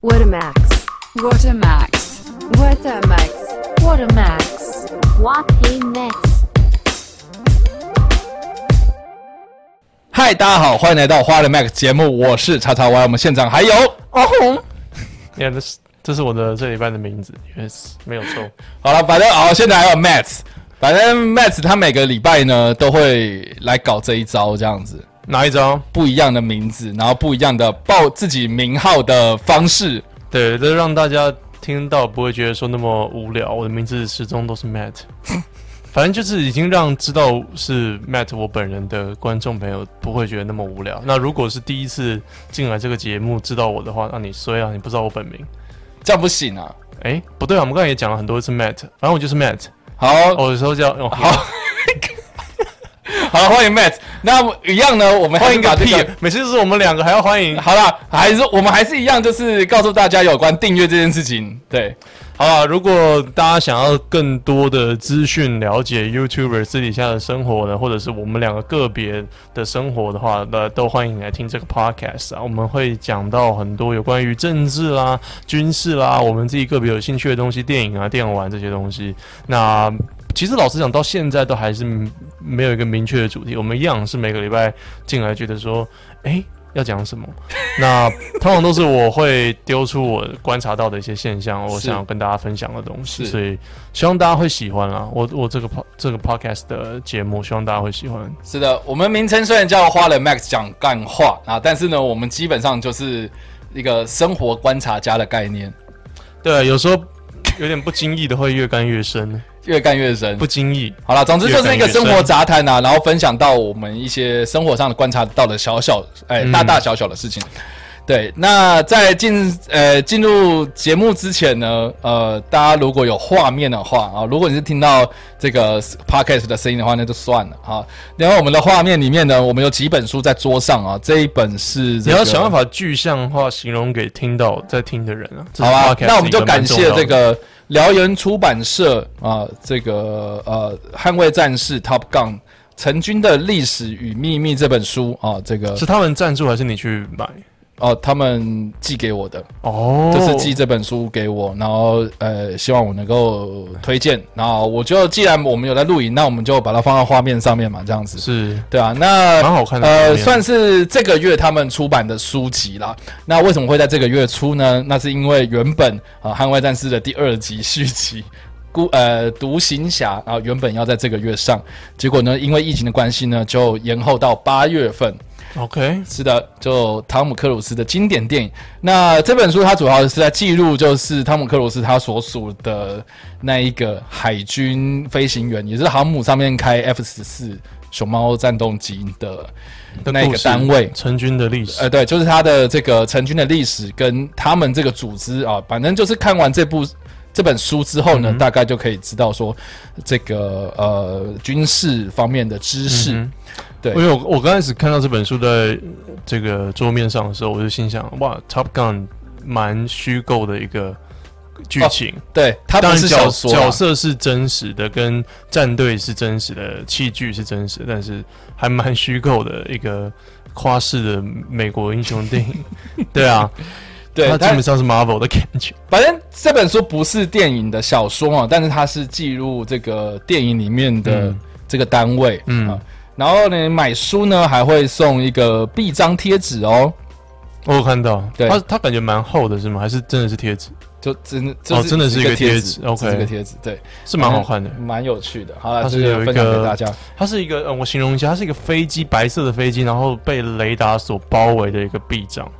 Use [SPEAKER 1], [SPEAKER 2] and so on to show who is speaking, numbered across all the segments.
[SPEAKER 1] What a max.
[SPEAKER 2] What a max.
[SPEAKER 1] What a max.
[SPEAKER 3] What a max. What a max.
[SPEAKER 4] 嗨，大家好，欢迎来到花的 Max 节目，我是叉叉 Y，我们现场还有
[SPEAKER 5] 你看，这是这是我的这礼拜的名字，yes，没有错。
[SPEAKER 4] 好了，反正好，现在还有 Max，反正 Max 他每个礼拜呢都会来搞这一招，这样子
[SPEAKER 5] 哪一招？
[SPEAKER 4] 不一样的名字，然后不一样的报自己名号的方式，
[SPEAKER 5] 对，这让大家听到不会觉得说那么无聊。我的名字始终都是 Matt，反正就是已经让知道是 Matt 我本人的观众朋友不会觉得那么无聊。那如果是第一次进来这个节目知道我的话，那你衰啊，你不知道我本名。
[SPEAKER 4] 这样不行啊。
[SPEAKER 5] 哎、不对啊，我们刚才也讲了很多次 Matt，反正我就是 Matt，
[SPEAKER 4] 好，
[SPEAKER 5] 我有时候叫哦，
[SPEAKER 4] 好 好了，欢迎 Max。那一样呢，我们还
[SPEAKER 5] 欢
[SPEAKER 4] 是
[SPEAKER 5] 迎个
[SPEAKER 4] 把这
[SPEAKER 5] 屁！每次就是我们两个还要欢迎。
[SPEAKER 4] 好了，还是我们还是一样，就是告诉大家有关订阅这件事情。对，
[SPEAKER 5] 好啦，如果大家想要更多的资讯，了解 YouTuber 私底下的生活呢，或者是我们两个个别的生活的话，那都欢迎你来听这个 podcast 啊。我们会讲到很多有关于政治啦、军事啦，我们自己个别有兴趣的东西，电影啊、电玩这些东西。那其实老实讲，到现在都还是没有一个明确的主题。我们一样是每个礼拜进来，觉得说，诶，要讲什么？那通常都是我会丢出我观察到的一些现象，我
[SPEAKER 4] 是
[SPEAKER 5] 想要跟大家分享的东西，
[SPEAKER 4] 是
[SPEAKER 5] 所以希望大家会喜欢啦。我我这个 po- 这个 podcast 的节目，希望大家会喜欢。
[SPEAKER 4] 是的，我们名称虽然叫花了 Max 讲干话啊，但是呢，我们基本上就是一个生活观察家的概念，
[SPEAKER 5] 对，啊有时候有点不经意的会越干越深，
[SPEAKER 4] 越干越深
[SPEAKER 5] 不。经意。
[SPEAKER 4] 好了，总之就是一个生
[SPEAKER 5] 越干越
[SPEAKER 4] 活
[SPEAKER 5] 深
[SPEAKER 4] 杂谈啊，然后分享到我们一些生活上的观察到的小小哎、
[SPEAKER 5] 嗯
[SPEAKER 4] 大大小小的事情。对，那在进呃进入节目之前呢，呃，大家如果有画面的话啊，如果你是听到这个 podcast 的声音的话，那就算了啊。然后我们的画面里面呢，我们有几本书在桌上啊，这一本是、这
[SPEAKER 5] 你
[SPEAKER 4] 个
[SPEAKER 5] 要想办法具象化形容给听到在听的人啊。这是
[SPEAKER 4] 好吧，
[SPEAKER 5] podcast
[SPEAKER 4] 那我们就
[SPEAKER 5] 一蛮
[SPEAKER 4] 感
[SPEAKER 5] 重要
[SPEAKER 4] 谢
[SPEAKER 5] 的
[SPEAKER 4] 这个燎原出版社啊、这个呃《捍卫战士》Top Gun 陈军的历史与秘密这本书啊、这个
[SPEAKER 5] 是他们赞助还是你去买？
[SPEAKER 4] 哦、他们寄给我的，
[SPEAKER 5] 哦，
[SPEAKER 4] 就是寄这本书给我，然后呃希望我能够推荐，然后我就既然我们有在录影，那我们就把它放到画面上面嘛，这样子
[SPEAKER 5] 是
[SPEAKER 4] 对啊，那
[SPEAKER 5] 蛮好看的画
[SPEAKER 4] 呃，
[SPEAKER 5] 面
[SPEAKER 4] 算是这个月他们出版的书籍啦。那为什么会在这个月出呢？那是因为原本啊，呃《捍卫战士》的第二集续集。孤呃，独行侠啊、原本要在这个月上，结果呢，因为疫情的关系呢，就延后到八月份。
[SPEAKER 5] OK，
[SPEAKER 4] 是的，就汤姆克鲁斯的经典电影。那这本书它主要是在记录，就是汤姆克鲁斯他所属的那一个海军飞行员，也是航母上面开 F 十四熊猫战斗机的那一
[SPEAKER 5] 故
[SPEAKER 4] 个
[SPEAKER 5] 事
[SPEAKER 4] 单位。
[SPEAKER 5] 陈军的历史。
[SPEAKER 4] 呃，对，就是他的这个成军的历史跟他们这个组织啊，反正就是看完这部这本书之后呢，
[SPEAKER 5] 嗯哼
[SPEAKER 4] 大概就可以知道说这个呃军事方面的知识。
[SPEAKER 5] 嗯
[SPEAKER 4] 对
[SPEAKER 5] 因为我我刚开始看到这本书在这个桌面上的时候，我就心想，哇，Top Gun 蛮虚构的一个剧情，
[SPEAKER 4] 对，它
[SPEAKER 5] 当
[SPEAKER 4] 不
[SPEAKER 5] 然
[SPEAKER 4] 哦是
[SPEAKER 5] 角
[SPEAKER 4] 小说啊、
[SPEAKER 5] 角色是真实的，跟战队是真实的，器具是真实的，但是还蛮虚构的一个跨世的美国英雄电 影，对啊，
[SPEAKER 4] 对，
[SPEAKER 5] 它
[SPEAKER 4] 它
[SPEAKER 5] 基本上是 Marvel 的感觉，
[SPEAKER 4] 反正这本书不是电影的小说啊，但是它是记录这个电影里面的
[SPEAKER 5] 嗯
[SPEAKER 4] 这个单位，嗯。
[SPEAKER 5] 嗯
[SPEAKER 4] 然后呢，买书呢还会送一个臂章贴纸哦，
[SPEAKER 5] 我有看到，
[SPEAKER 4] 对
[SPEAKER 5] 它它感觉蛮厚的是吗？还是真的是贴纸？
[SPEAKER 4] 就真的就是、
[SPEAKER 5] 哦真的是一个
[SPEAKER 4] 贴
[SPEAKER 5] 贴
[SPEAKER 4] 纸
[SPEAKER 5] 纸
[SPEAKER 4] 这是一个
[SPEAKER 5] OK
[SPEAKER 4] 贴纸，对，
[SPEAKER 5] 是蛮好看的。
[SPEAKER 4] 蛮有趣的。好了，
[SPEAKER 5] 它
[SPEAKER 4] 这
[SPEAKER 5] 是
[SPEAKER 4] 个
[SPEAKER 5] 有一
[SPEAKER 4] 分享给
[SPEAKER 5] 个
[SPEAKER 4] 大家。
[SPEAKER 5] 它是一个，嗯，我形容一下，它是一个飞机，白色的飞机，然后被雷达所包围的一个臂章，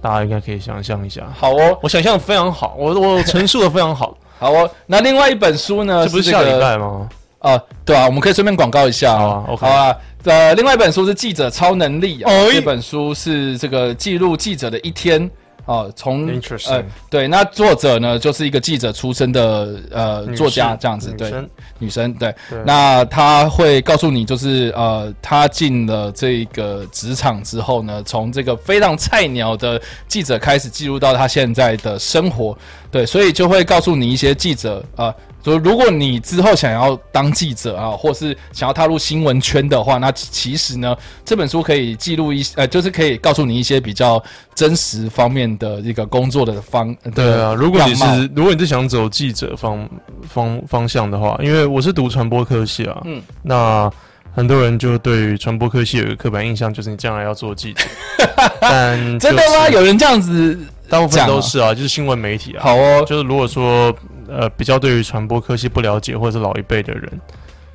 [SPEAKER 5] 大家应该可以想象一下。
[SPEAKER 4] 好哦，
[SPEAKER 5] 我想象的非常好，我我陈述的非 常好，
[SPEAKER 4] 好哦。那另外一本书呢？
[SPEAKER 5] 这不是
[SPEAKER 4] 呃这
[SPEAKER 5] 下
[SPEAKER 4] 个
[SPEAKER 5] 礼拜吗？
[SPEAKER 4] 啊？对啊，我们可以顺便广告一下
[SPEAKER 5] 好
[SPEAKER 4] 哦
[SPEAKER 5] 啊。，OK
[SPEAKER 4] 好啊。呃，另外一本书是《记者超能力》啊，
[SPEAKER 5] 哎
[SPEAKER 4] 这本书是这个记录记者的一天。哦，从
[SPEAKER 5] Interesting
[SPEAKER 4] 呃，对，那作者呢，就是一个记者出身的呃
[SPEAKER 5] 女
[SPEAKER 4] 作家
[SPEAKER 5] 士
[SPEAKER 4] 这样子，
[SPEAKER 5] 女
[SPEAKER 4] 对，
[SPEAKER 5] 生
[SPEAKER 4] 女生对，
[SPEAKER 5] 对
[SPEAKER 4] 那他会告诉你，就是呃，他进了这个职场之后呢，从这个非常菜鸟的记者开始，记录到他现在的生活，对，所以就会告诉你一些记者呃所以如果你之后想要当记者啊，或是想要踏入新闻圈的话，那其实呢，这本书可以记录一些呃，就是可以告诉你一些比较真实方面的一个工作的方。
[SPEAKER 5] 对啊，
[SPEAKER 4] 的
[SPEAKER 5] 如果你
[SPEAKER 4] 样貌
[SPEAKER 5] 是如果你是想走记者方方方向的话，因为我是读传播科系啊，
[SPEAKER 4] 嗯
[SPEAKER 5] 那很多人就对于传播科系有一个刻板印象，就是你将来要 做记者，但、
[SPEAKER 4] 真的吗？有人这样子
[SPEAKER 5] 大部分
[SPEAKER 4] 讲啊
[SPEAKER 5] 都是啊，就是新闻媒体啊，
[SPEAKER 4] 好哦，
[SPEAKER 5] 就是如果说呃比较对于传播科系不了解或者是老一辈的人，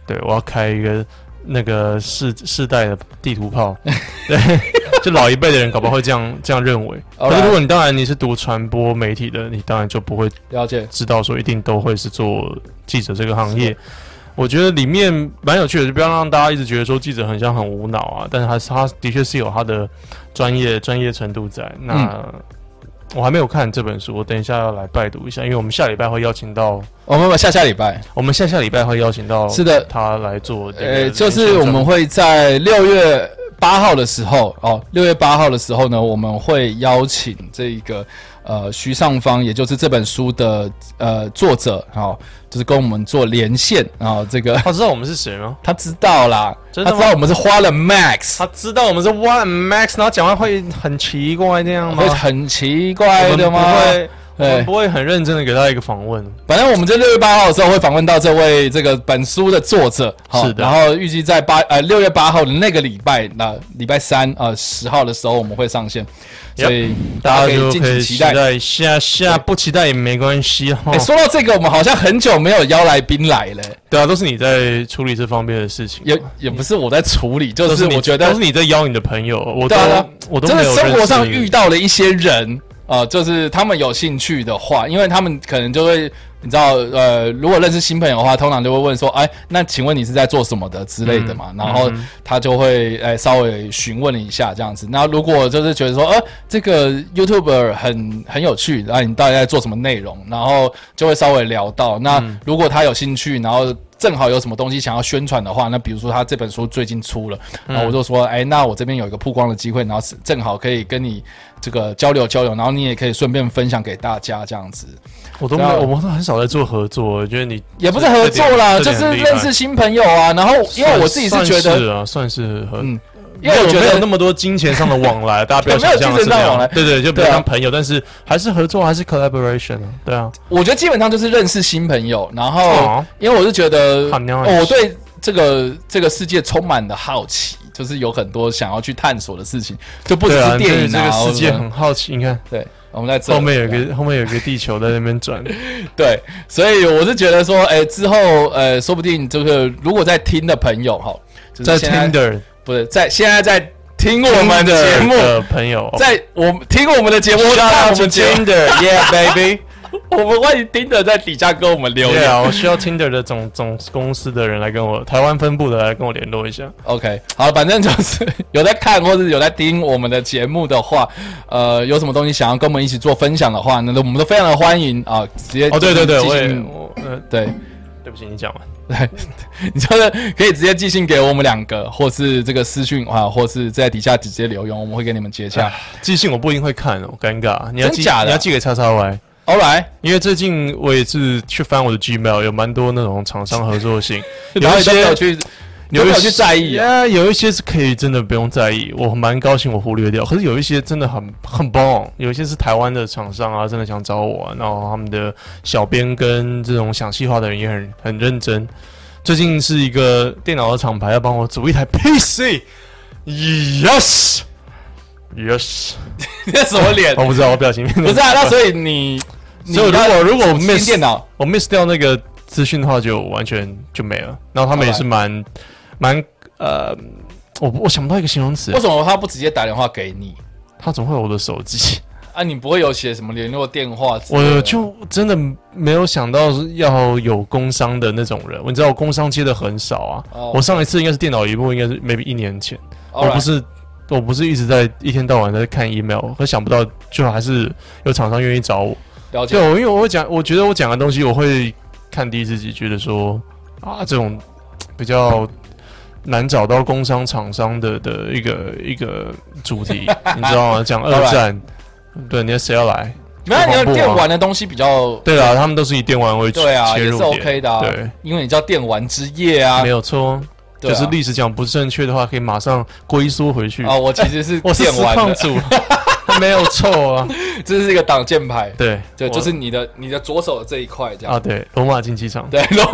[SPEAKER 5] 对我要开一个那个世世代的地图炮，对，就老一辈的人搞不好会这样这样认为。
[SPEAKER 4] Alright
[SPEAKER 5] 啊可是如果你当然你是读传播媒体的，你当然就不会
[SPEAKER 4] 了解。
[SPEAKER 5] 知道说一定都会是做记者这个行业。我觉得里面蛮有趣的，就不要让大家一直觉得说记者很像很无脑啊，但是他是他的确是有他的专业专业程度在。那、
[SPEAKER 4] 嗯
[SPEAKER 5] 我还没有看这本书，我等一下要来拜读一下，因为我们下礼拜会邀请到，
[SPEAKER 4] 我们下下礼拜
[SPEAKER 5] 我们下下礼拜会邀请到
[SPEAKER 4] 是的，
[SPEAKER 5] 他来做这个
[SPEAKER 4] 呃，
[SPEAKER 5] 连线
[SPEAKER 4] 就
[SPEAKER 5] 专访，
[SPEAKER 4] 是我们会在六月八号的时候，哦，六月八号的时候呢，我们会邀请这个呃徐尚方，也就是这本书的呃作者，哦，就是跟我们做连线啊、哦这个
[SPEAKER 5] 他知道我们是谁吗？
[SPEAKER 4] 他知道啦，
[SPEAKER 5] 真
[SPEAKER 4] 他
[SPEAKER 5] 的吗
[SPEAKER 4] 知道我们是花了 Max，
[SPEAKER 5] 他知道我们是 One Max，然后讲话会很奇怪这样吗
[SPEAKER 4] 会？很奇怪
[SPEAKER 5] 我
[SPEAKER 4] 的
[SPEAKER 5] 们不
[SPEAKER 4] 吗？哎
[SPEAKER 5] 会，我
[SPEAKER 4] 对
[SPEAKER 5] 们不会很认真的给他一个访问。
[SPEAKER 4] 反正我们在六月八号的时候会访问到这位这个本书的作者，好
[SPEAKER 5] 是的
[SPEAKER 4] 然后预计在八呃六月八号的那个礼拜，那、礼拜三呃十号的时候我们会上线，
[SPEAKER 5] Yep，
[SPEAKER 4] 所以
[SPEAKER 5] 大
[SPEAKER 4] 大家
[SPEAKER 5] 家
[SPEAKER 4] 可以
[SPEAKER 5] 就
[SPEAKER 4] 敬
[SPEAKER 5] 可
[SPEAKER 4] 请
[SPEAKER 5] 以
[SPEAKER 4] 期
[SPEAKER 5] 期
[SPEAKER 4] 待。
[SPEAKER 5] 待一下下，不期待也没关系哈
[SPEAKER 4] 哎、。说到这个，我们好像很久没有邀来宾来了、
[SPEAKER 5] 对啊，都是你在处理这方面的事情，
[SPEAKER 4] 也也不是我在处理，
[SPEAKER 5] 都
[SPEAKER 4] 就是是
[SPEAKER 5] 你
[SPEAKER 4] 我觉
[SPEAKER 5] 都
[SPEAKER 4] 得
[SPEAKER 5] 是你在邀你的朋友，我都
[SPEAKER 4] 对啊对啊
[SPEAKER 5] 我都
[SPEAKER 4] 真的
[SPEAKER 5] 没有
[SPEAKER 4] 生活上
[SPEAKER 5] 认识你
[SPEAKER 4] 遇到了一些人，呃，就是他们有兴趣的话，因为他们可能就会，你知道，呃，如果认识新朋友的话，通常就会问说，哎，那请问你是在做什么的之类的嘛？
[SPEAKER 5] 嗯
[SPEAKER 4] 然后
[SPEAKER 5] 嗯
[SPEAKER 4] 他就会，哎，稍微询问一下这样子。那如果就是觉得说，呃，这个 YouTuber 很很有趣，然后你到底在做什么内容？然后就会稍微聊到。那
[SPEAKER 5] 嗯
[SPEAKER 4] 如果他有兴趣，然后正好有什么东西想要宣传的话，那比如说他这本书最近出了，
[SPEAKER 5] 嗯
[SPEAKER 4] 然后我就说，哎，那我这边有一个曝光的机会，然后是正好可以跟你这个交流交流，然后你也可以顺便分享给大家这样子，
[SPEAKER 5] 我都没有，
[SPEAKER 4] 对啊
[SPEAKER 5] 我们都很少在做合作，我觉得你
[SPEAKER 4] 也不是合作啦，
[SPEAKER 5] 这
[SPEAKER 4] 就是
[SPEAKER 5] 点这点很厉害
[SPEAKER 4] 认识新朋友啊。然后因为我自己是
[SPEAKER 5] 算
[SPEAKER 4] 觉
[SPEAKER 5] 算
[SPEAKER 4] 得，
[SPEAKER 5] 是啊，算是合。
[SPEAKER 4] 嗯因
[SPEAKER 5] 因
[SPEAKER 4] 为
[SPEAKER 5] 为
[SPEAKER 4] 我
[SPEAKER 5] 我
[SPEAKER 4] 觉
[SPEAKER 5] 没有那
[SPEAKER 4] 得
[SPEAKER 5] 么多金钱上的往来，大家不 要
[SPEAKER 4] 对没有
[SPEAKER 5] 想象
[SPEAKER 4] 金钱
[SPEAKER 5] 是那
[SPEAKER 4] 上的
[SPEAKER 5] 样
[SPEAKER 4] 往来
[SPEAKER 5] 对对，就不要
[SPEAKER 4] 对啊
[SPEAKER 5] 当朋友，但是还是合作，还是 collaboration 啊，对啊，
[SPEAKER 4] 我觉得基本上就是认识新朋友，然后
[SPEAKER 5] 哦
[SPEAKER 4] 因为我是觉得
[SPEAKER 5] 好 nice
[SPEAKER 4] 哦我对这个这个世界充满了好奇。就是有很多想要去探索的事情，就不只
[SPEAKER 5] 对啊
[SPEAKER 4] 是电
[SPEAKER 5] 对
[SPEAKER 4] 影
[SPEAKER 5] 这个世界
[SPEAKER 4] 我们
[SPEAKER 5] 很好奇，你看
[SPEAKER 4] 对，我们在这
[SPEAKER 5] 后面有
[SPEAKER 4] 对啊
[SPEAKER 5] 一个后面有一个地球在那边转，
[SPEAKER 4] 对，所以我是觉得说，哎、之后呃，说不定这个如果在听的朋友哈，就是
[SPEAKER 5] 在
[SPEAKER 4] 现在
[SPEAKER 5] Tinder
[SPEAKER 4] 不是在现在在听我们的节
[SPEAKER 5] Tinder
[SPEAKER 4] 目，
[SPEAKER 5] 的朋友，
[SPEAKER 4] 在我们听我们的节目，看我们节目，
[SPEAKER 5] Tinder，Yeah baby。
[SPEAKER 4] 我们欢迎听的在底下跟我们留
[SPEAKER 5] 对
[SPEAKER 4] 言。
[SPEAKER 5] 啊，我需要 Tinder 的总总公司的人来跟我台湾分部的来跟我联络一下。
[SPEAKER 4] OK，好，反正就是有在看或者有在听我们的节目的话，呃，有什么东西想要跟我们一起做分享的话，那我们都非常的欢迎啊、直接
[SPEAKER 5] 哦，对对对，
[SPEAKER 4] 寄
[SPEAKER 5] 我也
[SPEAKER 4] 信
[SPEAKER 5] 我呃，
[SPEAKER 4] 对。
[SPEAKER 5] 对不起，你讲完。
[SPEAKER 4] 对，你就是可以直接寄信给我们两个，或是这个私讯啊，或是在底下直接留言，我们会跟你们接洽。
[SPEAKER 5] 寄信我不一定会看哦，尴尬。你要
[SPEAKER 4] 真
[SPEAKER 5] 寄
[SPEAKER 4] 假的
[SPEAKER 5] 你要寄给叉叉 Y，
[SPEAKER 4] All right，
[SPEAKER 5] 因为最近我也是去翻我的 Gmail，有蛮多那种厂商合作 信，
[SPEAKER 4] 然后
[SPEAKER 5] 有一
[SPEAKER 4] 你都没有
[SPEAKER 5] 些
[SPEAKER 4] 去，你都
[SPEAKER 5] 一
[SPEAKER 4] 没有
[SPEAKER 5] 些
[SPEAKER 4] 去在意啊。
[SPEAKER 5] 啊，有一些是可以真的不用在意，我蛮高兴我忽略掉。可是有一些真的很很棒，有一些是台湾的厂商啊，真的想找我、啊，然后他们的小编跟这种想细化的人也很很认真。最近是一个电脑的厂牌要帮我组一台 PC，yes yes，
[SPEAKER 4] 你那 什么脸？
[SPEAKER 5] 我不知道我表情
[SPEAKER 4] 不是啊，那所以你，你
[SPEAKER 5] 所以如
[SPEAKER 4] 要
[SPEAKER 5] 果如果我
[SPEAKER 4] 新
[SPEAKER 5] miss
[SPEAKER 4] 电脑，
[SPEAKER 5] 我 miss 掉那个资讯的话，就完全就没了。然后他们也是蛮蛮呃，我我想不到一个形容词
[SPEAKER 4] 为，什么他不直接打电话给你
[SPEAKER 5] 他总会有我的手 机。
[SPEAKER 4] 啊？你不会有写什么联络电话之类的？
[SPEAKER 5] 我就真的没有想到要有工商的那种人，你知道我工商接的很少啊。
[SPEAKER 4] 哦
[SPEAKER 5] 我上一次应该是电脑一幕，应该是 maybe 一年前。
[SPEAKER 4] All
[SPEAKER 5] 我
[SPEAKER 4] right，
[SPEAKER 5] 不是我不是一直在一天到晚在看 email，可想不到就还是有厂商愿意找我。
[SPEAKER 4] 了
[SPEAKER 5] 对，
[SPEAKER 4] 解。
[SPEAKER 5] 我因为我会讲，我觉得我讲的东西，我会看第四集，觉得说啊，这种比较难找到工商厂商的 的 一个一个主题，你知道吗？讲二战，对，你要谁要来？
[SPEAKER 4] 反正你
[SPEAKER 5] 就
[SPEAKER 4] 要
[SPEAKER 5] 恐怖啊
[SPEAKER 4] 电玩的东西比较
[SPEAKER 5] 对啦，他们都是以电玩为
[SPEAKER 4] 对啊，
[SPEAKER 5] 切
[SPEAKER 4] 也是
[SPEAKER 5] 入点
[SPEAKER 4] OK 的、啊，
[SPEAKER 5] 对，，
[SPEAKER 4] 因为你叫电玩之夜啊
[SPEAKER 5] 没，有错。
[SPEAKER 4] 对
[SPEAKER 5] 就
[SPEAKER 4] 啊
[SPEAKER 5] 是历史讲不正确的话，可以马上龟缩回去。
[SPEAKER 4] 啊，我其实是
[SPEAKER 5] 我是
[SPEAKER 4] 电
[SPEAKER 5] 实
[SPEAKER 4] 玩
[SPEAKER 5] 况
[SPEAKER 4] 的，
[SPEAKER 5] 组， 没有错啊。
[SPEAKER 4] 这是一个挡箭牌，
[SPEAKER 5] 对，
[SPEAKER 4] 对，
[SPEAKER 5] 我
[SPEAKER 4] 就是你的你的左手的这一块这样，
[SPEAKER 5] 啊，对，罗马竞技场，
[SPEAKER 4] 对， 然后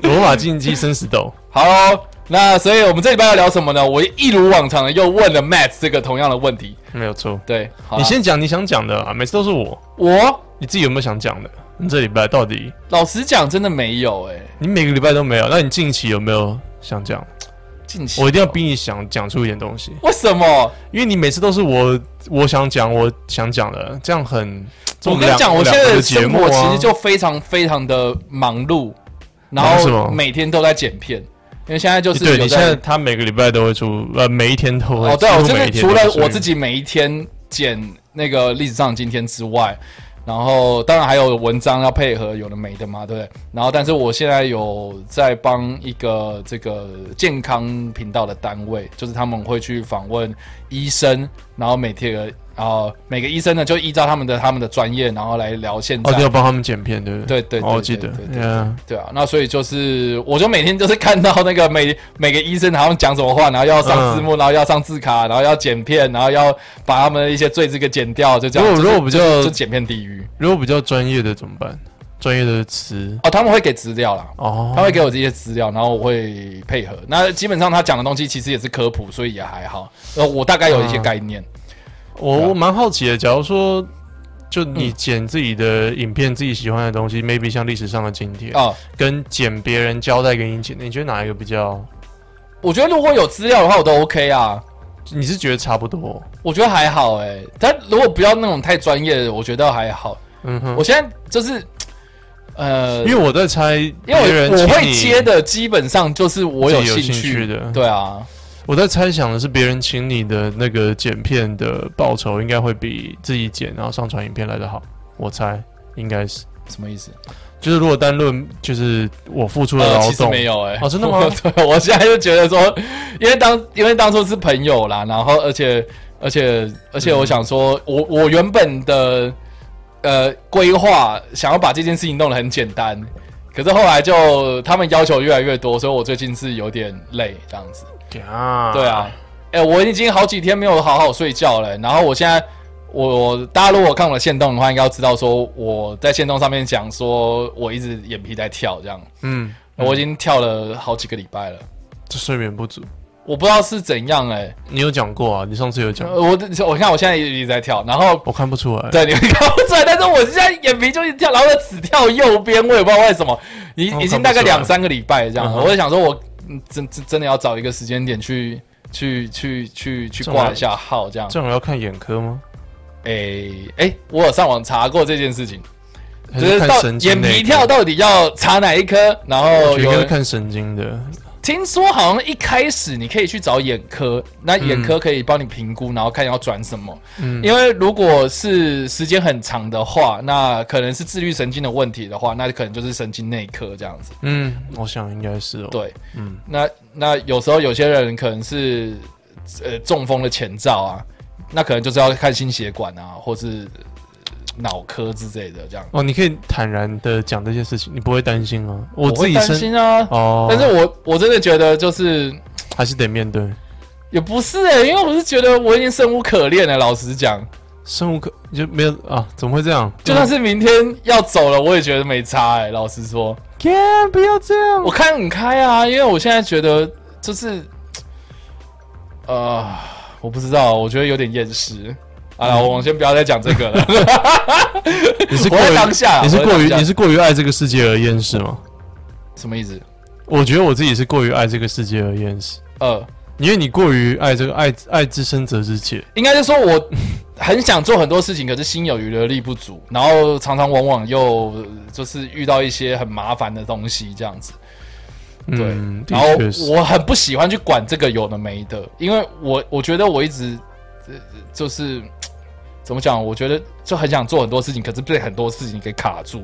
[SPEAKER 5] 罗马竞技生死斗。
[SPEAKER 4] 好哦、那所以我们这礼拜要聊什么呢？我一如往常的又问了 Matt 这个同样的问题，
[SPEAKER 5] 没有错。
[SPEAKER 4] 对，好啊
[SPEAKER 5] 你先讲你想讲的啊，每次都是我。
[SPEAKER 4] 我
[SPEAKER 5] 你自己有没有想讲的？你这礼拜到底
[SPEAKER 4] 老实讲，真的没有哎、
[SPEAKER 5] 你每个礼拜都没有？那你近期有没有想讲？
[SPEAKER 4] 近期哦
[SPEAKER 5] 我一定要逼你想讲出一点东西，
[SPEAKER 4] 为什么？
[SPEAKER 5] 因为你每次都是我我想讲我想讲的，这样很。这
[SPEAKER 4] 我
[SPEAKER 5] 种
[SPEAKER 4] 跟你讲，
[SPEAKER 5] 两
[SPEAKER 4] 我现在
[SPEAKER 5] 两个
[SPEAKER 4] 的
[SPEAKER 5] 节
[SPEAKER 4] 生
[SPEAKER 5] 目
[SPEAKER 4] 活
[SPEAKER 5] 啊
[SPEAKER 4] 其实就非常非常的忙碌，然
[SPEAKER 5] 忙什
[SPEAKER 4] 后
[SPEAKER 5] 么
[SPEAKER 4] 每天都在剪片，因为现在就是
[SPEAKER 5] 对
[SPEAKER 4] 有
[SPEAKER 5] 你现在他每个礼拜都会出，呃，每一天都会。
[SPEAKER 4] 哦，对啊，我
[SPEAKER 5] 几
[SPEAKER 4] 就
[SPEAKER 5] 乎每
[SPEAKER 4] 是
[SPEAKER 5] 一天
[SPEAKER 4] 除
[SPEAKER 5] 都
[SPEAKER 4] 了
[SPEAKER 5] 会所以
[SPEAKER 4] 我自己每一天剪那个历史上今天之外，然后当然还有文章要配合有的没的嘛，对不对？然后但是我现在有在帮一个这个健康频道的单位，就是他们会去访问医生，然后每天的然后每个医生呢就依照他们的他们的专业，然后来聊现在。
[SPEAKER 5] 哦，你要帮他们剪片，对不
[SPEAKER 4] 对
[SPEAKER 5] 对？
[SPEAKER 4] 对对
[SPEAKER 5] 哦我记得
[SPEAKER 4] 对对，对
[SPEAKER 5] Yeah
[SPEAKER 4] 对啊，那所以就是，我就每天就是看到那个每 每个医生好像讲什么话，然后要上字幕，
[SPEAKER 5] 嗯
[SPEAKER 4] 然后要上字卡，然后要剪片，然后要把他们的一些罪字给剪掉，就这样。
[SPEAKER 5] 如果
[SPEAKER 4] 就是
[SPEAKER 5] 如果比较
[SPEAKER 4] 就是就剪片地狱
[SPEAKER 5] 如果比较专业的怎么办？专业的词
[SPEAKER 4] 哦，他们会给资料啦，
[SPEAKER 5] 哦，
[SPEAKER 4] 他会给我这些资料，然后我会配合。那基本上他讲的东西其实也是科普，所以也还好。呃，我大概有一些概念。
[SPEAKER 5] 我
[SPEAKER 4] 对啊
[SPEAKER 5] 我蛮好奇的，假如说就你剪自己的影片，自己喜欢的东西，maybe 像历史上的今天，
[SPEAKER 4] 啊。
[SPEAKER 5] 跟剪别人交代给你剪的，你觉得哪一个比较？
[SPEAKER 4] 我觉得如果有资料的话，我都 OK 啊。
[SPEAKER 5] 你是觉得差不多？
[SPEAKER 4] 我觉得还好哎、但如果不要那种太专业的，我觉得还好。
[SPEAKER 5] 嗯哼
[SPEAKER 4] 我，现在就是，呃，
[SPEAKER 5] 因为我在猜，
[SPEAKER 4] 因为
[SPEAKER 5] 人
[SPEAKER 4] 我我
[SPEAKER 5] 请
[SPEAKER 4] 会
[SPEAKER 5] 你
[SPEAKER 4] 接，的基本上就是我有
[SPEAKER 5] 自己有
[SPEAKER 4] 兴
[SPEAKER 5] 兴趣的
[SPEAKER 4] 对啊，
[SPEAKER 5] 我在猜想的是别人请你的那个剪片的报酬应该会比自己剪然后上传影片来的好，我猜应该是。
[SPEAKER 4] 什么意思？
[SPEAKER 5] 就是如果单论就是我付出的
[SPEAKER 4] 呃，
[SPEAKER 5] 劳
[SPEAKER 4] 其实
[SPEAKER 5] 动，
[SPEAKER 4] 没有哎、欸，
[SPEAKER 5] 哦真的吗
[SPEAKER 4] 对，我现在就觉得说，因为当因为当初是朋友啦，然后而且而且而且我
[SPEAKER 5] 嗯
[SPEAKER 4] 想说，我我原本的呃规划想要把这件事情弄得很简单，可是后来就他们要求越来越多，所以我最近是有点累这样子。
[SPEAKER 5] 啊
[SPEAKER 4] 对啊，，哎、我已经好几天没有好好睡觉了、然后我现在，我大家如果看我的线动的话，应该要知道说我在线动上面讲说我一直眼皮在跳，这样、
[SPEAKER 5] 嗯，
[SPEAKER 4] 我已经跳了好几个礼拜了。
[SPEAKER 5] 这睡眠不足。
[SPEAKER 4] 我不知道是怎样哎、
[SPEAKER 5] 你有讲过啊？你上次有讲，
[SPEAKER 4] 呃我我看我现在一直在跳，然后
[SPEAKER 5] 我看不出来。
[SPEAKER 4] 对你们看不出来，但是我现在哦眼皮就一直跳，然后只跳右边，我也不知道为什么，已
[SPEAKER 5] 哦
[SPEAKER 4] 已经
[SPEAKER 5] 看不
[SPEAKER 4] 大概
[SPEAKER 5] 出来
[SPEAKER 4] 两三个礼拜这样
[SPEAKER 5] 嗯
[SPEAKER 4] 了，
[SPEAKER 5] 哼
[SPEAKER 4] 我就想说我嗯真真真的要找一个时间点去去去去去
[SPEAKER 5] 这
[SPEAKER 4] 挂
[SPEAKER 5] 样
[SPEAKER 4] 一下号这样。
[SPEAKER 5] 这种要看眼科吗？
[SPEAKER 4] 诶、诶、哎我有上网查过这件事情，
[SPEAKER 5] 还
[SPEAKER 4] 就是
[SPEAKER 5] 看
[SPEAKER 4] 到
[SPEAKER 5] 神经
[SPEAKER 4] 眼
[SPEAKER 5] 内
[SPEAKER 4] 皮
[SPEAKER 5] 科
[SPEAKER 4] 跳，到底要查哪一科，然后
[SPEAKER 5] 我觉
[SPEAKER 4] 有欸
[SPEAKER 5] 得
[SPEAKER 4] 人
[SPEAKER 5] 看神经的。
[SPEAKER 4] 听说好像一开始你可以去找眼科，那眼科可以帮你评估，然后看要转什么。
[SPEAKER 5] 嗯
[SPEAKER 4] 因为如果是时间很长的话，那可能是自律神经的问题的话，那可能就是神经内科这样子。
[SPEAKER 5] 嗯，我想应该是哦。，
[SPEAKER 4] 对，
[SPEAKER 5] 嗯，
[SPEAKER 4] 那那有时候有些人可能是呃中风的前兆啊，那可能就是要看心血管啊，或是呃脑科之类的这样。
[SPEAKER 5] 哦，你可以坦然的讲这些事情，你不会担心吗？我
[SPEAKER 4] 我
[SPEAKER 5] 自
[SPEAKER 4] 会
[SPEAKER 5] 己
[SPEAKER 4] 担
[SPEAKER 5] 身
[SPEAKER 4] 心啊，
[SPEAKER 5] 哦，
[SPEAKER 4] 但是我我真的觉得就是
[SPEAKER 5] 还是得面对
[SPEAKER 4] 也不是哎、因为我是觉得我已经生无可恋了，老实讲，
[SPEAKER 5] 生物科你就没有啊？怎么会这样？
[SPEAKER 4] 就算是明天要走了，我也觉得没差哎、老实说，
[SPEAKER 5] 嗯天，不要这样
[SPEAKER 4] 我。看很开啊，因为我现在觉得就是，呃，我不知道，我觉得有点厌世。好
[SPEAKER 5] 嗯
[SPEAKER 4] 了，我们先不要再讲这个了。
[SPEAKER 5] 你是
[SPEAKER 4] 我
[SPEAKER 5] 过
[SPEAKER 4] 在
[SPEAKER 5] 于
[SPEAKER 4] 当下，
[SPEAKER 5] 你是
[SPEAKER 4] 我在
[SPEAKER 5] 过
[SPEAKER 4] 当
[SPEAKER 5] 于
[SPEAKER 4] 下
[SPEAKER 5] 你是过于爱这个世界而厌世吗？
[SPEAKER 4] 什么意思？
[SPEAKER 5] 我觉得我自己是过于爱这个世界而厌世，
[SPEAKER 4] 呃，
[SPEAKER 5] 因为你过于爱这个爱爱之深责之切。
[SPEAKER 4] 应该是说我很想做很多事情，可是心有余而力不足，然后常常往往又呃就是遇到一些很麻烦的东西这样子。对
[SPEAKER 5] 嗯，的
[SPEAKER 4] 然后
[SPEAKER 5] 确是。
[SPEAKER 4] 我很不喜欢去管这个有的没的，因为我我觉得我一直、呃、就是怎么讲，我觉得就很想做很多事情，可是被很多事情给卡住，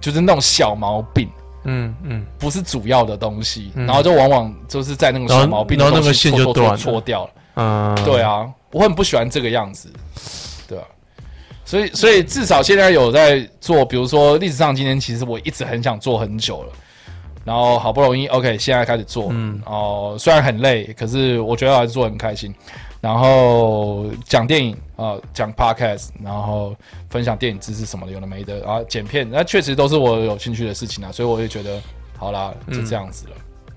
[SPEAKER 4] 就是那种小毛病，
[SPEAKER 5] 嗯嗯，
[SPEAKER 4] 不是主要的东西，
[SPEAKER 5] 嗯
[SPEAKER 4] 然后就往往就是在那个
[SPEAKER 5] 然后
[SPEAKER 4] 小毛病
[SPEAKER 5] 然
[SPEAKER 4] 的
[SPEAKER 5] 后那
[SPEAKER 4] 东
[SPEAKER 5] 个
[SPEAKER 4] 西
[SPEAKER 5] 线
[SPEAKER 4] 戳戳
[SPEAKER 5] 就断
[SPEAKER 4] 戳
[SPEAKER 5] 了
[SPEAKER 4] 戳掉了。
[SPEAKER 5] 嗯，
[SPEAKER 4] 对，啊，我很不喜欢这个样子，对啊。所以，所以至少现在有在做，比如说历史上今天，其实我一直很想做很久了，然后好不容易 OK，现在开始做，嗯，哦、虽然很累，可是我觉得还是做得很开心。然后讲电影啊、呃讲 podcast，然后分享电影知识什么的，有的没的，然后剪片，那确实都是我有兴趣的事情啊，所以我就觉得好啦，就
[SPEAKER 5] 嗯
[SPEAKER 4] 这样子了。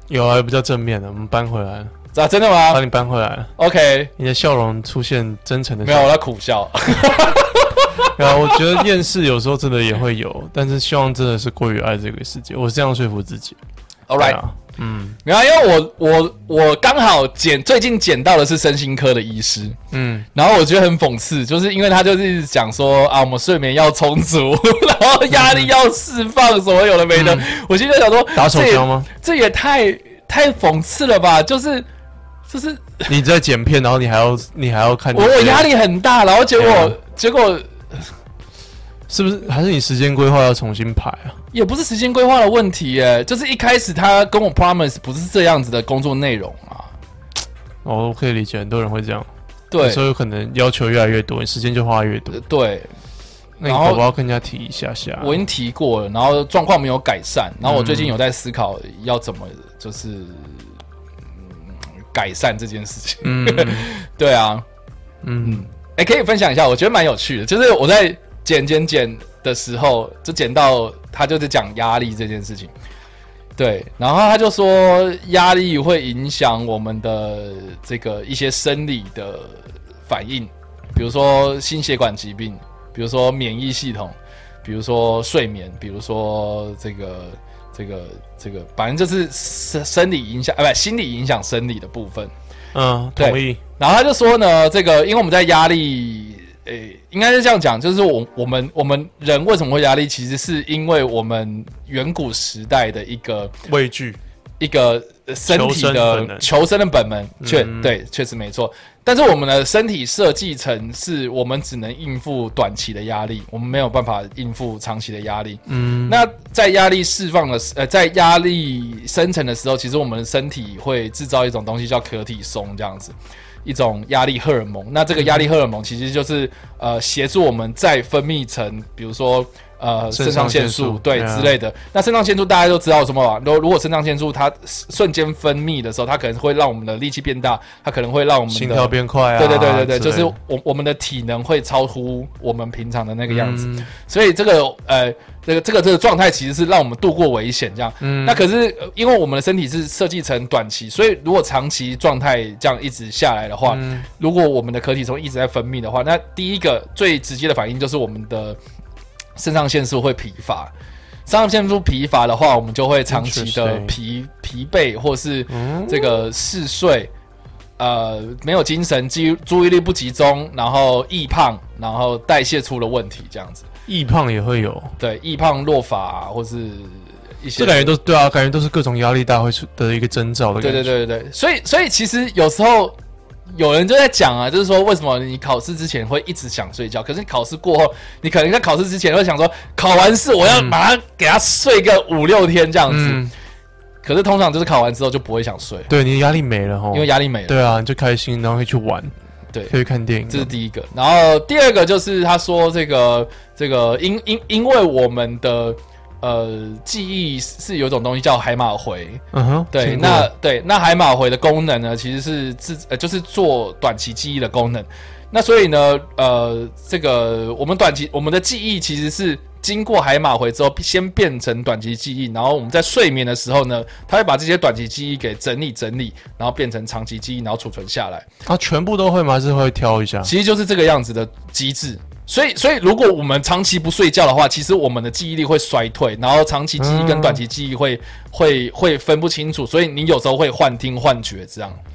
[SPEAKER 5] 有啊，比较正面的，我们搬回来了，
[SPEAKER 4] 啊，真的
[SPEAKER 5] 把
[SPEAKER 4] 吗
[SPEAKER 5] 你搬回来了，
[SPEAKER 4] ？OK，
[SPEAKER 5] 你的笑容出现真诚的
[SPEAKER 4] 没
[SPEAKER 5] 笑
[SPEAKER 4] 有，我
[SPEAKER 5] 容。
[SPEAKER 4] 在苦 笑。
[SPEAKER 5] 然后我觉得厌世有时候真的也会有，但是希望真的是过于爱这个世界，我是这样说服自己。
[SPEAKER 4] All
[SPEAKER 5] 对
[SPEAKER 4] right，
[SPEAKER 5] 啊，嗯
[SPEAKER 4] 没有啊，因为我我我刚好捡最近捡到的是身心科的医师，
[SPEAKER 5] 嗯，
[SPEAKER 4] 然后我觉得很讽刺，就是因为他就是一直讲说啊，我们睡眠要充足， 然后压力要释放，什么有的没的。我现在想说，
[SPEAKER 5] 嗯打手
[SPEAKER 4] 这也
[SPEAKER 5] 枪吗？
[SPEAKER 4] 这也太太讽刺了吧？就是就是
[SPEAKER 5] 你在剪片，然后你还要你还要看
[SPEAKER 4] 我我压，力很大，然后结果、
[SPEAKER 5] 啊对啊
[SPEAKER 4] 结果
[SPEAKER 5] 是不是？还是你时间规划要重新排啊？
[SPEAKER 4] 也不是时间规划的问题耶，就是一开始他跟我 promise 不是这样子的工作内容啊。
[SPEAKER 5] 哦我可以理解，很多人会这样，
[SPEAKER 4] 对
[SPEAKER 5] 所以有可能要求越来越多，你时间就花越多。
[SPEAKER 4] 对，
[SPEAKER 5] 那你
[SPEAKER 4] 然后
[SPEAKER 5] 搞不好跟人家提一下下。
[SPEAKER 4] 我已经提过了，然后状况没有改善，然后我最近有在思考要怎么就是、嗯改善这件事情。
[SPEAKER 5] 嗯
[SPEAKER 4] 对啊，
[SPEAKER 5] 嗯，
[SPEAKER 4] 哎、可以分享一下，我觉得蛮有趣的，就是我在剪剪剪的时候，就剪到他就是讲压力这件事情。对，然后他就说压力会影响我们的这个一些生理的反应，比如说心血管疾病，比如说免疫系统，比如说睡眠，比如说这个这个这个，反正就是生生理影响，啊，不，心理影响生理的部分。
[SPEAKER 5] 嗯，
[SPEAKER 4] 对
[SPEAKER 5] 同意。
[SPEAKER 4] 然后他就说呢，这个因为我们在压力，诶、应该是这样讲，就是我我们我们人为什么会压力，其实是因为我们远古时代的一个
[SPEAKER 5] 畏惧，
[SPEAKER 4] 一个呃身体
[SPEAKER 5] 求生本
[SPEAKER 4] 的
[SPEAKER 5] 能
[SPEAKER 4] 求生的本能，确、
[SPEAKER 5] 嗯
[SPEAKER 4] 对，确实没错。但是我们的身体设计成是我们只能应付短期的压力，我们没有办法应付长期的压力。
[SPEAKER 5] 嗯，
[SPEAKER 4] 那在压力释放的时呃，在压力生成的时候，其实我们身体会制造一种东西叫可体松，这样子一种压力荷尔蒙。那这个压力荷尔蒙其实就是呃，协助我们再分泌成，比如说呃，
[SPEAKER 5] 肾
[SPEAKER 4] 肾上
[SPEAKER 5] 上腺
[SPEAKER 4] 腺素
[SPEAKER 5] 素
[SPEAKER 4] 对
[SPEAKER 5] 对啊
[SPEAKER 4] 之类的。那肾上腺素大家都知道什么吧？如如果肾上腺素它瞬间分泌的时候，它可能会让我们的力气变大，它可能会让我们的
[SPEAKER 5] 心跳变快啊。
[SPEAKER 4] 对对对对对，
[SPEAKER 5] 之
[SPEAKER 4] 就
[SPEAKER 5] 类
[SPEAKER 4] 是
[SPEAKER 5] 的
[SPEAKER 4] 我我们的体能会超乎我们平常的那个样子。
[SPEAKER 5] 嗯
[SPEAKER 4] 所以这个呃，这个这个这个状态其实是让我们度过危险这样。
[SPEAKER 5] 嗯
[SPEAKER 4] 那可是呃因为我们的身体是设计成短期，所以如果长期状态这样一直下来的话，
[SPEAKER 5] 嗯
[SPEAKER 4] 如果我们的壳体中一直在分泌的话，那第一个最直接的反应就是我们的肾上腺素会疲乏。肾上腺素疲乏的话，我们就会长期的
[SPEAKER 5] Interesting
[SPEAKER 4] 疲疲惫，或是这个嗜睡，呃，没有精神，注注意力不集中，然后易胖，然后代谢出了问题，这样子。
[SPEAKER 5] 易胖也会有，
[SPEAKER 4] 对，易胖落法、或是一些
[SPEAKER 5] 这感觉都对啊，感觉都是各种压力大会出的一个征兆的
[SPEAKER 4] 对对
[SPEAKER 5] 感
[SPEAKER 4] 对
[SPEAKER 5] 觉。
[SPEAKER 4] 对对，所以所以其实有时候有人就在讲啊，就是说为什么你考试之前会一直想睡觉，可是考试过后，你可能在考试之前会想说，考完试我要马上给他睡个五六天这样子，
[SPEAKER 5] 嗯，
[SPEAKER 4] 可是通常就是考完之后就不会想睡，
[SPEAKER 5] 对，你的压力没了哈，
[SPEAKER 4] 因为压力没了。
[SPEAKER 5] 对啊，你就开心，然后可以去玩，
[SPEAKER 4] 对
[SPEAKER 5] 可以看电影，啊
[SPEAKER 4] 这是第一个，然后第二个就是他说这个这个因因因为我们的呃记忆是有一种东西叫海马回，
[SPEAKER 5] 嗯哼，
[SPEAKER 4] 对，
[SPEAKER 5] 听过
[SPEAKER 4] 那对那海马回的功能呢，其实是自呃就是做短期记忆的功能。那所以呢，呃，这个我们短期我们的记忆其实是经过海马回之后，先变成短期记忆，然后我们在睡眠的时候呢，它会把这些短期记忆给整理整理，然后变成长期记忆，然后储存下来。
[SPEAKER 5] 啊，全部都会吗？还是会挑一下？
[SPEAKER 4] 其实就是这个样子的机制。所以，所以如果我们长期不睡觉的话，其实我们的记忆力会衰退，然后长期记忆跟
[SPEAKER 5] 嗯
[SPEAKER 4] 短期记忆会、会会分不清楚，所以你有时候会幻听幻觉这样。
[SPEAKER 5] 嗯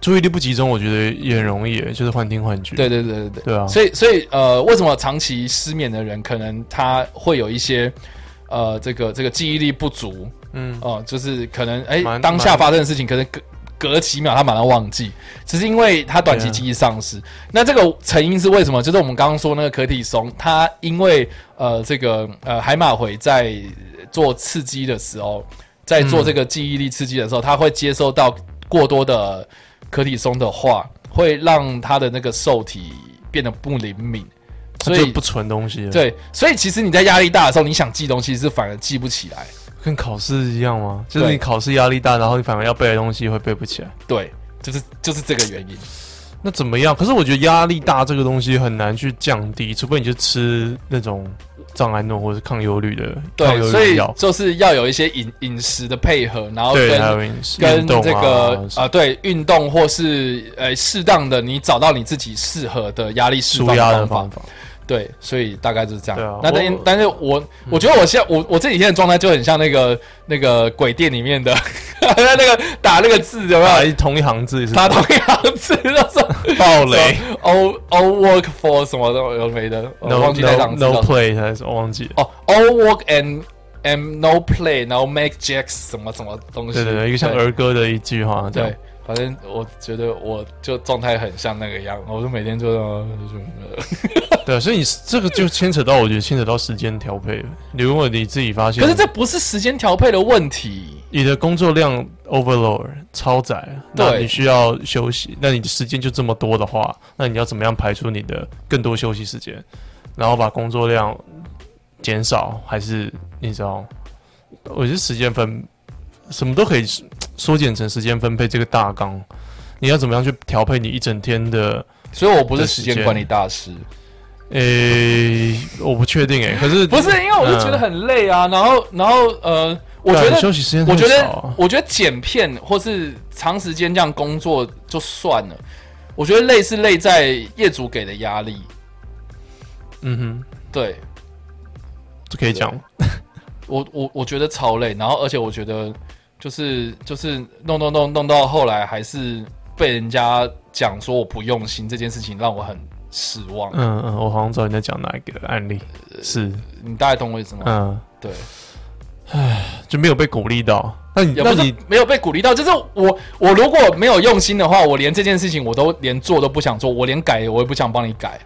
[SPEAKER 5] 注意力不集中，我觉得也很容易耶，就是幻听幻觉。
[SPEAKER 4] 对对对对对。
[SPEAKER 5] 对啊，
[SPEAKER 4] 所以，所以呃，为什么长期失眠的人可能他会有一些呃这个这个记忆力不足
[SPEAKER 5] 嗯，
[SPEAKER 4] 哦、呃就是可能哎、
[SPEAKER 5] 蛮
[SPEAKER 4] 当下
[SPEAKER 5] 蛮
[SPEAKER 4] 发生的事情，可能隔隔几秒他马上忘记，只是因为他短期
[SPEAKER 5] 对啊
[SPEAKER 4] 记忆丧失。那这个成因是为什么？就是我们刚刚说那个可体松，它因为呃这个呃海马回在做刺激的时候，在做这个记忆力刺激的时候，它会接收到过多的可体松的话，会让它的那个受体变得不灵敏。所
[SPEAKER 5] 它
[SPEAKER 4] 以
[SPEAKER 5] 就不存东西了，，
[SPEAKER 4] 对，所以其实你在压力大的时候，你想记东西是反而记不起来。
[SPEAKER 5] 跟考试一样吗？就是
[SPEAKER 4] 对
[SPEAKER 5] 你考试压力大，然后你反而要背的东西会背不起来。
[SPEAKER 4] 对，就是就是这个原因。
[SPEAKER 5] 那怎么样？可是我觉得压力大这个东西很难去降低，除非你就吃那种障碍诺或者抗忧虑的
[SPEAKER 4] 对，
[SPEAKER 5] 抗忧
[SPEAKER 4] 所
[SPEAKER 5] 虑
[SPEAKER 4] 以
[SPEAKER 5] 药，
[SPEAKER 4] 就是要有一些饮饮食的配合，然后
[SPEAKER 5] 对，还有
[SPEAKER 4] 跟
[SPEAKER 5] 饮食
[SPEAKER 4] 跟
[SPEAKER 5] 运动
[SPEAKER 4] 这个
[SPEAKER 5] 啊
[SPEAKER 4] 呃对运动或是呃适当的你找到你自己适合的压力释
[SPEAKER 5] 舒
[SPEAKER 4] 放
[SPEAKER 5] 压的
[SPEAKER 4] 的方
[SPEAKER 5] 方
[SPEAKER 4] 法。
[SPEAKER 5] 法。
[SPEAKER 4] 对，所以大概就是这样。
[SPEAKER 5] 对啊
[SPEAKER 4] 那
[SPEAKER 5] 我
[SPEAKER 4] 但但是我 我觉得我现在我我这几天的状态就很像那个那个鬼店里面的 那个打那个字有没有？
[SPEAKER 5] 本来啊同一行字也是
[SPEAKER 4] 打同一行字，那时候
[SPEAKER 5] 暴 雷
[SPEAKER 4] all all 哦 work for 什么都有没的，我
[SPEAKER 5] ，no
[SPEAKER 4] 忘记那
[SPEAKER 5] no
[SPEAKER 4] 档字
[SPEAKER 5] no
[SPEAKER 4] 了。
[SPEAKER 5] play 还是我忘记了。
[SPEAKER 4] 哦，all work and and no play，然后 make jacks 什么什么东西，
[SPEAKER 5] 对对对，一个像儿歌的一句话这样
[SPEAKER 4] 对。。反正我觉得我就状态很像那个样，我就每天就这样
[SPEAKER 5] 嗯
[SPEAKER 4] 就是
[SPEAKER 5] 对，啊所以你这个就牵扯到，我觉得牵扯到时间调配了。如果你自己发现，
[SPEAKER 4] 可是这不是时间调配的问题，
[SPEAKER 5] 你的工作量 overload 超载了，
[SPEAKER 4] 对
[SPEAKER 5] 那你需要休息，那你的时间就这么多的话，那你要怎么样排出你的更多休息时间，然后把工作量减少，还是你知道？我觉得时间分什么都可以缩缩减成时间分配这个大纲，你要怎么样去调配你一整天的
[SPEAKER 4] 所以我不是时
[SPEAKER 5] 这时
[SPEAKER 4] 间
[SPEAKER 5] 间
[SPEAKER 4] 管理大师。
[SPEAKER 5] 嗯诶、我不确定诶、可是
[SPEAKER 4] 不是，因为我就觉得很累啊。然后，然后，呃，我
[SPEAKER 5] 嗯对啊
[SPEAKER 4] 觉
[SPEAKER 5] 你休
[SPEAKER 4] 得，
[SPEAKER 5] 息时间
[SPEAKER 4] 我
[SPEAKER 5] 太
[SPEAKER 4] 觉
[SPEAKER 5] 少
[SPEAKER 4] 得
[SPEAKER 5] 啊，
[SPEAKER 4] 我觉得剪片或是长时间这样工作就算了。我觉得累是累在业主给的压力，
[SPEAKER 5] 嗯哼，
[SPEAKER 4] 对
[SPEAKER 5] 这可以讲吗，
[SPEAKER 4] 我，我我觉得超累。然后，而且我觉得就是就是弄弄弄弄到后来，还是被人家讲说我不用心这件事情，让我很失望。
[SPEAKER 5] 嗯嗯，我好像知道你在讲哪一个案例，是
[SPEAKER 4] 你大概懂我意思吗？
[SPEAKER 5] 嗯，
[SPEAKER 4] 对。
[SPEAKER 5] 就没有被鼓励到。那你
[SPEAKER 4] 也
[SPEAKER 5] 那
[SPEAKER 4] 不是
[SPEAKER 5] 你
[SPEAKER 4] 没有被鼓励到，就是我我如果没有用心的话，我连这件事情我都连做都不想做，我连改我也不想帮你改。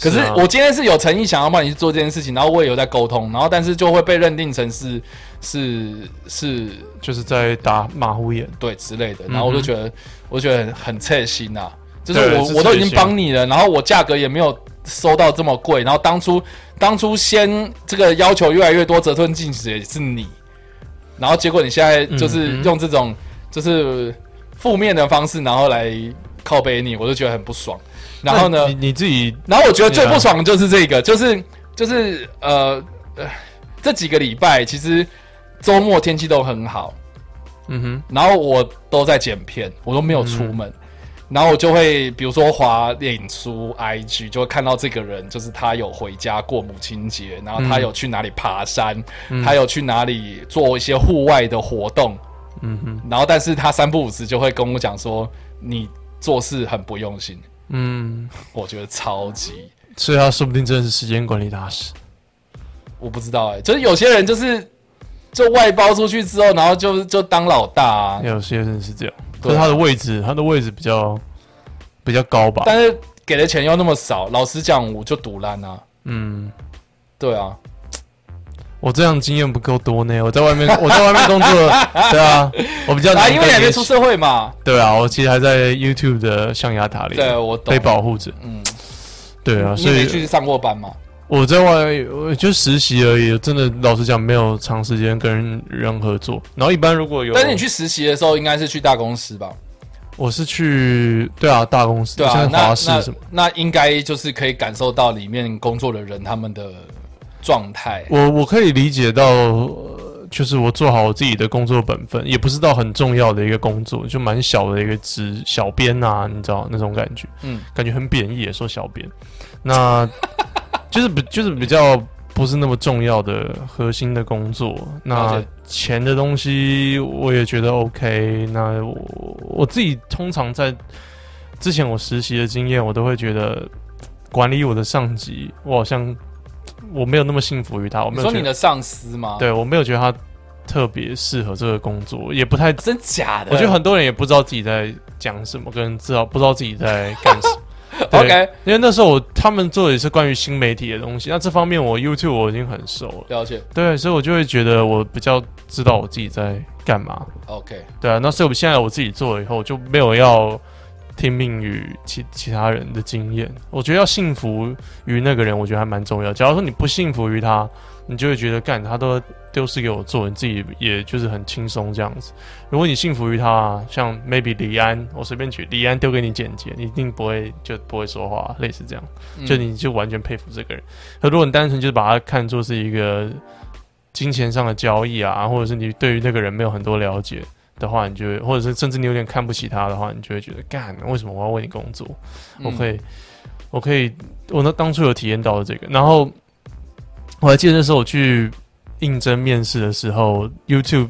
[SPEAKER 4] 可是
[SPEAKER 5] 是啊
[SPEAKER 4] 我今天是有诚意想要帮你去做这件事情，然后我也有在沟通，然后但是就会被认定成是是是
[SPEAKER 5] 就是在打马虎眼，
[SPEAKER 4] 对之类的，
[SPEAKER 5] 嗯哼
[SPEAKER 4] 然后我就觉得、我觉得很很刺心呐、就是
[SPEAKER 5] 对
[SPEAKER 4] 我
[SPEAKER 5] 是
[SPEAKER 4] 我都已
[SPEAKER 5] 刺
[SPEAKER 4] 经
[SPEAKER 5] 心
[SPEAKER 4] 帮你了，然后我价格也没有收到这么贵，然后当初当初先这个要求越来越多，折寸进尺也是你，然后结果你现在就是
[SPEAKER 5] 嗯哼
[SPEAKER 4] 用这种就是负面的方式，然后来靠背你，我就觉得很不爽。然后
[SPEAKER 5] 那
[SPEAKER 4] 呢
[SPEAKER 5] 你，啊你自己
[SPEAKER 4] 然后我觉得最不爽的就是这个，就是就是呃呃，这几个礼拜其实周末天气都很好，
[SPEAKER 5] 嗯哼，
[SPEAKER 4] 然后我都在剪片，我都没有出门，然后我就会比如说滑脸书、IG，就会看到这个人，就是他有回家过母亲节，然后他有去哪里爬山，他有去哪里做一些户外的活动，
[SPEAKER 5] 嗯哼，
[SPEAKER 4] 然后但是他三不五时就会跟我讲说你做事很不用心，
[SPEAKER 5] 嗯，
[SPEAKER 4] 我觉得超级。
[SPEAKER 5] 所以他说不定真的是时间管理大师。
[SPEAKER 4] 我不知道哎、就是有些人就是就外包出去之后，然后就就当老大、啊，
[SPEAKER 5] 有些人是这样，可
[SPEAKER 4] 对啊
[SPEAKER 5] 是他的位置，他的位置比较比较高吧？
[SPEAKER 4] 但是给的钱又那么少，老实讲，我就赌烂啊。
[SPEAKER 5] 嗯，
[SPEAKER 4] 对啊，
[SPEAKER 5] 我这样经验不够多呢。我在外面，我在外面工作 了，对啊，我比较
[SPEAKER 4] 啊，
[SPEAKER 5] 难
[SPEAKER 4] 因为你还没
[SPEAKER 5] 跟别
[SPEAKER 4] 出社会嘛。
[SPEAKER 5] 对啊，我其实还在 YouTube 的象牙塔里，
[SPEAKER 4] 对，我懂。
[SPEAKER 5] 被保护着。
[SPEAKER 4] 嗯，
[SPEAKER 5] 对啊，
[SPEAKER 4] 你
[SPEAKER 5] 所
[SPEAKER 4] 也没
[SPEAKER 5] 以
[SPEAKER 4] 去上过班嘛？
[SPEAKER 5] 我在外我就实习而已，真的老实讲，没有长时间跟人合作。然后一般如果有，
[SPEAKER 4] 但是你去实习的时候，应该是去大公司吧？
[SPEAKER 5] 我是去对啊大公司，
[SPEAKER 4] 对啊
[SPEAKER 5] 像，
[SPEAKER 4] 那
[SPEAKER 5] 华视
[SPEAKER 4] 那
[SPEAKER 5] 什么。
[SPEAKER 4] 那应该就是可以感受到里面工作的人他们的状态。
[SPEAKER 5] 我我可以理解到，呃就是我做好我自己的工作本分，也不是到很重要的一个工作，就蛮小的一个职小编啊，你知道那种感觉，
[SPEAKER 4] 嗯，
[SPEAKER 5] 感觉很贬义也说小编，那 就是比就是比较不是那么重要的核心的工作。
[SPEAKER 4] 了
[SPEAKER 5] 那
[SPEAKER 4] 解
[SPEAKER 5] 钱的东西我也觉得 OK。那我我自己通常在之前我实习的经验，我都会觉得管理我的上级，我好像我没有那么信服于他，我
[SPEAKER 4] 你
[SPEAKER 5] 没有
[SPEAKER 4] 说
[SPEAKER 5] 觉
[SPEAKER 4] 你
[SPEAKER 5] 得
[SPEAKER 4] 的上司吗？，
[SPEAKER 5] 对我没有觉得他特别适合这个工作，也不太
[SPEAKER 4] 真假的？。
[SPEAKER 5] 我觉得很多人也不知道自己在讲什么，跟知道不知道自己在干什么 对
[SPEAKER 4] OK
[SPEAKER 5] 因为那时候我他们做的也是关于新媒体的东西，那这方面我 YouTube 我已经很熟了，
[SPEAKER 4] 了解。
[SPEAKER 5] 对，所以我就会觉得我比较知道我自己在干嘛，
[SPEAKER 4] OK，
[SPEAKER 5] 对啊，那所以我现在我自己做了以后，我就没有要听命于其其他人的经验。我觉得要信服于那个人，我觉得还蛮重要。假如说你不信服于他，你就会觉得干他都丢事给我做，你自己也就是很轻松这样子。如果你信服于他，像 maybe 李安，我随便举李安丢给你简介，你一定不会就不会说话，类似这样，
[SPEAKER 4] 嗯
[SPEAKER 5] 就你就完全佩服这个人。可如果你单纯就是把他看作是一个金钱上的交易啊，或者是你对于那个人没有很多了解的话，你就会，或者是甚至你有点看不起他的话，你就会觉得干，为什么我要为你工作？
[SPEAKER 4] 嗯
[SPEAKER 5] 我可以，我可以，我那当初有体验到这个。然后我还记得那时候我去应征面试的时候，YouTube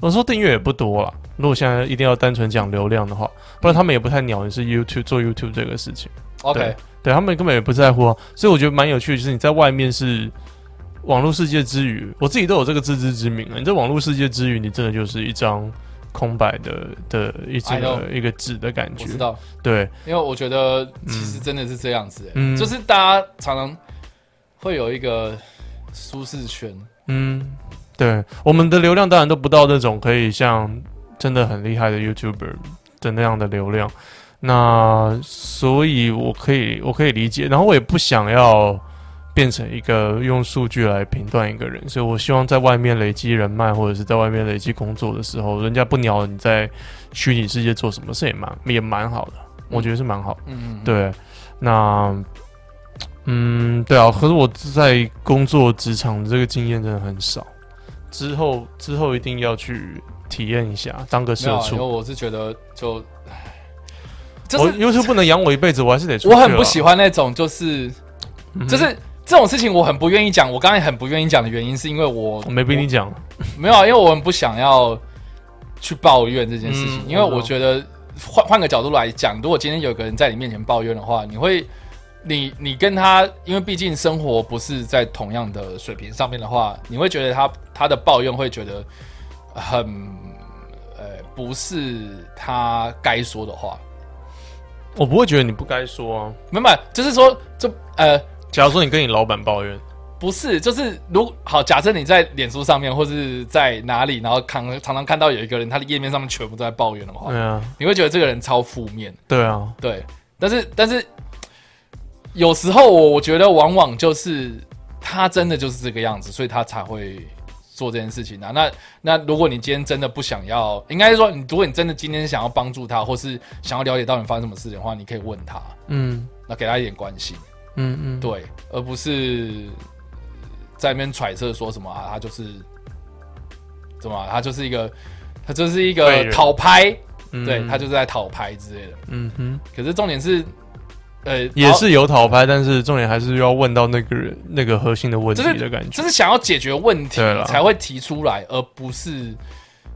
[SPEAKER 5] 我说订阅也不多啦。如果现在一定要单纯讲流量的话，不然他们也不太鸟你是 YouTube 做 YouTube 这个事情。
[SPEAKER 4] OK
[SPEAKER 5] 对对他们根本也不在乎啊。所以我觉得蛮有趣的，就是你在外面是网络世界之余，我自己都有这个自知之明啊了。你在网络世界之余，你真的就是一张空白的的一
[SPEAKER 4] I
[SPEAKER 5] 张
[SPEAKER 4] know
[SPEAKER 5] 一个纸的感
[SPEAKER 4] 我
[SPEAKER 5] 觉
[SPEAKER 4] 知。道，
[SPEAKER 5] 对，
[SPEAKER 4] 因为我觉得其实真的是这样子、欸
[SPEAKER 5] 嗯
[SPEAKER 4] 就是大家常常会有一个舒适圈，
[SPEAKER 5] 嗯，对，我们的流量当然都不到那种可以像真的很厉害的 YouTuber 的那样的流量，那所以我可以我可以理解，然后我也不想要变成一个用数据来评断一个人，所以我希望在外面累积人脉或者是在外面累积工作的时候，人家不鸟你在虚拟世界做什么事也蛮也蛮好的，我觉得是蛮好的。
[SPEAKER 4] 嗯，
[SPEAKER 5] 对，那嗯，对啊，可是我在工作职场的这个经验真的很少，之后之后一定要去体验一下，当个
[SPEAKER 4] 没有
[SPEAKER 5] 社
[SPEAKER 4] 啊，因为
[SPEAKER 5] 畜。
[SPEAKER 4] 我是觉得就，唉就
[SPEAKER 5] 我
[SPEAKER 4] 是
[SPEAKER 5] 又是不能养我一辈子，我还是得出去
[SPEAKER 4] 我
[SPEAKER 5] 啊。
[SPEAKER 4] 很不喜欢那种就是
[SPEAKER 5] 嗯，
[SPEAKER 4] 就是这种事情我很不愿意讲，我刚才很不愿意讲的原因是因为我
[SPEAKER 5] 我没逼你讲，
[SPEAKER 4] 没有啊，因为我很不想要去抱怨这件事情，
[SPEAKER 5] 嗯
[SPEAKER 4] 因为
[SPEAKER 5] 我懂
[SPEAKER 4] 我觉得换换个角度来讲，如果今天有个人在你面前抱怨的话，你会。你你跟他，因为毕竟生活不是在同样的水平上面的话，你会觉得他他的抱怨会觉得很呃不是他该说的话，
[SPEAKER 5] 我不会觉得你不该说啊。
[SPEAKER 4] 明白？就是说，就呃
[SPEAKER 5] 假如说你跟你老板抱怨，
[SPEAKER 4] 不是，就是如好，假设你在脸书上面或是在哪里，然后常常常看到有一个人，他的页面上面全部都在抱怨的话，
[SPEAKER 5] 对啊，
[SPEAKER 4] 你会觉得这个人超负面，
[SPEAKER 5] 对啊，
[SPEAKER 4] 对。但是，但是有时候我我觉得往往就是他真的就是这个样子，所以他才会做这件事情啊。那那如果你今天真的不想要，应该是说你如果你真的今天想要帮助他，或是想要了解到你发生什么事情的话，你可以问他，
[SPEAKER 5] 嗯
[SPEAKER 4] 那给他一点关心。
[SPEAKER 5] 嗯嗯，
[SPEAKER 4] 对，而不是在那边揣测说什么啊，他就是怎么啊、他就是一个，他就是一
[SPEAKER 5] 废
[SPEAKER 4] 个
[SPEAKER 5] 人
[SPEAKER 4] 讨拍，
[SPEAKER 5] 嗯
[SPEAKER 4] 对他就是在讨拍之类的。
[SPEAKER 5] 嗯哼，
[SPEAKER 4] 可是重点是，呃，
[SPEAKER 5] 也
[SPEAKER 4] 好
[SPEAKER 5] 是有讨拍，但是重点还是要问到那个人那个核心的问题的感觉
[SPEAKER 4] 就，是想要解决问题
[SPEAKER 5] 对啦
[SPEAKER 4] 才会提出来，而不是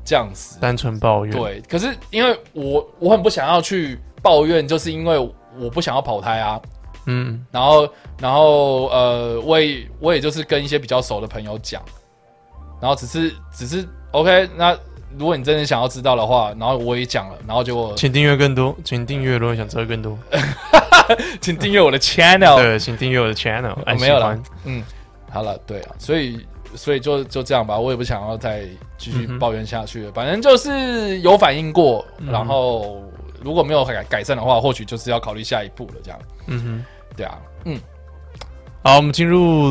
[SPEAKER 4] 这样子。
[SPEAKER 5] 单纯抱怨。
[SPEAKER 4] 对，可是因为我我很不想要去抱怨，就是因为我不想要跑胎啊。
[SPEAKER 5] 嗯
[SPEAKER 4] 然后，然后，呃，我也我也就是跟一些比较熟的朋友讲，然后只是只是 OK，那如果你真的想要知道的话，然后我也讲了，然后结果
[SPEAKER 5] 请订阅更多，请订阅，如果想知道更多。
[SPEAKER 4] 请订阅我的 channel。
[SPEAKER 5] 对，请订阅我的 channel，
[SPEAKER 4] 啊
[SPEAKER 5] 按
[SPEAKER 4] 没有
[SPEAKER 5] 喜
[SPEAKER 4] 啦
[SPEAKER 5] 欢
[SPEAKER 4] 嗯，好了，对啊，所以所以就就这样吧，我也不想要再继续
[SPEAKER 5] 嗯哼嗯
[SPEAKER 4] 抱怨下去了。反正就是有反应过，然后如果没有改改善的话，或许就是要考虑下一步了。这样，
[SPEAKER 5] 嗯
[SPEAKER 4] 对啊，嗯，
[SPEAKER 5] 哼，好，我们进入，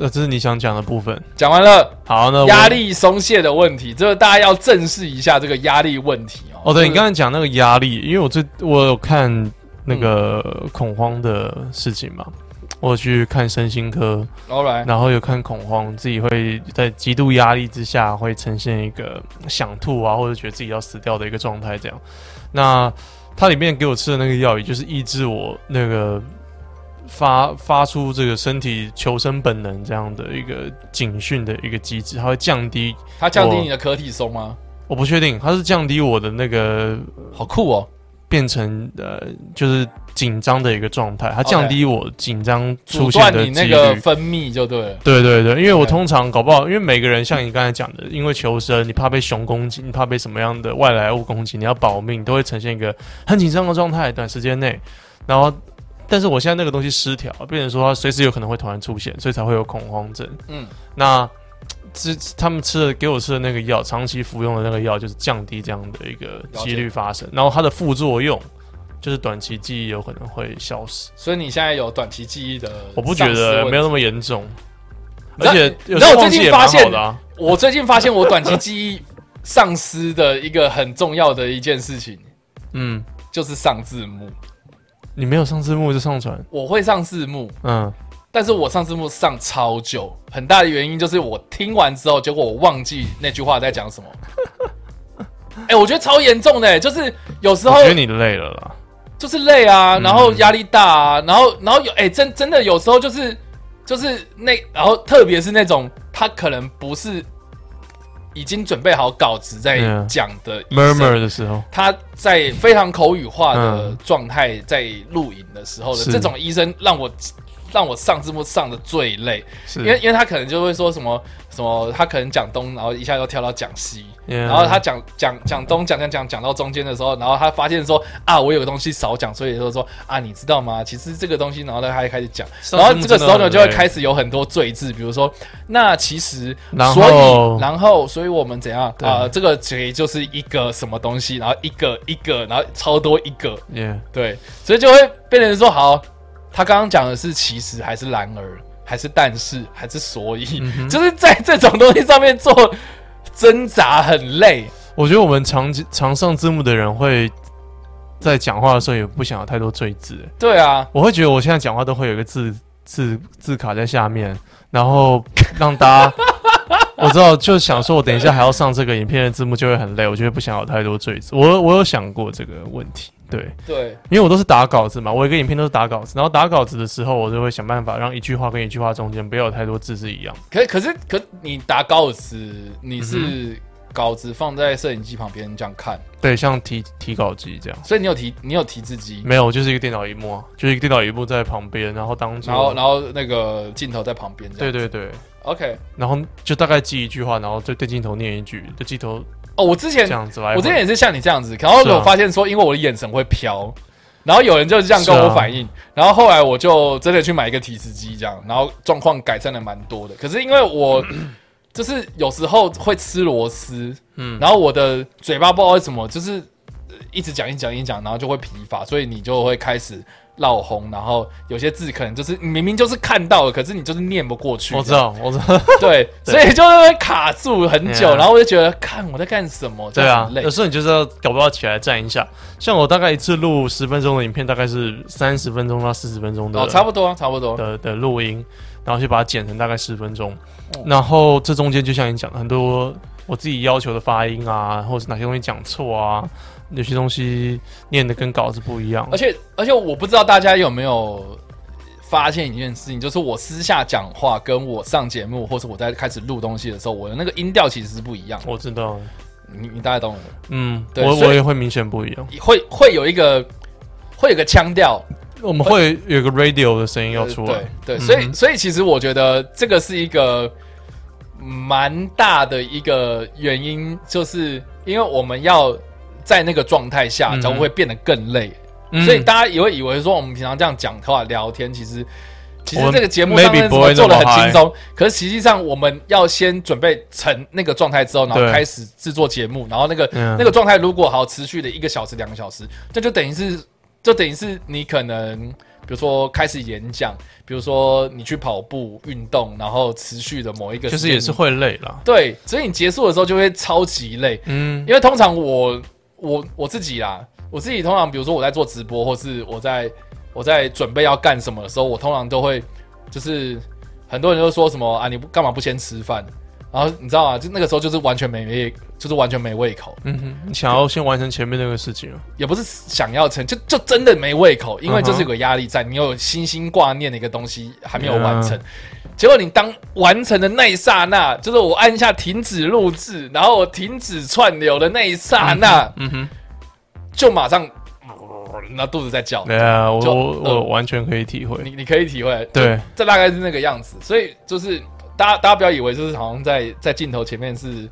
[SPEAKER 5] 呃，这是你想讲的部分。
[SPEAKER 4] 讲完了。
[SPEAKER 5] 好，呃那我
[SPEAKER 4] 压。力松懈的问题，这个大家要正视一下这个压力问题哦。
[SPEAKER 5] 哦，
[SPEAKER 4] 就
[SPEAKER 5] 对
[SPEAKER 4] 是
[SPEAKER 5] 你刚才讲那个压力，因为我最我有看那个
[SPEAKER 4] 嗯
[SPEAKER 5] 恐慌的事情嘛，我有去看身心科，
[SPEAKER 4] ，all right，
[SPEAKER 5] 然后有看恐慌，自己会在极度压力之下会呈现一个想吐啊，或者觉得自己要死掉的一个状态这样。那它里面给我吃的那个药，也就是抑制我那个发发出这个身体求生本能这样的一个警讯的一个机制，它会降低。
[SPEAKER 4] 它降低
[SPEAKER 5] 我
[SPEAKER 4] 你的可体松吗？
[SPEAKER 5] 我不确定，它是降低我的那个
[SPEAKER 4] 好酷哦，
[SPEAKER 5] 变成呃，就是紧张的一个状态，它降低我紧张
[SPEAKER 4] 阻
[SPEAKER 5] 出现
[SPEAKER 4] 断
[SPEAKER 5] 的
[SPEAKER 4] 你
[SPEAKER 5] 几率。
[SPEAKER 4] 那个分泌就对了。
[SPEAKER 5] 对对对，因为我
[SPEAKER 4] OK
[SPEAKER 5] 通常搞不好，因为每个人像你刚才讲的，因为求生，你怕被熊攻击，你怕被什么样的外来物攻击，你要保命，都会呈现一个很紧张的状态，短时间内。然后，但是我现在那个东西失调，变成说它随时有可能会突然出现，所以才会有恐慌症。
[SPEAKER 4] 嗯，
[SPEAKER 5] 那吃他们吃的给我吃的那个药，长期服用的那个药，就是降低这样的一个几率发生。然后它的副作用就是短期记忆有可能会消失。
[SPEAKER 4] 所以你现在有短期记忆的？
[SPEAKER 5] 我不觉得没有那么严重，
[SPEAKER 4] 你知道
[SPEAKER 5] 而且
[SPEAKER 4] 你
[SPEAKER 5] 有
[SPEAKER 4] 知道
[SPEAKER 5] 时
[SPEAKER 4] 我最
[SPEAKER 5] 候忘记
[SPEAKER 4] 近
[SPEAKER 5] 也
[SPEAKER 4] 发
[SPEAKER 5] 蛮
[SPEAKER 4] 现
[SPEAKER 5] 好的啊。
[SPEAKER 4] 我最近发现我短期记忆丧失的一个很重要的一件事情，
[SPEAKER 5] 嗯，
[SPEAKER 4] 就是上字幕。
[SPEAKER 5] 你没有上字幕就上传，
[SPEAKER 4] 我会上字幕，
[SPEAKER 5] 嗯，
[SPEAKER 4] 但是我上字幕上超久，很大的原因就是我听完之后，结果我忘记那句话在讲 什么。哎、我觉得超严重的、欸就是有时
[SPEAKER 5] 我
[SPEAKER 4] 候
[SPEAKER 5] 觉得你累了啦。
[SPEAKER 4] 就是累啊，
[SPEAKER 5] 嗯
[SPEAKER 4] 然后压力大啊，然后然后有哎、真真的有时候就是就是那，然后特别是那种他可能不是已经准备好稿子在
[SPEAKER 5] Yeah
[SPEAKER 4] 讲的医生
[SPEAKER 5] murmur 的时候，
[SPEAKER 4] 他在非常口语化的
[SPEAKER 5] 嗯
[SPEAKER 4] 状态在录影的时候的
[SPEAKER 5] 是
[SPEAKER 4] 这种医生，让我让我上字幕上的最累，
[SPEAKER 5] 是
[SPEAKER 4] 因为因为他可能就会说什么什么，他可能讲东，然后一下又跳到讲西。
[SPEAKER 5] Yeah
[SPEAKER 4] 然后他讲讲讲东讲讲讲讲到中间的时候，然后他发现说啊，我有个东西少讲，所以就说啊，你知道吗？其实这个东西，然后他还开始讲，
[SPEAKER 5] 上
[SPEAKER 4] 然后
[SPEAKER 5] 字幕
[SPEAKER 4] 这个时候
[SPEAKER 5] 真
[SPEAKER 4] 呢
[SPEAKER 5] 的很
[SPEAKER 4] 就会
[SPEAKER 5] 累
[SPEAKER 4] 开始有很多罪字，比如说那其实，
[SPEAKER 5] 然
[SPEAKER 4] 所
[SPEAKER 5] 后
[SPEAKER 4] 以然后所以我们怎样
[SPEAKER 5] 对
[SPEAKER 4] 啊、这个其实就是一个什么东西，然后一个一个，然后超多一个，
[SPEAKER 5] yeah，
[SPEAKER 4] 对，所以就会被人说好，他刚刚讲的是其实还是然而，还是但是，还是所以，
[SPEAKER 5] 嗯
[SPEAKER 4] 就是在这种东西上面做挣扎很累。
[SPEAKER 5] 我觉得我们常常上字幕的人会在讲话的时候也不想有太多赘字，欸
[SPEAKER 4] 对啊，
[SPEAKER 5] 我会觉得我现在讲话都会有一个字字字卡在下面，然后让大家。 我知道，就想说，我等一下还要上这个影片的字幕，就会很累。我觉得不想有太多赘字。我我有想过这个问题，对，
[SPEAKER 4] 对，
[SPEAKER 5] 因为我都是打稿子嘛，我一个影片都是打稿子，然后打稿子的时候，我就会想办法让一句话跟一句话中间不要有太多字是一样的。
[SPEAKER 4] 可可是可你打稿子，你
[SPEAKER 5] 嗯
[SPEAKER 4] 是稿子放在摄影机旁边这样看，
[SPEAKER 5] 对，像提提稿机这样。
[SPEAKER 4] 所以你有提你有提字机，
[SPEAKER 5] 没有，就是一个电脑荧幕啊，就是一个电脑荧幕在旁边，然后当做，
[SPEAKER 4] 然后然后那个镜头在旁边这
[SPEAKER 5] 对
[SPEAKER 4] 样。
[SPEAKER 5] 对对，
[SPEAKER 4] ，OK。
[SPEAKER 5] 然后就大概记一句话，然后对对镜头念一句，对镜头
[SPEAKER 4] 哦，我之前
[SPEAKER 5] 这样子来回。
[SPEAKER 4] 我之前也是像你这样子，然后
[SPEAKER 5] 是啊
[SPEAKER 4] 我发现说，因为我的眼神会飘，然后有人就这样跟
[SPEAKER 5] 是
[SPEAKER 4] 我
[SPEAKER 5] 啊
[SPEAKER 4] 反映，然后后来我就真的去买一个提示机，这样，然后状况改善的蛮多的。可是因为 我就是有时候会吃螺丝，嗯，然后我的嘴巴不知道为什么就是呃一直讲一直讲一直讲，然后就会疲乏，所以你就会开始。绕红，然后有些字可能就是你明明就是看到了，可是你就是念不过去。
[SPEAKER 5] 我知道，我知 道，
[SPEAKER 4] 对，所以就是会卡住很久，
[SPEAKER 5] 对啊
[SPEAKER 4] 然后我就觉得看我在干什么，这
[SPEAKER 5] 对
[SPEAKER 4] 样
[SPEAKER 5] 啊
[SPEAKER 4] 很，累
[SPEAKER 5] 有时候你就是要搞不好起来站一下。像我大概一次录十分钟的影片，大概是三十分钟到四十分钟的，
[SPEAKER 4] 哦，差不多，差不多。
[SPEAKER 5] 的的录音，然后去把它剪成大概十分钟，
[SPEAKER 4] 哦
[SPEAKER 5] 然后这中间就像你讲的很多我自己要求的发音啊，或者是哪些东西讲错啊，有些东西念的跟稿子不一样，
[SPEAKER 4] 而且而且，我不知道大家有没有发现一件事情，就是我私下讲话跟我上节目，或是我在开始录东西的时候，我的那个音调其实是不一样的。
[SPEAKER 5] 我知道，
[SPEAKER 4] 你你大概懂我的，
[SPEAKER 5] 嗯，
[SPEAKER 4] 对
[SPEAKER 5] 我
[SPEAKER 4] 所以
[SPEAKER 5] 我也会明显不一样，
[SPEAKER 4] 会会有一个会有一个腔调
[SPEAKER 5] 我们会有个 radio 的声音要
[SPEAKER 4] 呃
[SPEAKER 5] 出来，
[SPEAKER 4] 对对，
[SPEAKER 5] 嗯哼
[SPEAKER 4] 所以所以其实我觉得这个是一个蛮大的一个原因，就是因为我们要在那个状态下，
[SPEAKER 5] 嗯哼
[SPEAKER 4] 才会变得更累。
[SPEAKER 5] 嗯
[SPEAKER 4] 所以大家也会以为说我们平常这样讲的话聊天，其实其实
[SPEAKER 5] 我们
[SPEAKER 4] 这个节目上面
[SPEAKER 5] maybe
[SPEAKER 4] 怎
[SPEAKER 5] 不
[SPEAKER 4] 么
[SPEAKER 5] 会
[SPEAKER 4] 做
[SPEAKER 5] 那么
[SPEAKER 4] 的很轻松，可是实际上我们要先准备成那个状态之后，然后
[SPEAKER 5] 对
[SPEAKER 4] 开始制作节目，然后那个、
[SPEAKER 5] 嗯
[SPEAKER 4] 那个状态如果好持续的一个小时、两个小时，这就等于是就等于是你可能。比如说开始演讲，比如说你去跑步运动，然后持续的某一个
[SPEAKER 5] 就
[SPEAKER 4] 时
[SPEAKER 5] 是
[SPEAKER 4] 间
[SPEAKER 5] 也是会累啦，
[SPEAKER 4] 对，所以你结束的时候就会超级累，
[SPEAKER 5] 嗯，
[SPEAKER 4] 因为通常我我我自己啦，我自己通常比如说我在做直播，或是我在我在准备要干什么的时候，我通常都会就是很多人都说什么啊，你不干嘛不先吃饭？然后你知道吗？就那个时候就是完全没胃，就是完全没胃口，
[SPEAKER 5] 嗯哼，你想要先完成前面那个事情啊，
[SPEAKER 4] 也不是想要成，就就真的没胃口，因为
[SPEAKER 5] 嗯哼
[SPEAKER 4] 就是有个压力在，你有心心挂念的一个东西还没有完成。结果你当完成的那一刹那，就是我按下停止录制，然后我停止串流的那一刹那，
[SPEAKER 5] 嗯哼，
[SPEAKER 4] 就马上，呃那肚子在叫。
[SPEAKER 5] 对啊，我
[SPEAKER 4] 就
[SPEAKER 5] 我
[SPEAKER 4] 呃
[SPEAKER 5] 我完全可以体会，
[SPEAKER 4] 你你可以体会，
[SPEAKER 5] 对
[SPEAKER 4] 就这大概是那个样子。所以就是大家大家不要以为就是好像在在镜头前面是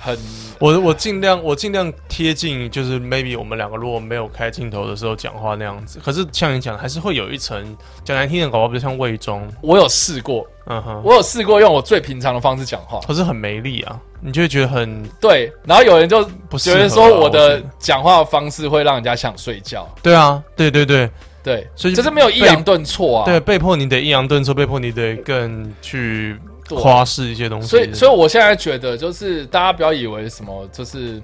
[SPEAKER 4] 很
[SPEAKER 5] 我我尽量我尽量贴近，就是 maybe 我们两个如果没有开镜头的时候讲话那样子。可是像你讲，还是会有一层讲难听点，搞不好比较像伪装，
[SPEAKER 4] 我有试过，
[SPEAKER 5] 嗯哼，
[SPEAKER 4] 我有试过用我最平常的方式讲话，
[SPEAKER 5] 可是很没力啊，你就会觉得很
[SPEAKER 4] 对，然后有人就
[SPEAKER 5] 不
[SPEAKER 4] 觉
[SPEAKER 5] 适合啊
[SPEAKER 4] 得说我
[SPEAKER 5] 我
[SPEAKER 4] 的
[SPEAKER 5] 觉得
[SPEAKER 4] 讲话方式会让人家想睡觉，
[SPEAKER 5] 对啊，对对对、
[SPEAKER 4] 对，
[SPEAKER 5] 所以
[SPEAKER 4] 就是没有抑扬顿挫啊，
[SPEAKER 5] 对，被迫你得抑扬顿挫，被迫你得更去
[SPEAKER 4] 对
[SPEAKER 5] 夸饰一些东西。
[SPEAKER 4] 所以，所以我现在觉得，就是大家不要以为什么，就是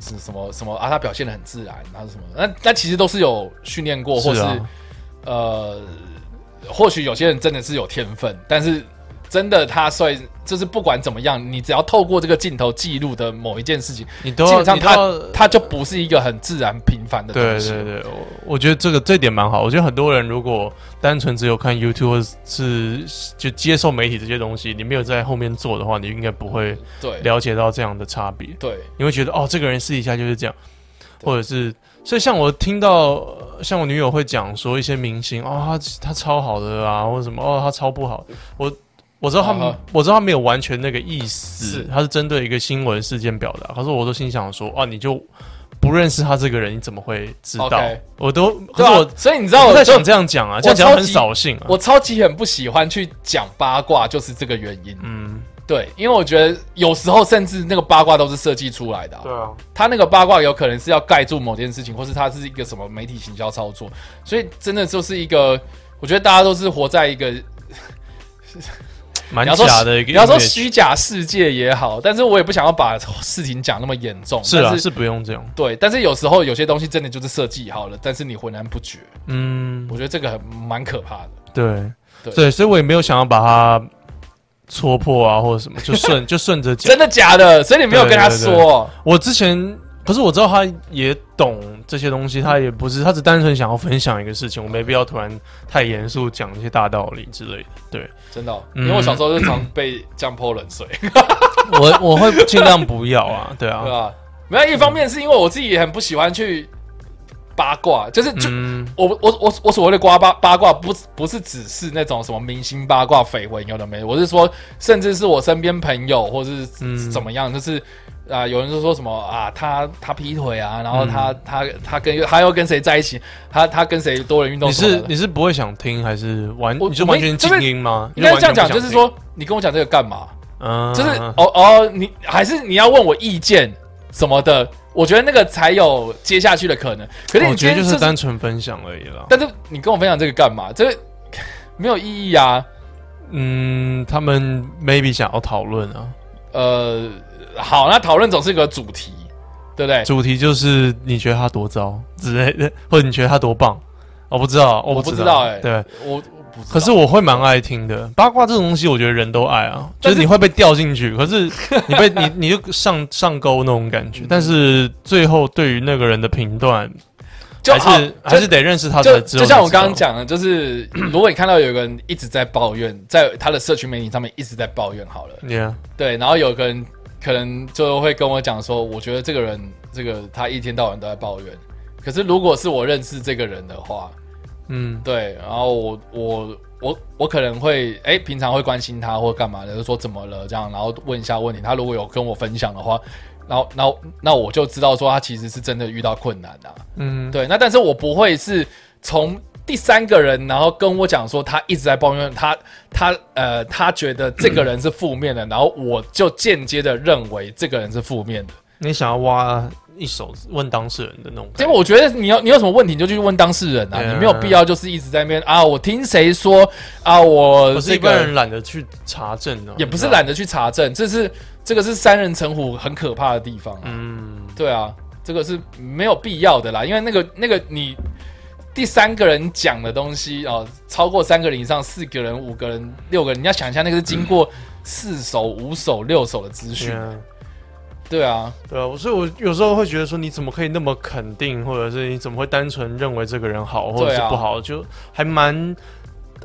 [SPEAKER 4] 是什么什么啊，他表现的很自然，他是什么？那那其实都是有训练过，或
[SPEAKER 5] 是
[SPEAKER 4] 是
[SPEAKER 5] 啊
[SPEAKER 4] 呃，或许有些人真的是有天分，但是真的他算就是不管怎么样，你只要透过这个镜头记录的某一件事情，
[SPEAKER 5] 你都
[SPEAKER 4] 基
[SPEAKER 5] 要
[SPEAKER 4] 本上
[SPEAKER 5] 你都
[SPEAKER 4] 他
[SPEAKER 5] 要
[SPEAKER 4] 他就不是一个很自然平凡的
[SPEAKER 5] 对
[SPEAKER 4] 东西。
[SPEAKER 5] 对对，我我觉得这个这点蛮好。我觉得很多人如果单纯只有看 YouTube 或是就接受媒体这些东西，你没有在后面做的话，你应该不会
[SPEAKER 4] 对
[SPEAKER 5] 了解到这样的差别。
[SPEAKER 4] 对
[SPEAKER 5] 你会觉得哦，这个人私底下就是这样，或者是所以像我听到呃像我女友会讲说一些明星哦，他他超好的啊，或者什么哦，他超不好。我我知道他们
[SPEAKER 4] 啊哈
[SPEAKER 5] 我知道他没有完全那个意思
[SPEAKER 4] 是，
[SPEAKER 5] 他是针对一个新闻事件表达。可是我都心想说啊，你就不认识他这个人，你怎么会知道
[SPEAKER 4] OK
[SPEAKER 5] 我都可
[SPEAKER 4] 对
[SPEAKER 5] 是
[SPEAKER 4] 啊
[SPEAKER 5] 我、
[SPEAKER 4] 所以你知道
[SPEAKER 5] 我
[SPEAKER 4] 我
[SPEAKER 5] 不太
[SPEAKER 4] 就
[SPEAKER 5] 想这样讲啊，这样讲很扫兴啊。
[SPEAKER 4] 我超级很不喜欢去讲八卦，就是这个原因。
[SPEAKER 5] 嗯，
[SPEAKER 4] 对，因为我觉得有时候甚至那个八卦都是设计出来的、啊，
[SPEAKER 5] 啊，
[SPEAKER 4] 他那个八卦有可能是要盖住某件事情，或是它是一个什么媒体行销操作，所以真的就是一个，我觉得大家都是活在一个你
[SPEAKER 5] 蛮
[SPEAKER 4] 要说
[SPEAKER 5] 假的一个
[SPEAKER 4] 你要说
[SPEAKER 5] image
[SPEAKER 4] 虚假世界也好，但是我也不想要把事情讲那么严重，
[SPEAKER 5] 是啊，
[SPEAKER 4] 但
[SPEAKER 5] 是不用这样。
[SPEAKER 4] 对，但是有时候有些东西真的就是设计好了，但是你浑然不觉，
[SPEAKER 5] 嗯，
[SPEAKER 4] 我觉得这个很蛮可怕的。
[SPEAKER 5] 对
[SPEAKER 4] 对
[SPEAKER 5] 所以我也没有想要把它戳破啊，或者什么，就 顺就顺着讲
[SPEAKER 4] 真。的假的？所以你没有跟他
[SPEAKER 5] 对对
[SPEAKER 4] 说
[SPEAKER 5] 对我之前可是我知道他也懂这些东西，他也不是，他只单纯想要分享一个事情，我没必要突然太严肃讲一些大道理之类的。对
[SPEAKER 4] 真的哦、
[SPEAKER 5] 嗯
[SPEAKER 4] 因为我小时候就常被 这样泼冷水。
[SPEAKER 5] 我我会尽量不要啊，对啊，
[SPEAKER 4] 对吧？没有，一方面是因为我自己也很不喜欢去八卦，就是就、
[SPEAKER 5] 嗯，
[SPEAKER 4] 我我我我所谓的瓜八八卦不不是只是那种什么明星八卦、绯闻有的没的，我是说，甚至是我身边朋友或是
[SPEAKER 5] 嗯
[SPEAKER 4] 怎么样，就是啊、有人就说什么啊，他他劈腿啊，然后
[SPEAKER 5] 嗯
[SPEAKER 4] 他、他他跟他又跟谁在一起，他他跟谁多人运动
[SPEAKER 5] 你
[SPEAKER 4] 什么
[SPEAKER 5] 是
[SPEAKER 4] 的，
[SPEAKER 5] 你是不会想听，还是完
[SPEAKER 4] 我
[SPEAKER 5] 你就完全
[SPEAKER 4] 我
[SPEAKER 5] 静
[SPEAKER 4] 没
[SPEAKER 5] 音吗？
[SPEAKER 4] 应该这样讲，
[SPEAKER 5] 你
[SPEAKER 4] 就
[SPEAKER 5] 完全不想
[SPEAKER 4] 是
[SPEAKER 5] 听，
[SPEAKER 4] 说你跟我讲这个干嘛？
[SPEAKER 5] 嗯，
[SPEAKER 4] 就是哦哦，你还是你要问我意见什么的，我觉得那个才有接下去的可能。可是
[SPEAKER 5] 哦我
[SPEAKER 4] 你今
[SPEAKER 5] 觉得
[SPEAKER 4] 天
[SPEAKER 5] 就是是单纯分享而已啦。
[SPEAKER 4] 但是你跟我分享这个干嘛？这个没有意义啊。
[SPEAKER 5] 嗯，他们 maybe 想要讨论啊，
[SPEAKER 4] 呃，好，那讨论总是有个主题，对不对？
[SPEAKER 5] 主题就是你觉得他多糟之类的，或者你觉得他多棒，我不知道，
[SPEAKER 4] 我
[SPEAKER 5] 我不
[SPEAKER 4] 不
[SPEAKER 5] 知
[SPEAKER 4] 知道哎
[SPEAKER 5] 对。
[SPEAKER 4] 我我不知道
[SPEAKER 5] 可是我会蛮爱听的，八卦这种东西，我觉得人都爱啊，就
[SPEAKER 4] 但是
[SPEAKER 5] 是你会被掉进去，可是你 被你你就上上钩那种感
[SPEAKER 4] 嗯
[SPEAKER 5] 觉。但是最后对于那个人的评断，
[SPEAKER 4] 就
[SPEAKER 5] 还
[SPEAKER 4] 好
[SPEAKER 5] 是还是得认识他
[SPEAKER 4] 就
[SPEAKER 5] 才知
[SPEAKER 4] 就
[SPEAKER 5] 道。
[SPEAKER 4] 就像我刚刚，讲的，就是 如果你看到有个人一直在抱怨，在他的社群媒体上面一直在抱怨，好了，
[SPEAKER 5] yeah，
[SPEAKER 4] 对，然后有个人可能就会跟我讲说，我觉得这个人这个他一天到晚都在抱怨。可是如果是我认识这个人的话，
[SPEAKER 5] 嗯，
[SPEAKER 4] 对，然后我我我我可能会哎，平常会关心他或干嘛的，就说怎么了这样，然后问一下问题。他如果有跟我分享的话，然后然后那我就知道说他其实是真的遇到困难啊。
[SPEAKER 5] 嗯，
[SPEAKER 4] 对，那但是我不会是从第三个人，然后跟我讲说他一直在抱怨他他呃他觉得这个人是负面的，然后我就间接的认为这个人是负面的。
[SPEAKER 5] 你想要挖一手问当事人的那种感觉，
[SPEAKER 4] 结果我觉得你要你有什么问题你就去问当事人啊，
[SPEAKER 5] 对啊
[SPEAKER 4] 你没有必要就是一直在那边啊，我听谁说啊，我
[SPEAKER 5] 可是
[SPEAKER 4] 这
[SPEAKER 5] 一般
[SPEAKER 4] 个
[SPEAKER 5] 人懒得去查证啊，
[SPEAKER 4] 也不是
[SPEAKER 5] 你知道
[SPEAKER 4] 懒，得去查证，这是这个是三人成虎很可怕的地方啊。
[SPEAKER 5] 嗯，
[SPEAKER 4] 对啊，这个是没有必要的啦，因为那个那个你第三个人讲的东西哦，超过三个人以上，四个人、五个人、六个人，你要想一下，那个是经过四手、五手、六手的资讯，
[SPEAKER 5] Yeah
[SPEAKER 4] 对啊，
[SPEAKER 5] 对啊，我所以我有时候会觉得说，你怎么可以那么肯定，或者是你怎么会单纯认为这个人好或者
[SPEAKER 4] 对
[SPEAKER 5] 是
[SPEAKER 4] 啊
[SPEAKER 5] 不好，就还蛮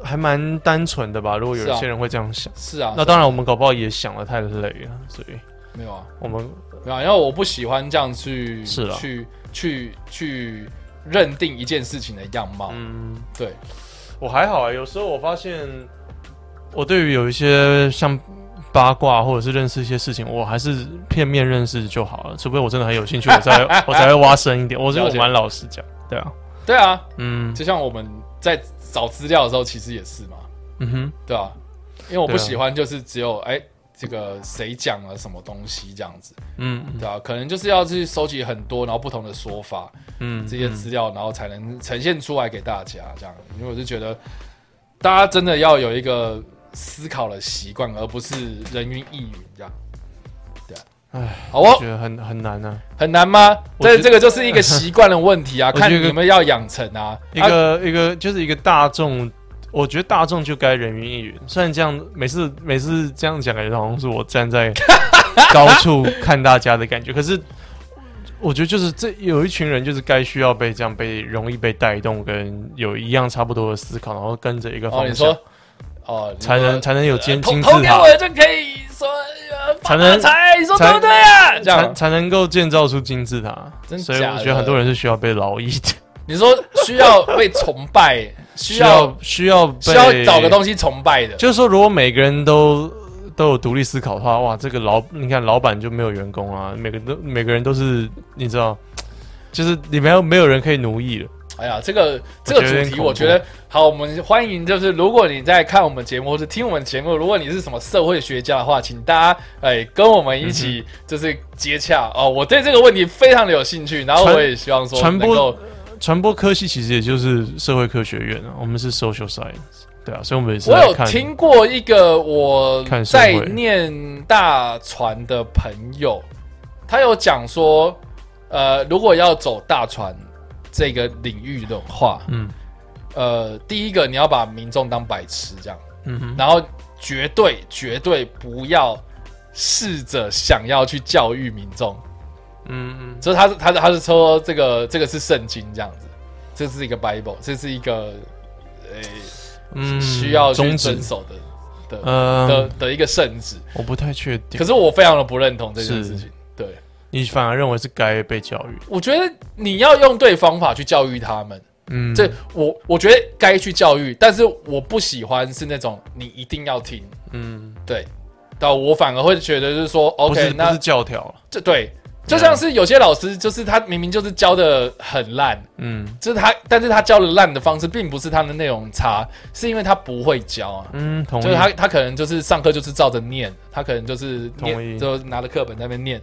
[SPEAKER 5] 还蛮单纯的吧。如果有
[SPEAKER 4] 是
[SPEAKER 5] 一
[SPEAKER 4] 啊
[SPEAKER 5] 些人会这样想，
[SPEAKER 4] 是啊，
[SPEAKER 5] 那当然我们搞不好也想的太累了，所以
[SPEAKER 4] 没有啊，
[SPEAKER 5] 我们
[SPEAKER 4] 没有、啊，因为我不喜欢这样去
[SPEAKER 5] 是啊
[SPEAKER 4] 去去去认定一件事情的样貌，
[SPEAKER 5] 嗯，
[SPEAKER 4] 对，
[SPEAKER 5] 我还好啊。有时候我发现我对于有一些像八卦或者是认识一些事情，我还是片面认识就好了，除非我真的很有兴趣，我才我才会挖深一点。我觉得
[SPEAKER 4] 了
[SPEAKER 5] 我
[SPEAKER 4] 解
[SPEAKER 5] 蛮老实讲，对啊，
[SPEAKER 4] 对啊，
[SPEAKER 5] 嗯
[SPEAKER 4] 就像我们在找资料的时候，其实也是嘛，
[SPEAKER 5] 嗯哼，
[SPEAKER 4] 对啊，因为我不
[SPEAKER 5] 对啊
[SPEAKER 4] 喜欢就是只有哎、这个谁讲了什么东西这样子，
[SPEAKER 5] 嗯嗯
[SPEAKER 4] 对啊，可能就是要去收集很多，然后不同的说法，
[SPEAKER 5] 嗯，
[SPEAKER 4] 这些资料，然后才能呈现出来给大家。这样，因为我是觉得，大家真的要有一个思考的习惯，而不是人云亦云这样。对啊，
[SPEAKER 5] 唉，
[SPEAKER 4] 好
[SPEAKER 5] 我
[SPEAKER 4] 哦
[SPEAKER 5] 觉，得很很难啊。
[SPEAKER 4] 很难吗？
[SPEAKER 5] 我
[SPEAKER 4] 但
[SPEAKER 5] 觉
[SPEAKER 4] 是这个就是一个习惯的问题啊，
[SPEAKER 5] 我觉得
[SPEAKER 4] 看你们要养成啊。
[SPEAKER 5] 一
[SPEAKER 4] 啊
[SPEAKER 5] 个、一个就是一个大众，我觉得大众就该人云亦云。虽然这样，每次每次这样讲，感觉好像是我站 在高处看大家的感觉。可是我觉得就是这有一群人，就是该需要被这样被容易被带动，跟有一样差不多的思考，然后跟着一个
[SPEAKER 4] 哦，
[SPEAKER 5] 方
[SPEAKER 4] 你
[SPEAKER 5] 向，
[SPEAKER 4] 说哦，你说
[SPEAKER 5] 才能才能有啊金
[SPEAKER 4] 投
[SPEAKER 5] 金字
[SPEAKER 4] 投给
[SPEAKER 5] 塔
[SPEAKER 4] 我，就可以说呃发
[SPEAKER 5] 才能
[SPEAKER 4] 财，你说
[SPEAKER 5] 才
[SPEAKER 4] 对不对啊？这
[SPEAKER 5] 才
[SPEAKER 4] 样，
[SPEAKER 5] 才能够 建造出金字塔。
[SPEAKER 4] 真
[SPEAKER 5] 所以
[SPEAKER 4] 假
[SPEAKER 5] 我觉得
[SPEAKER 4] 的
[SPEAKER 5] 很多人是需要被劳役的，
[SPEAKER 4] 你说需要被崇拜，需
[SPEAKER 5] 需
[SPEAKER 4] 要
[SPEAKER 5] 要需要
[SPEAKER 4] 需要
[SPEAKER 5] 被
[SPEAKER 4] 找个东西崇拜的，
[SPEAKER 5] 就是说，如果每个人都都有独立思考的话，哇，这个老你看老板就没有员工啊，每个都每个人都是你知道，就是你没有没有人可以奴役了。
[SPEAKER 4] 哎呀，这个这
[SPEAKER 5] 我
[SPEAKER 4] 个
[SPEAKER 5] 觉得有点
[SPEAKER 4] 主题，
[SPEAKER 5] 恐怖
[SPEAKER 4] 我觉得好，我们欢迎就是，如果你在看我们节目或者听我们节目，如果你是什么社会学家的话，请大家哎跟我们一
[SPEAKER 5] 嗯
[SPEAKER 4] 起就是接洽、哦。我对这个问题非常的有兴趣，然后
[SPEAKER 5] 传
[SPEAKER 4] 我也希望说
[SPEAKER 5] 传播
[SPEAKER 4] 能够
[SPEAKER 5] 传播科系其实也就是社会科学院啊，我们是 social science，对啊，所以我们也是
[SPEAKER 4] 我
[SPEAKER 5] 在
[SPEAKER 4] 有
[SPEAKER 5] 看
[SPEAKER 4] 听过一个我
[SPEAKER 5] 看社
[SPEAKER 4] 在
[SPEAKER 5] 会
[SPEAKER 4] 念大船的朋友，他有讲说，呃，如果要走大船这个领域的话，
[SPEAKER 5] 嗯
[SPEAKER 4] 呃，第一个你要把民众当白痴这样。
[SPEAKER 5] 嗯哼，
[SPEAKER 4] 然后绝对绝对不要试着想要去教育民众，
[SPEAKER 5] 嗯嗯
[SPEAKER 4] 所以他是他是他是说这个这个是圣经这样子，这是一个 Bible，这是一个
[SPEAKER 5] 嗯，
[SPEAKER 4] 需要去
[SPEAKER 5] 终止
[SPEAKER 4] 遵，守的的、的
[SPEAKER 5] 呃，
[SPEAKER 4] 的一个圣旨。
[SPEAKER 5] 我不太确定
[SPEAKER 4] 可，是我非常的不认同这件事
[SPEAKER 5] 是
[SPEAKER 4] 情，对
[SPEAKER 5] 你反而认为是该被教育，
[SPEAKER 4] 我觉得你要用对方法去教育他们。
[SPEAKER 5] 嗯，
[SPEAKER 4] 这我我觉得该去教育，但是我不喜欢是那种你一定要听，
[SPEAKER 5] 嗯，
[SPEAKER 4] 对，但我反而会觉得就是说
[SPEAKER 5] 不
[SPEAKER 4] ，OK，
[SPEAKER 5] 是不
[SPEAKER 4] 那
[SPEAKER 5] 是教条，
[SPEAKER 4] 这对，就像是有些老师，就是他明明就是教的很烂，
[SPEAKER 5] 嗯
[SPEAKER 4] 就是他，但是他教的烂的方式，并不是他的内容差，是因为他不会教啊。
[SPEAKER 5] 嗯，同意，
[SPEAKER 4] 就是他，他可能就是上课就是照着念，他可能就是
[SPEAKER 5] 同
[SPEAKER 4] 念，
[SPEAKER 5] 意
[SPEAKER 4] 就拿着课本在那边念。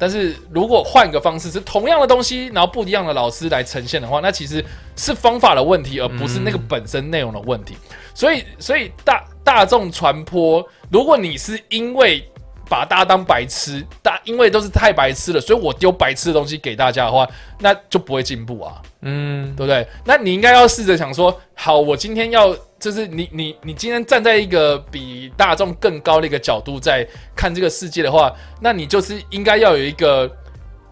[SPEAKER 4] 但是如果换个方式，是同样的东西，然后不一样的老师来呈现的话，那其实是方法的问
[SPEAKER 5] 嗯
[SPEAKER 4] 题，而不是那个本身内容的问题。所以，所以大大众传播，如果你是因为把大家当白痴，大因为都是太白痴了，所以我丢白痴的东西给大家的话，那就不会进步啊。
[SPEAKER 5] 嗯
[SPEAKER 4] 对不对？那你应该要试着想说，好，我今天要就是你你你今天站在一个比大众更高的一个角度在看这个世界的话，那你就是应该要有一个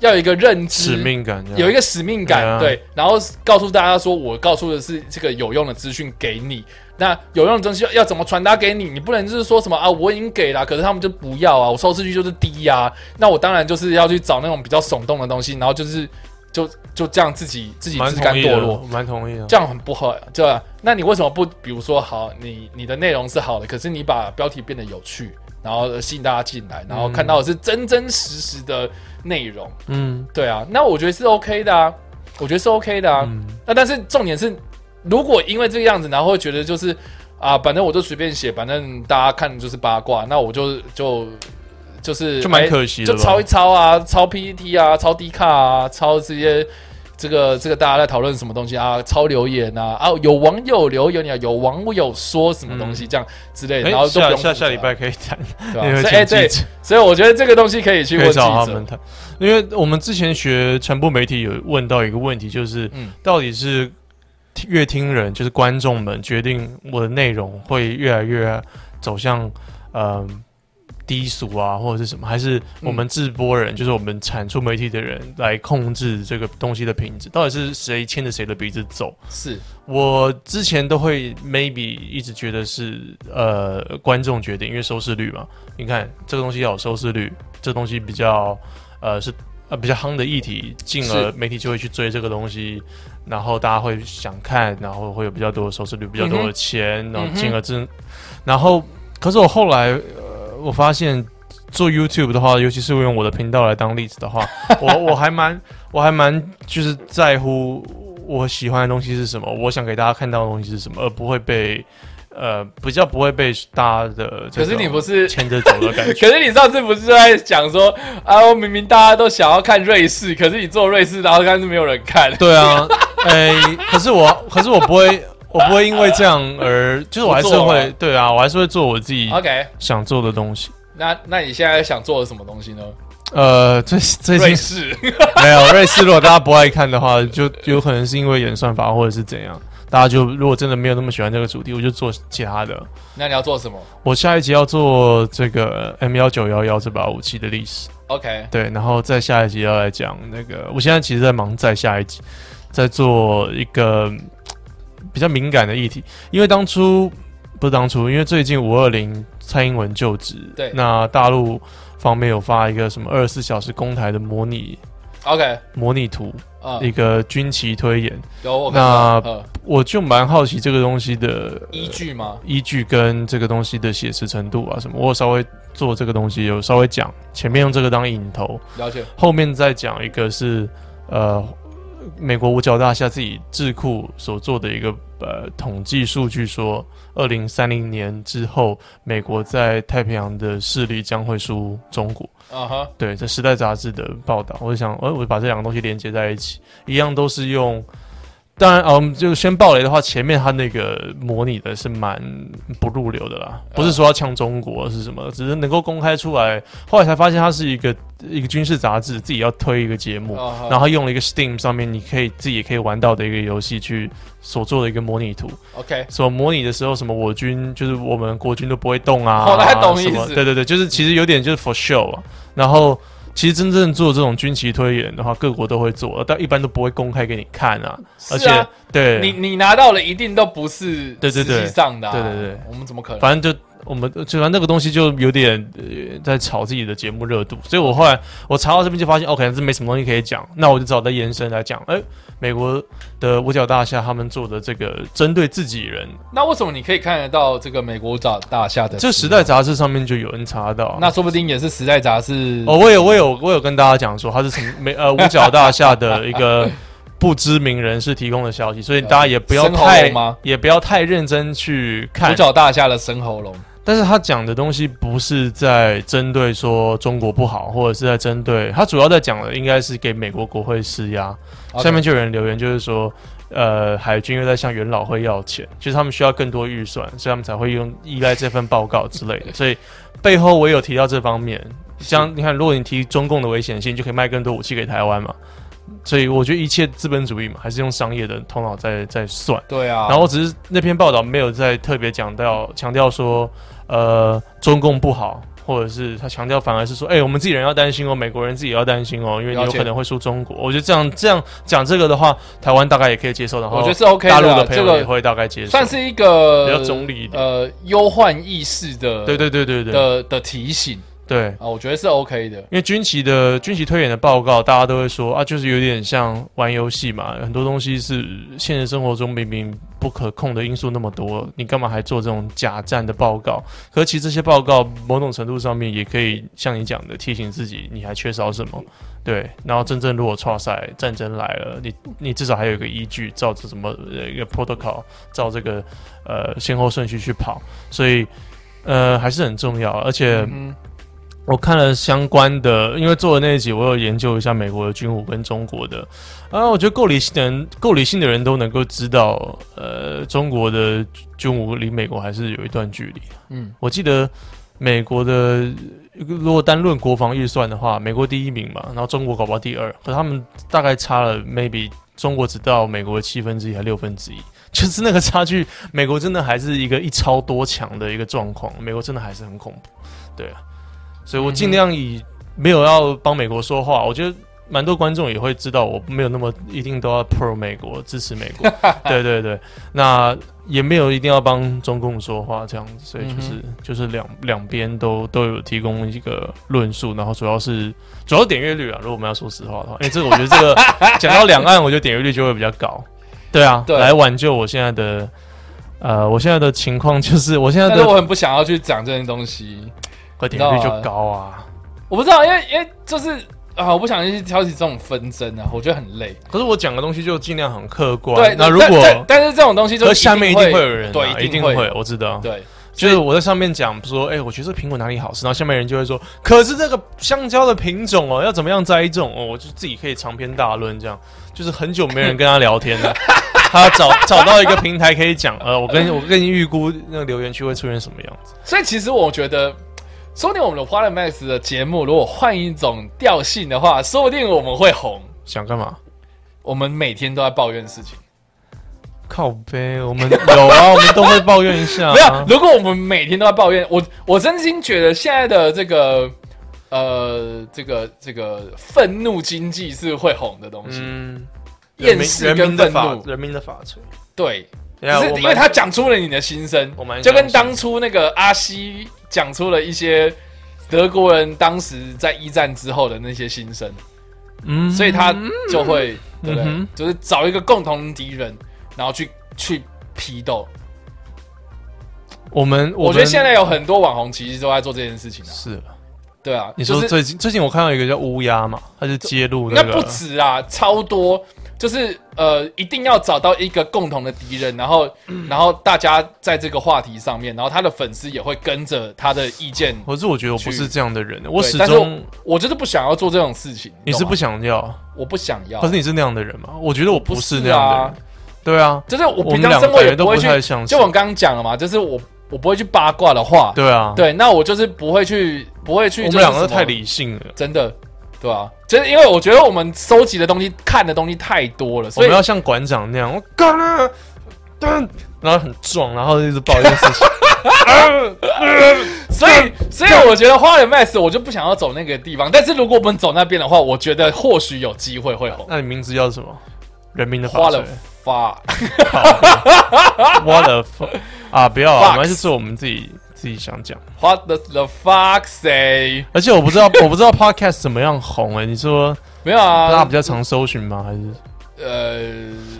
[SPEAKER 4] 要有一个认知，
[SPEAKER 5] 使命感这样，
[SPEAKER 4] 有一个使命
[SPEAKER 5] 对
[SPEAKER 4] 感，
[SPEAKER 5] 啊
[SPEAKER 4] 对，然后告诉大家说，我告诉的是这个有用的资讯给你。那有用的东西要要怎么传达给你？你不能就是说什么啊，我已经给了，可是他们就不要啊，我收视率就是低呀、那我当然就是要去找那种比较耸动的东西，然后就是就就这样自己自己
[SPEAKER 5] 蛮
[SPEAKER 4] 自甘
[SPEAKER 5] 同意的
[SPEAKER 4] 堕落，，
[SPEAKER 5] 蛮同意的。
[SPEAKER 4] 这样很不好，对吧？那你为什么不，比如说，好，你你的内容是好的，可是你把标题变得有趣，然后吸引大家进来，然后看到的是真真实实的内容，
[SPEAKER 5] 嗯
[SPEAKER 4] 对啊，那我觉得是 OK 的啊，我觉得是 OK 的啊。
[SPEAKER 5] 嗯
[SPEAKER 4] 那但是重点是，如果因为这个样子，然后会觉得就是啊，反正我就随便写，反正大家看就是八卦，那我就就就是
[SPEAKER 5] 就蛮
[SPEAKER 4] 哎
[SPEAKER 5] 可惜的
[SPEAKER 4] 就
[SPEAKER 5] 吧
[SPEAKER 4] 抄一抄啊，抄 PPT 啊，抄 D 卡啊，抄这些。这个这个大家在讨论什么东西啊？抄留言啊啊！有网友留言啊，有网友说什么东西这样之类的，
[SPEAKER 5] 哎
[SPEAKER 4] 然后都不
[SPEAKER 5] 下
[SPEAKER 4] 用
[SPEAKER 5] 下
[SPEAKER 4] 负责啊
[SPEAKER 5] 下礼拜可以谈，
[SPEAKER 4] 对吧？
[SPEAKER 5] 那个
[SPEAKER 4] 所以哎
[SPEAKER 5] 请记
[SPEAKER 4] 对，
[SPEAKER 5] 者
[SPEAKER 4] 所以我觉得这个东西可以去
[SPEAKER 5] 可
[SPEAKER 4] 问
[SPEAKER 5] 以
[SPEAKER 4] 记
[SPEAKER 5] 找他
[SPEAKER 4] 者
[SPEAKER 5] 们，谈，因为我们之前学传播媒体有问到一个问题，就是、
[SPEAKER 4] 嗯
[SPEAKER 5] 到底是乐听人，就是观众们决定我的内容会越来越走向嗯、低俗啊，或者是什么，还是
[SPEAKER 4] 嗯
[SPEAKER 5] 我们制播人，就是我们产出媒体的人来控制这个东西的品质，到底是谁牵着谁的鼻子走？
[SPEAKER 4] 是
[SPEAKER 5] 我之前都会 maybe 一直觉得是呃观众决定，因为收视率嘛。你看这个东西要有收视率，这东西比较呃是呃比较夯的议题，进而媒体就会去追这个东西，然后大家会想看，然后会有比较多的收视率，比较多
[SPEAKER 4] 嗯
[SPEAKER 5] 的
[SPEAKER 4] 哼
[SPEAKER 5] 钱，然
[SPEAKER 4] 嗯
[SPEAKER 5] 后
[SPEAKER 4] 哼
[SPEAKER 5] 进而真，然后可是我后来呃我发现做 YouTube 的话，尤其是我用我的频道来当例子 的话，我我还蛮我还蛮就是在乎我喜欢的东西是什么，我想给大家看到的东西是什么，而不会被呃比较不会被大家的这
[SPEAKER 4] 可是
[SPEAKER 5] 种
[SPEAKER 4] 你不是
[SPEAKER 5] 牵着走的 感觉。
[SPEAKER 4] 可是你上次不是在讲说啊，我明明大家都想要看瑞士，可是你做瑞士，然后但是没有人看。
[SPEAKER 5] 对啊，哎、可是我可是我不会。我不会因为这样而，就是我还是
[SPEAKER 4] 不做
[SPEAKER 5] 会
[SPEAKER 4] 了，
[SPEAKER 5] 对啊，我还是会做我自己
[SPEAKER 4] OK，
[SPEAKER 5] 想做的东西。
[SPEAKER 4] 那那你现在想做的什么东西呢？
[SPEAKER 5] 呃，最 最
[SPEAKER 4] 瑞
[SPEAKER 5] 近
[SPEAKER 4] 士，
[SPEAKER 5] 没有瑞士，如果大家不爱看的话，就有可能是因为演算法或者是怎样。大家就如果真的没有那么喜欢这个主题，我就做其他的。
[SPEAKER 4] 那你要做什么
[SPEAKER 5] 我下一集要做这个 M 幺九幺幺这把武器的历史，
[SPEAKER 4] ？OK，
[SPEAKER 5] 对，然后再下一集要来讲那个。我现在其实在忙再下一集，在做一个嗯比较敏感的议题，因为当初不是当初，因为最近五二零蔡英文就职，
[SPEAKER 4] 对
[SPEAKER 5] 那大陆方面有发一个什么二十四小时公台的模拟
[SPEAKER 4] OK，
[SPEAKER 5] 模拟图，
[SPEAKER 4] 啊、
[SPEAKER 5] 一个军旗推演，
[SPEAKER 4] 有我看到
[SPEAKER 5] 那
[SPEAKER 4] 呃
[SPEAKER 5] 我就蛮好奇这个东西的
[SPEAKER 4] 依据吗？
[SPEAKER 5] 依据跟这个东西的写实程度啊什么。我有稍微做这个东西有稍微讲，前面用这个当引头，
[SPEAKER 4] 了解，
[SPEAKER 5] 后面再讲一个是呃美国五角大厦自己智库所做的一个呃统计数据说，二零三零年之后，美国在太平洋的势力将会输中国。
[SPEAKER 4] 啊哈，
[SPEAKER 5] 对，这《时代》杂志的报道，我就想，呃，我把这两个东西连接在一起，一样都是用。当然，啊，我们就先爆雷的话，前面他那个模拟的是蛮不入流的啦，不是说要呛中国是什么，只是能够公开出来。后来才发现，它是一个一个军事杂志自己要推一个节目，
[SPEAKER 4] 啊哈
[SPEAKER 5] 然后用了一个 Steam 上面你可以自己也可以玩到的一个游戏去所做的一个模拟图，
[SPEAKER 4] ，OK，
[SPEAKER 5] 什么模拟的时候，什么我军就是我们国军都不会动啊，
[SPEAKER 4] 哦那懂
[SPEAKER 5] 什么
[SPEAKER 4] 意思
[SPEAKER 5] 对对对，就是其实有点就是 for show 啊。然后其实真正做这种军旗推演的话，各国都会做，但一般都不会公开给你看啊。而
[SPEAKER 4] 是
[SPEAKER 5] 且、
[SPEAKER 4] 啊，
[SPEAKER 5] 对，
[SPEAKER 4] 你你拿到了一定都不是
[SPEAKER 5] 对对对
[SPEAKER 4] 实际上的、啊，
[SPEAKER 5] 对对对
[SPEAKER 4] 我们怎么可能？
[SPEAKER 5] 反正就我们就反正那个东西就有点、呃、在炒自己的节目热度，所以我后来我查到这边就发现，哦，可能是没什么东西可以讲，那我就只好再延伸来讲，哎、美国的五角大厦他们做的这个针对自己人，
[SPEAKER 4] 那为什么你可以看得到这个美国大大厦的？
[SPEAKER 5] 这《时代》，杂志上面就有人查到啊，
[SPEAKER 4] 呃那说不定也是时代杂志
[SPEAKER 5] 哦，我有，我有，我有跟大家讲说，它是从美呃五角大厦的一 个不知名人士提供的消息，所以大家也不要
[SPEAKER 4] 生喉
[SPEAKER 5] 太
[SPEAKER 4] 咙吗
[SPEAKER 5] 也不要太认真去
[SPEAKER 4] 五
[SPEAKER 5] 看。
[SPEAKER 4] 角大厦的生喉咙。
[SPEAKER 5] 但是他讲的东西不是在针对说中国不好，或者是在针对他主要在讲的应该是给美国国会施压。下面就有人留言，就是说，呃，海军又在向元老会要钱，就是他们需要更多预算，所以他们才会用依赖这份报告之类的。所以背后我也有提到这方面，像你看，如果你提中共的危险性，你就可以卖更多武器给台湾嘛。所以我觉得一切资本主义嘛，还是用商业的头脑在在算。
[SPEAKER 4] 对啊，
[SPEAKER 5] 然后只是那篇报道没有在特别讲到强调说，呃，中共不好，或者是他强调反而是说，哎、我们自己人要担心哦，美国人自己也要担心哦，因为你
[SPEAKER 4] 了
[SPEAKER 5] 有
[SPEAKER 4] 解
[SPEAKER 5] 可能会输中国。我觉得这样这样讲这个的话，台湾大概也可以接受，然后
[SPEAKER 4] 我觉得是 OK 的
[SPEAKER 5] 大
[SPEAKER 4] 啊
[SPEAKER 5] 陆的朋
[SPEAKER 4] 这
[SPEAKER 5] 友
[SPEAKER 4] 个
[SPEAKER 5] 也会大概接受，
[SPEAKER 4] 算是一个
[SPEAKER 5] 比较中立一点。
[SPEAKER 4] 呃忧患意识的
[SPEAKER 5] 对对对对对
[SPEAKER 4] 的的提醒
[SPEAKER 5] 对。
[SPEAKER 4] 啊，我觉得是 OK 的。
[SPEAKER 5] 因为军旗的军旗推演的报告，大家都会说啊，就是有点像玩游戏嘛，很多东西是现实生活中明明不可控的因素那么多，你干嘛还做这种假战的报告？可其实这些报告某种程度上面也可以像你讲的提醒自己，你还缺少什么？对，然后真正如果跨赛战争来了，你你至少还有一个依据，照着什么呃一个 protocol，照这个呃先后顺序去跑，所以呃还是很重要，而且。
[SPEAKER 4] 嗯，
[SPEAKER 5] 我看了相关的，因为做的那一集，我有研究一下美国的军武跟中国的，啊，我觉得够理性的人，够理性的人都能够知道，呃，中国的军武离美国还是有一段距离。
[SPEAKER 4] 嗯，
[SPEAKER 5] 我记得美国的，如果单论国防预算的话，美国第一名嘛，然后中国搞不好第二，可他们大概差了 maybe 中国只到美国的七分之一还六分之一，就是那个差距，美国真的还是一个一超多强的一个状况，美国真的还是很恐怖，对啊，所以我尽量以没有要帮美国说话，我觉得。蛮多观众也会知道，我没有那么一定都要 pro 美国支持美国，对对对，那也没有一定要帮中共说话这样子，所以
[SPEAKER 4] 嗯
[SPEAKER 5] 就是、就是两两边都都有提供一个论述，然后主要是主要是点阅率啊，如果我们要说实话的话，因为这个我觉得这个 讲到两岸，我觉得点阅率就会比较高，对啊，
[SPEAKER 4] 对
[SPEAKER 5] 来挽救我现在的呃我现在的情况就是我现在
[SPEAKER 4] 但是
[SPEAKER 5] 的
[SPEAKER 4] 我很不想要去讲这些东西，
[SPEAKER 5] 和点击率就高啊。
[SPEAKER 4] 我不知道，因为因为就是啊，我不想去挑起这种纷争啊，我觉得很累。
[SPEAKER 5] 可是我讲的东西就尽量很客观。
[SPEAKER 4] 对，
[SPEAKER 5] 那如
[SPEAKER 4] 但但
[SPEAKER 5] 果
[SPEAKER 4] 但是这种东西就
[SPEAKER 5] 可是下面一
[SPEAKER 4] 定
[SPEAKER 5] 定会有啊人啊、
[SPEAKER 4] 对，
[SPEAKER 5] 一定
[SPEAKER 4] 会
[SPEAKER 5] 我知道。
[SPEAKER 4] 对，
[SPEAKER 5] 就是我在上面讲说，哎、我觉得这个苹果哪里好吃，然后下面人就会说，可是这个香蕉的品种哦，要怎么样栽种哦，我就自己可以长篇大论这样，就是很久没人跟他聊天了，他找找到一个平台可以讲，呃，我跟我跟你预估那个留言区会出现什么样子，
[SPEAKER 4] 所以其实我觉得，说不定我们的 Planet Max 的节目如果换一种调性的话，说不定我们会红。
[SPEAKER 5] 想干嘛？
[SPEAKER 4] 我们每天都在抱怨事情，
[SPEAKER 5] 靠背，我们有啊，我们都会抱怨一 下、啊，
[SPEAKER 4] 没有。如果我们每天都在抱怨，我我真心觉得现在的这个呃，这个这个愤怒经济是会红的东西，
[SPEAKER 5] 嗯，人
[SPEAKER 4] 厌
[SPEAKER 5] 民
[SPEAKER 4] 世
[SPEAKER 5] 人
[SPEAKER 4] 跟
[SPEAKER 5] 民的
[SPEAKER 4] 愤
[SPEAKER 5] 法
[SPEAKER 4] 怒，，
[SPEAKER 5] 人民的法锤，
[SPEAKER 4] 对，
[SPEAKER 5] 对
[SPEAKER 4] 就
[SPEAKER 5] 啊，
[SPEAKER 4] 是因
[SPEAKER 5] 我
[SPEAKER 4] 为
[SPEAKER 5] 蛮
[SPEAKER 4] 他讲出了你的心声
[SPEAKER 5] 我蛮，
[SPEAKER 4] 就跟
[SPEAKER 5] 相信
[SPEAKER 4] 当初那个阿西讲出了一些德国人当时在一战之后的那些心声，
[SPEAKER 5] 嗯，
[SPEAKER 4] 所以他就会对不对
[SPEAKER 5] 嗯哼？
[SPEAKER 4] 就是找一个共同敌人，然后去去批斗。
[SPEAKER 5] 我们
[SPEAKER 4] 我觉得
[SPEAKER 5] 们
[SPEAKER 4] 现在有很多网红其实都在做这件事情啊，
[SPEAKER 5] 是。
[SPEAKER 4] 对啊，
[SPEAKER 5] 你说
[SPEAKER 4] 就是
[SPEAKER 5] 最近最近我看到一个叫乌鸦嘛，他就揭露
[SPEAKER 4] 那
[SPEAKER 5] 个
[SPEAKER 4] 不止啊，超多，就是呃，一定要找到一个共同的敌人，然 后、然后大家在这个话题上面，然后他的粉丝也会跟着他的意见。
[SPEAKER 5] 可是我觉得我不是这样的人，我
[SPEAKER 4] 对
[SPEAKER 5] 始
[SPEAKER 4] 但是
[SPEAKER 5] 终
[SPEAKER 4] 我我就是不想要做这种事情，
[SPEAKER 5] 你是
[SPEAKER 4] 懂吗啊
[SPEAKER 5] 不想要，
[SPEAKER 4] 我不想要，
[SPEAKER 5] 可是你是那样的人嘛？我觉得我
[SPEAKER 4] 不
[SPEAKER 5] 不是那
[SPEAKER 4] 是
[SPEAKER 5] 样的
[SPEAKER 4] 啊
[SPEAKER 5] 人，，对啊，
[SPEAKER 4] 就是我
[SPEAKER 5] 我
[SPEAKER 4] 平
[SPEAKER 5] 们
[SPEAKER 4] 常
[SPEAKER 5] 两
[SPEAKER 4] 生
[SPEAKER 5] 个
[SPEAKER 4] 活也
[SPEAKER 5] 人都
[SPEAKER 4] 会
[SPEAKER 5] 不
[SPEAKER 4] 去
[SPEAKER 5] 太，相
[SPEAKER 4] 就
[SPEAKER 5] 似
[SPEAKER 4] 我刚刚讲了嘛，就是我我不会去八卦的话，
[SPEAKER 5] 对啊，
[SPEAKER 4] 对，那我就是不会去不会去，
[SPEAKER 5] 我们两个都太理性了，
[SPEAKER 4] 真的，对啊，就是因为我觉得我们收集的东西、看的东西太多了，
[SPEAKER 5] 我
[SPEAKER 4] 所以
[SPEAKER 5] 们要像馆长那样，我干了，但然后很壮，然后一直抱怨事 情，
[SPEAKER 4] 所以所以我觉得花莲 Max 我就不想要走那个地方，但是如果我们走那边的话，我觉得或许有机会会红。
[SPEAKER 5] 那你名字叫什么？人民的法
[SPEAKER 4] 花
[SPEAKER 5] 锤
[SPEAKER 4] 了发，
[SPEAKER 5] ，What the fuck 啊！不要啊，
[SPEAKER 4] Fox
[SPEAKER 5] 我们还是做我们自己自己想讲。
[SPEAKER 4] 花 the the fuck say
[SPEAKER 5] 而且我不知道，我不知道 Podcast 怎么样红哎、你说
[SPEAKER 4] 没有
[SPEAKER 5] 大家
[SPEAKER 4] 啊
[SPEAKER 5] 比，较常搜寻吗？还是
[SPEAKER 4] 呃，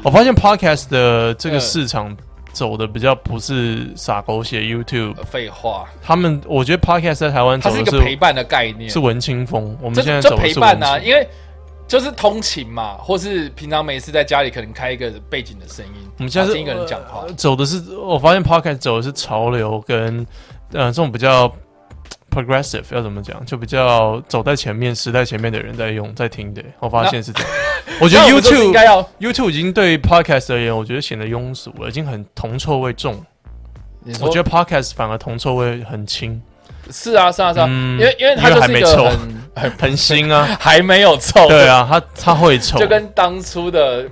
[SPEAKER 5] 我发现 podcast 的这个
[SPEAKER 4] 嗯
[SPEAKER 5] 市场走的比较不是傻狗血 YouTube，
[SPEAKER 4] 废话，
[SPEAKER 5] 他们我觉得 podcast 在台湾
[SPEAKER 4] 它
[SPEAKER 5] 走
[SPEAKER 4] 是一
[SPEAKER 5] 的
[SPEAKER 4] 个
[SPEAKER 5] 是
[SPEAKER 4] 陪伴的概念，
[SPEAKER 5] 是文青风，我们
[SPEAKER 4] 这
[SPEAKER 5] 现在
[SPEAKER 4] 这
[SPEAKER 5] 走的
[SPEAKER 4] 陪
[SPEAKER 5] 是
[SPEAKER 4] 伴
[SPEAKER 5] 文
[SPEAKER 4] 啊，
[SPEAKER 5] 青。
[SPEAKER 4] 因为就是通勤嘛，或是平常没事在家里可能开一个背景的声音，
[SPEAKER 5] 我们现
[SPEAKER 4] 然
[SPEAKER 5] 在
[SPEAKER 4] 后
[SPEAKER 5] 是
[SPEAKER 4] 听一个人讲话
[SPEAKER 5] 呃，走的是我发现 podcast 走的是潮流跟呃这种比较 progressive 要怎么讲，就比较走在前面、时代前面的人在用在听的。我发现是这样，呃我
[SPEAKER 4] 我
[SPEAKER 5] 觉得
[SPEAKER 4] 应
[SPEAKER 5] YouTube
[SPEAKER 4] 该要
[SPEAKER 5] YouTube 已经对 podcast 而言，我觉得显得庸俗了，已经很铜臭味重。
[SPEAKER 4] 你说
[SPEAKER 5] 我觉得 podcast 反而铜臭味很轻，
[SPEAKER 4] 是啊是啊是啊，
[SPEAKER 5] 嗯
[SPEAKER 4] 因为因为它
[SPEAKER 5] 因
[SPEAKER 4] 就
[SPEAKER 5] 为还
[SPEAKER 4] 是一
[SPEAKER 5] 没
[SPEAKER 4] 个
[SPEAKER 5] 臭
[SPEAKER 4] 很很。
[SPEAKER 5] 很腥啊
[SPEAKER 4] 还没有臭，
[SPEAKER 5] 对啊，它它会臭。
[SPEAKER 4] 就跟当初的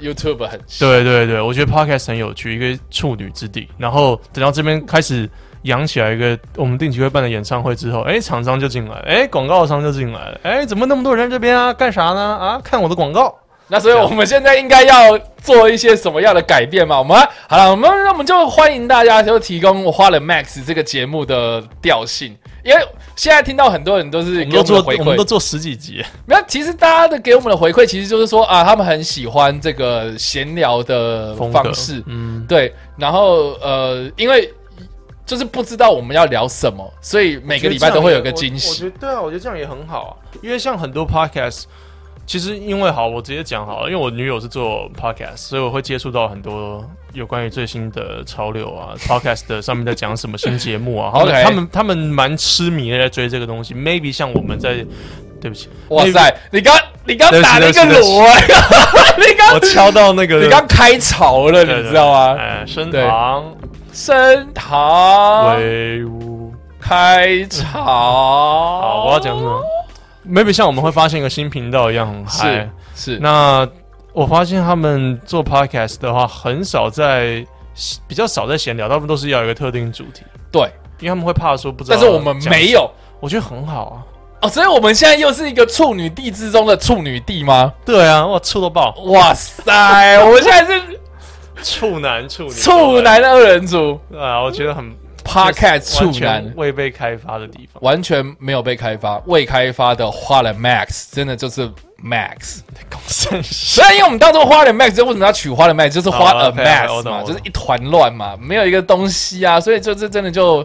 [SPEAKER 4] YouTube 很像。
[SPEAKER 5] 对对对，我觉得 podcast 很有趣，一个处女之地。然后等到这边开始养起来一个我们定期会办的演唱会之后，哎，厂商就进来了，哎，广告商就进来了，哎，怎么那么多人在这边啊？干啥呢？啊，看我的广告。
[SPEAKER 4] 那所以我们现在应该要做一些什么样的改变嘛？我们好了，我们那我们就欢迎大家就提供《花了 Max》这个节目的调性，因为现在听到很多人都是
[SPEAKER 5] 我
[SPEAKER 4] 给
[SPEAKER 5] 们都
[SPEAKER 4] 我们
[SPEAKER 5] 做，
[SPEAKER 4] 的回
[SPEAKER 5] 我们都
[SPEAKER 4] 馈，
[SPEAKER 5] 做十几集，
[SPEAKER 4] 没有，其实大家的给我们的回馈其实就是说啊，他们很喜欢这个闲聊的
[SPEAKER 5] 风格
[SPEAKER 4] 方式，
[SPEAKER 5] 嗯，
[SPEAKER 4] 对，然后呃，因为就是不知道我们要聊什么，所以每个礼拜都会有个惊
[SPEAKER 5] 我
[SPEAKER 4] 喜。
[SPEAKER 5] 觉得对啊，我觉得这样也很好啊，因为像很多 podcast，其实因为好，我直接讲好了，因为我女友是做 podcast，所以我会接触到很多有关于最新的潮流啊，podcast 的上面在讲什么新节目啊，他 们
[SPEAKER 4] OK
[SPEAKER 5] 他们他们蛮痴迷的在追这个东西，maybe 像我们在。对不起，
[SPEAKER 4] 哇
[SPEAKER 5] maybe-
[SPEAKER 4] 塞，你刚你刚打了一个
[SPEAKER 5] 对不起
[SPEAKER 4] 锣、欸， 你刚
[SPEAKER 5] 我敲到那个，
[SPEAKER 4] 你刚开潮了，
[SPEAKER 5] 对
[SPEAKER 4] 你知道吗？
[SPEAKER 5] 哎，升
[SPEAKER 4] 对啊
[SPEAKER 5] 堂
[SPEAKER 4] 升堂
[SPEAKER 5] 威武。
[SPEAKER 4] 开潮。
[SPEAKER 5] 好，
[SPEAKER 4] 好
[SPEAKER 5] 我要讲什么？maybe 像我们会发现一个新频道一样很嗨
[SPEAKER 4] 是，是
[SPEAKER 5] 那我发现他们做 podcast 的话，很少在比较少在闲聊，大部分都是要有一个特定主题，
[SPEAKER 4] 对，
[SPEAKER 5] 因为他们会怕说不知道。
[SPEAKER 4] 但是我们没，有
[SPEAKER 5] 我觉得很好啊。
[SPEAKER 4] 哦，所以我们现在又是一个处女地之中的处女地吗？
[SPEAKER 5] 对啊，哇，处到爆，
[SPEAKER 4] 哇塞， 我们现在是
[SPEAKER 5] 处男处 女
[SPEAKER 4] 处男的二人组
[SPEAKER 5] 啊，我觉得很
[SPEAKER 4] Podcast 处
[SPEAKER 5] 完全
[SPEAKER 4] 男。
[SPEAKER 5] 未被开发的地方。
[SPEAKER 4] 完全没有被开发，未开发的花了 Max，真的就是 Max。所 以，因为我们当做花莲 Max，为什么要取花莲 Max？就是花
[SPEAKER 5] 好
[SPEAKER 4] a
[SPEAKER 5] ，OK，
[SPEAKER 4] Max
[SPEAKER 5] 我懂
[SPEAKER 4] 嘛，
[SPEAKER 5] 我懂
[SPEAKER 4] 就是一团乱嘛，没有一个东西啊，所以就这真的就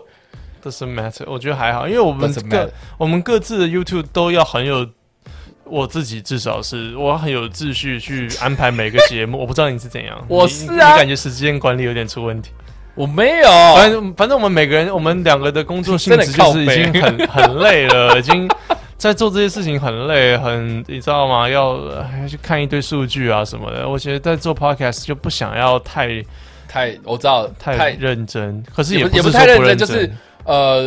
[SPEAKER 5] doesn't matter，我觉得还好，因为我们
[SPEAKER 4] Doesn't
[SPEAKER 5] 各
[SPEAKER 4] matter
[SPEAKER 5] 我们各自的 YouTube 都要很有，我自己至少是我要很有秩序去安排每个节 目。我不知道你是怎样，
[SPEAKER 4] 我
[SPEAKER 5] 你
[SPEAKER 4] 是
[SPEAKER 5] 你
[SPEAKER 4] 啊
[SPEAKER 5] 你感觉时间管理有点出问题。
[SPEAKER 4] 我没有，
[SPEAKER 5] 反正反正我们每个人，我们两个的工作性质
[SPEAKER 4] 哦 真的
[SPEAKER 5] 就
[SPEAKER 4] 很
[SPEAKER 5] 是已
[SPEAKER 4] 靠
[SPEAKER 5] 经
[SPEAKER 4] 北
[SPEAKER 5] 很很累了，已经在做这些事情很累，很你知道吗？要还要去看一堆数据啊什么的。我觉得在做 podcast 就不想要太
[SPEAKER 4] 太我知道
[SPEAKER 5] 太认真，可是
[SPEAKER 4] 也不
[SPEAKER 5] 不
[SPEAKER 4] 也
[SPEAKER 5] 是
[SPEAKER 4] 不
[SPEAKER 5] 说
[SPEAKER 4] 太认
[SPEAKER 5] 不
[SPEAKER 4] 真，
[SPEAKER 5] 认
[SPEAKER 4] 就是呃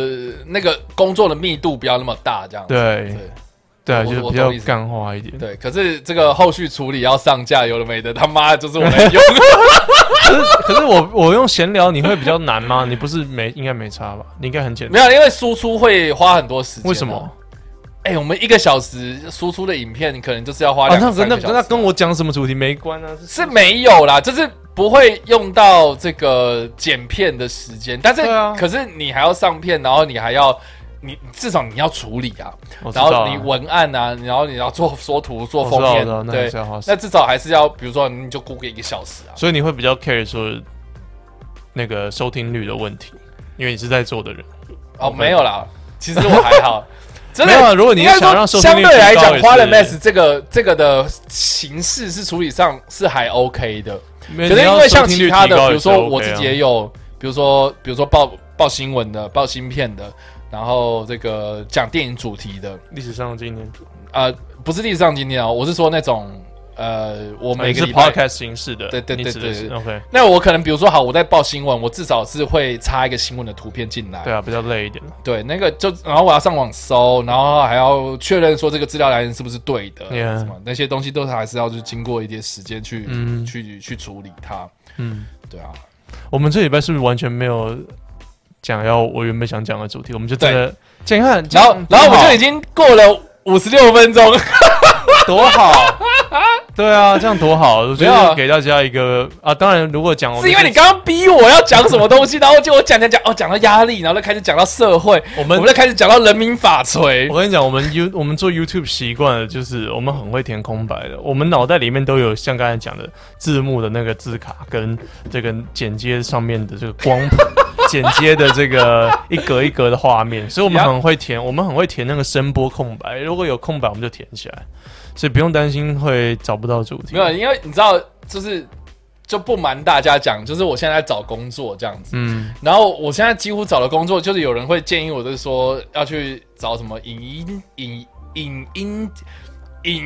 [SPEAKER 4] 那个工作的密度不要那么大这样子。
[SPEAKER 5] 对对啊，
[SPEAKER 4] 我
[SPEAKER 5] 就是
[SPEAKER 4] 我
[SPEAKER 5] 比
[SPEAKER 4] 懂
[SPEAKER 5] 较
[SPEAKER 4] 意思
[SPEAKER 5] 干化一点。
[SPEAKER 4] 对，可是这个后续处理要上架，有的没的，他妈的就是我来用。
[SPEAKER 5] 可是 可是我我用闲聊你会比较难吗？你不是没应该没差吧？你应该很简
[SPEAKER 4] 没
[SPEAKER 5] 单。
[SPEAKER 4] 有，因为输出会花很多时间。啊
[SPEAKER 5] 为什么？？
[SPEAKER 4] 哎、我们一个小时输出的影片，可能就是要花
[SPEAKER 5] 啊，
[SPEAKER 4] 两
[SPEAKER 5] 那
[SPEAKER 4] 哦个
[SPEAKER 5] 那
[SPEAKER 4] 三
[SPEAKER 5] 那
[SPEAKER 4] 个小时。
[SPEAKER 5] 那跟我讲什么主题没关啊？
[SPEAKER 4] 是没有啦，就是不会用到这个剪片的时间，但是、
[SPEAKER 5] 对啊
[SPEAKER 4] 可是你还要上片，然后你还要你至少你要处理啊，
[SPEAKER 5] 我知
[SPEAKER 4] 然
[SPEAKER 5] 道
[SPEAKER 4] 后
[SPEAKER 5] 啊
[SPEAKER 4] 你文案啊，然后你要做缩图、做封
[SPEAKER 5] 我
[SPEAKER 4] 面
[SPEAKER 5] 知道我知道，那还
[SPEAKER 4] 对
[SPEAKER 5] 是要花时，间
[SPEAKER 4] 那至少还是要，比如说你就估个一个小时啊，
[SPEAKER 5] 所以你会比较 care 说那个收听率的问题，因为你是在做的人。
[SPEAKER 4] 哦，
[SPEAKER 5] OK
[SPEAKER 4] 没有 啦，其实我还好。真
[SPEAKER 5] 没有啊
[SPEAKER 4] 的，
[SPEAKER 5] 如果你
[SPEAKER 4] 应该
[SPEAKER 5] 想让
[SPEAKER 4] 说
[SPEAKER 5] 收
[SPEAKER 4] 相
[SPEAKER 5] 听率
[SPEAKER 4] 对
[SPEAKER 5] 提高
[SPEAKER 4] 来讲
[SPEAKER 5] 也，是
[SPEAKER 4] 花了 mass 这个这个的形式是处理上是还 OK 的，
[SPEAKER 5] 可
[SPEAKER 4] 可是因为像其他的，比如说我
[SPEAKER 5] 啊
[SPEAKER 4] 自己也有，比如说比如说报报新闻的、报芯片的，然后这个讲电影主题的，
[SPEAKER 5] 历史上的今年，
[SPEAKER 4] 呃，不是历史上今天哦，我是说那种呃，我每
[SPEAKER 5] 每
[SPEAKER 4] 个
[SPEAKER 5] 个
[SPEAKER 4] 礼拜。
[SPEAKER 5] 哦 podcast 形式的，
[SPEAKER 4] 对对对
[SPEAKER 5] 你指的是
[SPEAKER 4] 对
[SPEAKER 5] OK，
[SPEAKER 4] 那我可能比如说好，我在报新闻，我至少是会插一个新闻的图片进来，
[SPEAKER 5] 对啊，比较累一点。
[SPEAKER 4] 对，那个就然后我要上网搜，然后还要确认说这个资料来源是不是对的
[SPEAKER 5] Yeah
[SPEAKER 4] 什么那些东西都是还是要去经过一些时间去、
[SPEAKER 5] 嗯
[SPEAKER 4] 去去处理它，
[SPEAKER 5] 嗯，
[SPEAKER 4] 对啊，
[SPEAKER 5] 我们这礼拜是不是完全没有讲要我原本想讲的主题？我们就真的这样看，
[SPEAKER 4] 然后
[SPEAKER 5] 这
[SPEAKER 4] 然
[SPEAKER 5] 样
[SPEAKER 4] 后我们就已经过了五十六分钟，
[SPEAKER 5] 多 好。对啊，这样多好！我觉
[SPEAKER 4] 没有
[SPEAKER 5] 得
[SPEAKER 4] 啊
[SPEAKER 5] 给大家一个啊，当然如果讲我
[SPEAKER 4] 是
[SPEAKER 5] 们
[SPEAKER 4] 因为
[SPEAKER 5] 这
[SPEAKER 4] 你刚刚逼我要讲什么东西，然后就我讲讲讲，哦，讲到压力，然后就开始讲到社会，我
[SPEAKER 5] 我们
[SPEAKER 4] 们就开始讲到人民法锤
[SPEAKER 5] 我，跟你讲，我们 You 我们做 YouTube 习惯了，就是我们很会填空白的，我们脑袋里面都有像刚才讲的字幕的那个字卡跟这个剪接上面的这个光 谱。剪接的这个一格一格的画面，所以我们
[SPEAKER 4] Yeah
[SPEAKER 5] 很会填，我们很会填那个声波空白。如果有空白，我们就填起来，所以不用担心会找不到主题。
[SPEAKER 4] 没有，啊因为你知道，就是就不瞒大家讲，就是我现在在找工作这样子，
[SPEAKER 5] 嗯，
[SPEAKER 4] 然后我现在几乎找的工作，就是有人会建议我，就是说要去找什么影音、影影音、影，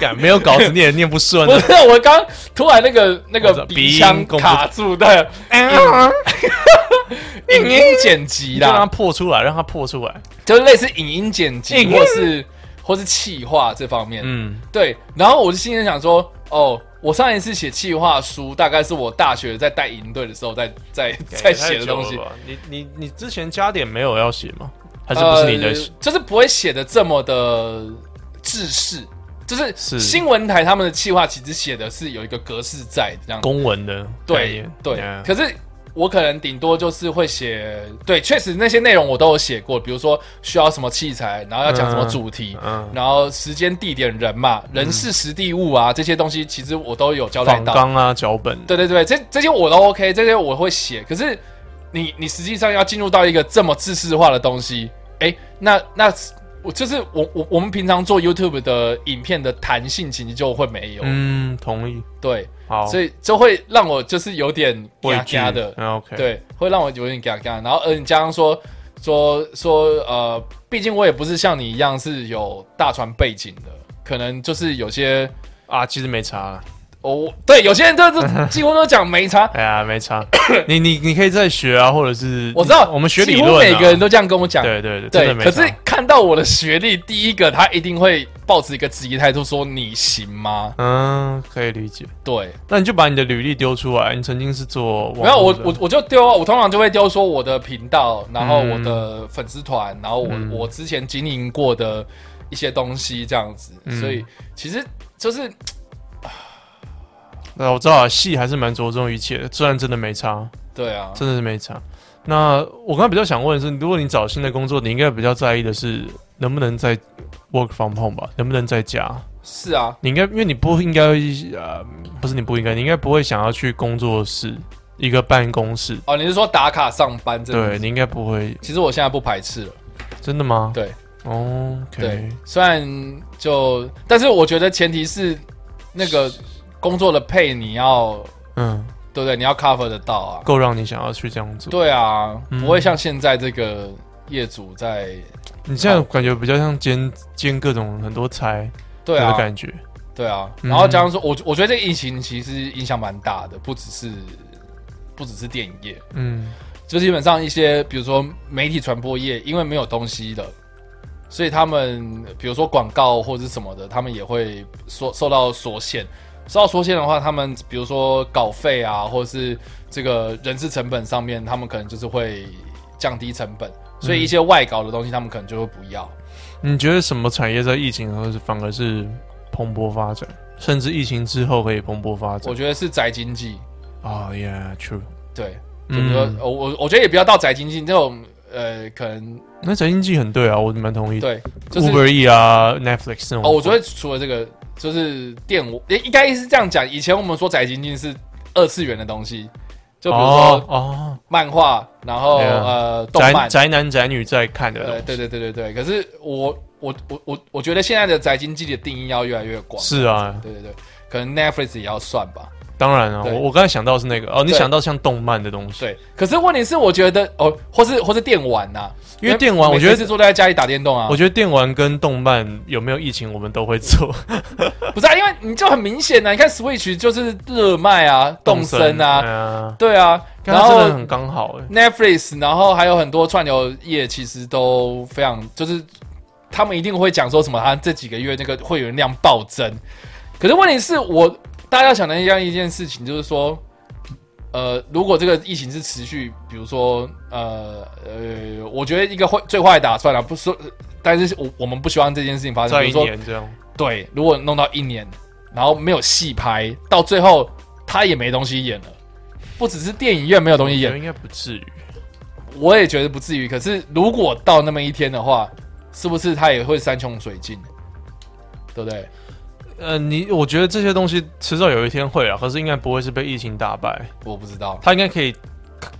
[SPEAKER 5] 干没有稿子你也念不顺
[SPEAKER 4] 不
[SPEAKER 5] 啊。
[SPEAKER 4] 是我刚突然那个那
[SPEAKER 5] 我知
[SPEAKER 4] 个
[SPEAKER 5] 道
[SPEAKER 4] 鼻腔
[SPEAKER 5] 鼻音共
[SPEAKER 4] 卡住的哎影音剪辑
[SPEAKER 5] 你就让它
[SPEAKER 4] 啦，
[SPEAKER 5] 破出来，让它破出来。
[SPEAKER 4] 就是类似影音剪辑
[SPEAKER 5] 影音
[SPEAKER 4] 或是或是企划这方面，
[SPEAKER 5] 嗯，
[SPEAKER 4] 对。然后我就心里想说，哦。我上一次写企划书，大概是我大学在带营队的时候在，在在写的东西
[SPEAKER 5] 太久。了吧。你你你之前加点没有要写吗？还是不是你的？
[SPEAKER 4] 呃就是不会写的这么的制式，就是
[SPEAKER 5] 是
[SPEAKER 4] 新闻台他们的企划其实写的是有一个格式在这样。
[SPEAKER 5] 公文的概
[SPEAKER 4] 对
[SPEAKER 5] 念
[SPEAKER 4] 对
[SPEAKER 5] Yeah
[SPEAKER 4] 可是我可能顶多就是会写，对，确实那些内容我都有写过，比如说需要什么器材，然后要讲什么主题。
[SPEAKER 5] 嗯，
[SPEAKER 4] 然后时间、地点、人嘛，人事、实地、物啊，这些东西其实我都有交代
[SPEAKER 5] 仿
[SPEAKER 4] 到。
[SPEAKER 5] 纲啊，脚本，
[SPEAKER 4] 对对对，这这些我都 OK，这些我会写。可是你你实际上要进入到一个这么知识化的东西，哎，那那我就是我我我们平常做 YouTube 的影片的弹性其实就会没有，
[SPEAKER 5] 嗯，同意。
[SPEAKER 4] 对，
[SPEAKER 5] 好，
[SPEAKER 4] 所以就会让我就是有点
[SPEAKER 5] 畏
[SPEAKER 4] 嘎
[SPEAKER 5] 惧
[SPEAKER 4] 嘎的，
[SPEAKER 5] 嗯，OK，，
[SPEAKER 4] 对，会让我有点嘎嘎。然后呃而你加上说说说呃，毕竟我也不是像你一样是有大船背景的，可能就是有些。
[SPEAKER 5] 啊，其实没差了，
[SPEAKER 4] 哦，对，有些人都 是几乎都讲没差，
[SPEAKER 5] 哎呀，没差。 你你你可以再学啊，或者是
[SPEAKER 4] 我知道，
[SPEAKER 5] 我们学理
[SPEAKER 4] 几乎
[SPEAKER 5] 论啊，
[SPEAKER 4] 每个人都这样跟我讲。
[SPEAKER 5] 对对对，真
[SPEAKER 4] 对
[SPEAKER 5] 的，没
[SPEAKER 4] 可
[SPEAKER 5] 差
[SPEAKER 4] 是看到我的学历，第一个他一定会抱持一个质疑态度，说你行吗？
[SPEAKER 5] 嗯，可以理解。
[SPEAKER 4] 对，
[SPEAKER 5] 那你就把你的履历丢出来，你曾经是做网
[SPEAKER 4] 没有
[SPEAKER 5] 络
[SPEAKER 4] 我
[SPEAKER 5] 的
[SPEAKER 4] 我我就丢，我通常就会丢说我的频道，然后
[SPEAKER 5] 嗯
[SPEAKER 4] 我的粉丝团，然后我、
[SPEAKER 5] 嗯
[SPEAKER 4] 我之前经营过的一些东西这样子，
[SPEAKER 5] 嗯
[SPEAKER 4] 所以其实就是
[SPEAKER 5] 那我知道啊戏还是蛮着重于一切，虽然真的没差，
[SPEAKER 4] 对啊，
[SPEAKER 5] 真的是没差。那我刚才比较想问的是，如果你找新的工作，你应该比较在意的是能不能在 work from home 吧？能不能在家？
[SPEAKER 4] 是啊，
[SPEAKER 5] 你应该，因为你不应该，呃，不是你不应该，你应该不会想要去工作室一个办公室。
[SPEAKER 4] 哦，你是说打卡上班这
[SPEAKER 5] 对
[SPEAKER 4] 种？
[SPEAKER 5] 你应该不会，
[SPEAKER 4] 其实我现在不排斥了，
[SPEAKER 5] 真的吗？
[SPEAKER 4] 对
[SPEAKER 5] 哦
[SPEAKER 4] 对
[SPEAKER 5] ，OK，，
[SPEAKER 4] 虽然就，但是我觉得前提是那个工作的配你要
[SPEAKER 5] 嗯，
[SPEAKER 4] 对不对？你要 cover 得到啊。
[SPEAKER 5] 够让你想要去这样做。
[SPEAKER 4] 对啊，
[SPEAKER 5] 嗯
[SPEAKER 4] 不会像现在这个业主在
[SPEAKER 5] 你现在感觉比较像兼兼各种很多差
[SPEAKER 4] 对
[SPEAKER 5] 的
[SPEAKER 4] 啊，
[SPEAKER 5] 感觉。
[SPEAKER 4] 对啊，
[SPEAKER 5] 嗯
[SPEAKER 4] 然后加上说，我我觉得这个疫情其实影响蛮大的，不只是不只是电影业，
[SPEAKER 5] 嗯
[SPEAKER 4] 就基本上一些比如说媒体传播业，因为没有东西了，所以他们比如说广告或者是什么的，他们也会受受到缩限。受到缩限的话，他们比如说稿费啊，或者是这个人事成本上面，他们可能就是会降低成本，所以一些外稿的东西，他们可能就会不要。
[SPEAKER 5] 你觉得什么产业在疫情后是反而是蓬勃发展，甚至疫情之后可以蓬勃发
[SPEAKER 4] 我
[SPEAKER 5] 展？
[SPEAKER 4] 觉得是宅经济，
[SPEAKER 5] 啊、y e a h t r u e
[SPEAKER 4] 对，就比如说，
[SPEAKER 5] 嗯，
[SPEAKER 4] 我我我觉得也不要到宅经济这种，呃，可能
[SPEAKER 5] 那宅经济很对啊，我蛮同意。
[SPEAKER 4] 对，就是
[SPEAKER 5] Uber E 啊，Netflix 那种。
[SPEAKER 4] 哦，我觉得除了这个，就是电我诶应该是这样讲。以前我们说宅经济是二次元的东西，就比如
[SPEAKER 5] 哦
[SPEAKER 4] 说
[SPEAKER 5] 哦，
[SPEAKER 4] 漫画，然后、
[SPEAKER 5] 对啊
[SPEAKER 4] 呃动
[SPEAKER 5] 宅
[SPEAKER 4] 漫，
[SPEAKER 5] 宅男宅女在看的东
[SPEAKER 4] 呃，
[SPEAKER 5] 西。
[SPEAKER 4] 对对对对对。可是我我我我我觉得现在的宅经济的定义要越来越广，
[SPEAKER 5] 是啊，
[SPEAKER 4] 对对对，可能 Netflix 也要算吧。
[SPEAKER 5] 当然啊，
[SPEAKER 4] 对
[SPEAKER 5] 我我刚才想到是那个哦，你
[SPEAKER 4] 对
[SPEAKER 5] 想到像动漫的东西，
[SPEAKER 4] 对，可是问题是，我觉得哦，或是或是电玩呐、
[SPEAKER 5] 因为电玩，我
[SPEAKER 4] 每
[SPEAKER 5] 觉
[SPEAKER 4] 次
[SPEAKER 5] 得
[SPEAKER 4] 坐在家里打电动啊，
[SPEAKER 5] 我觉得电玩跟动漫有没有疫情，我们都会做。
[SPEAKER 4] 不是、啊，因为你就很明显啊呐、你看 Switch 就是热卖啊， 动森啊，
[SPEAKER 5] 啊，
[SPEAKER 4] 对啊，
[SPEAKER 5] 刚
[SPEAKER 4] 然
[SPEAKER 5] 刚真的
[SPEAKER 4] 后
[SPEAKER 5] 很刚好哎。
[SPEAKER 4] Netflix，然后还有很多串流业，其实都非常就是他们一定会讲说什么，他这几个月那个会员量暴增。可是问题是我大家想的一样一件事情，就是说，呃，如果这个疫情是持续，比如说，呃呃，我觉得一个会最坏的打算了、啊不说，呃但是我我们不希望这件事情发生。
[SPEAKER 5] 在
[SPEAKER 4] 比
[SPEAKER 5] 一
[SPEAKER 4] 如说，
[SPEAKER 5] 年这样，
[SPEAKER 4] 对，如果弄到一年，然后没有戏拍，到最后他也没东西演了，不只是电影院没有东西
[SPEAKER 5] 也
[SPEAKER 4] 演，嗯
[SPEAKER 5] 应该不至于。
[SPEAKER 4] 我也觉得不至于。可是如果到那么一天的话，是不是他也会山穷水尽？对不对？
[SPEAKER 5] 呃，你我觉得这些东西迟早有一天会啊，可是应该不会是被疫情打败，
[SPEAKER 4] 我不知道。
[SPEAKER 5] 他应该可以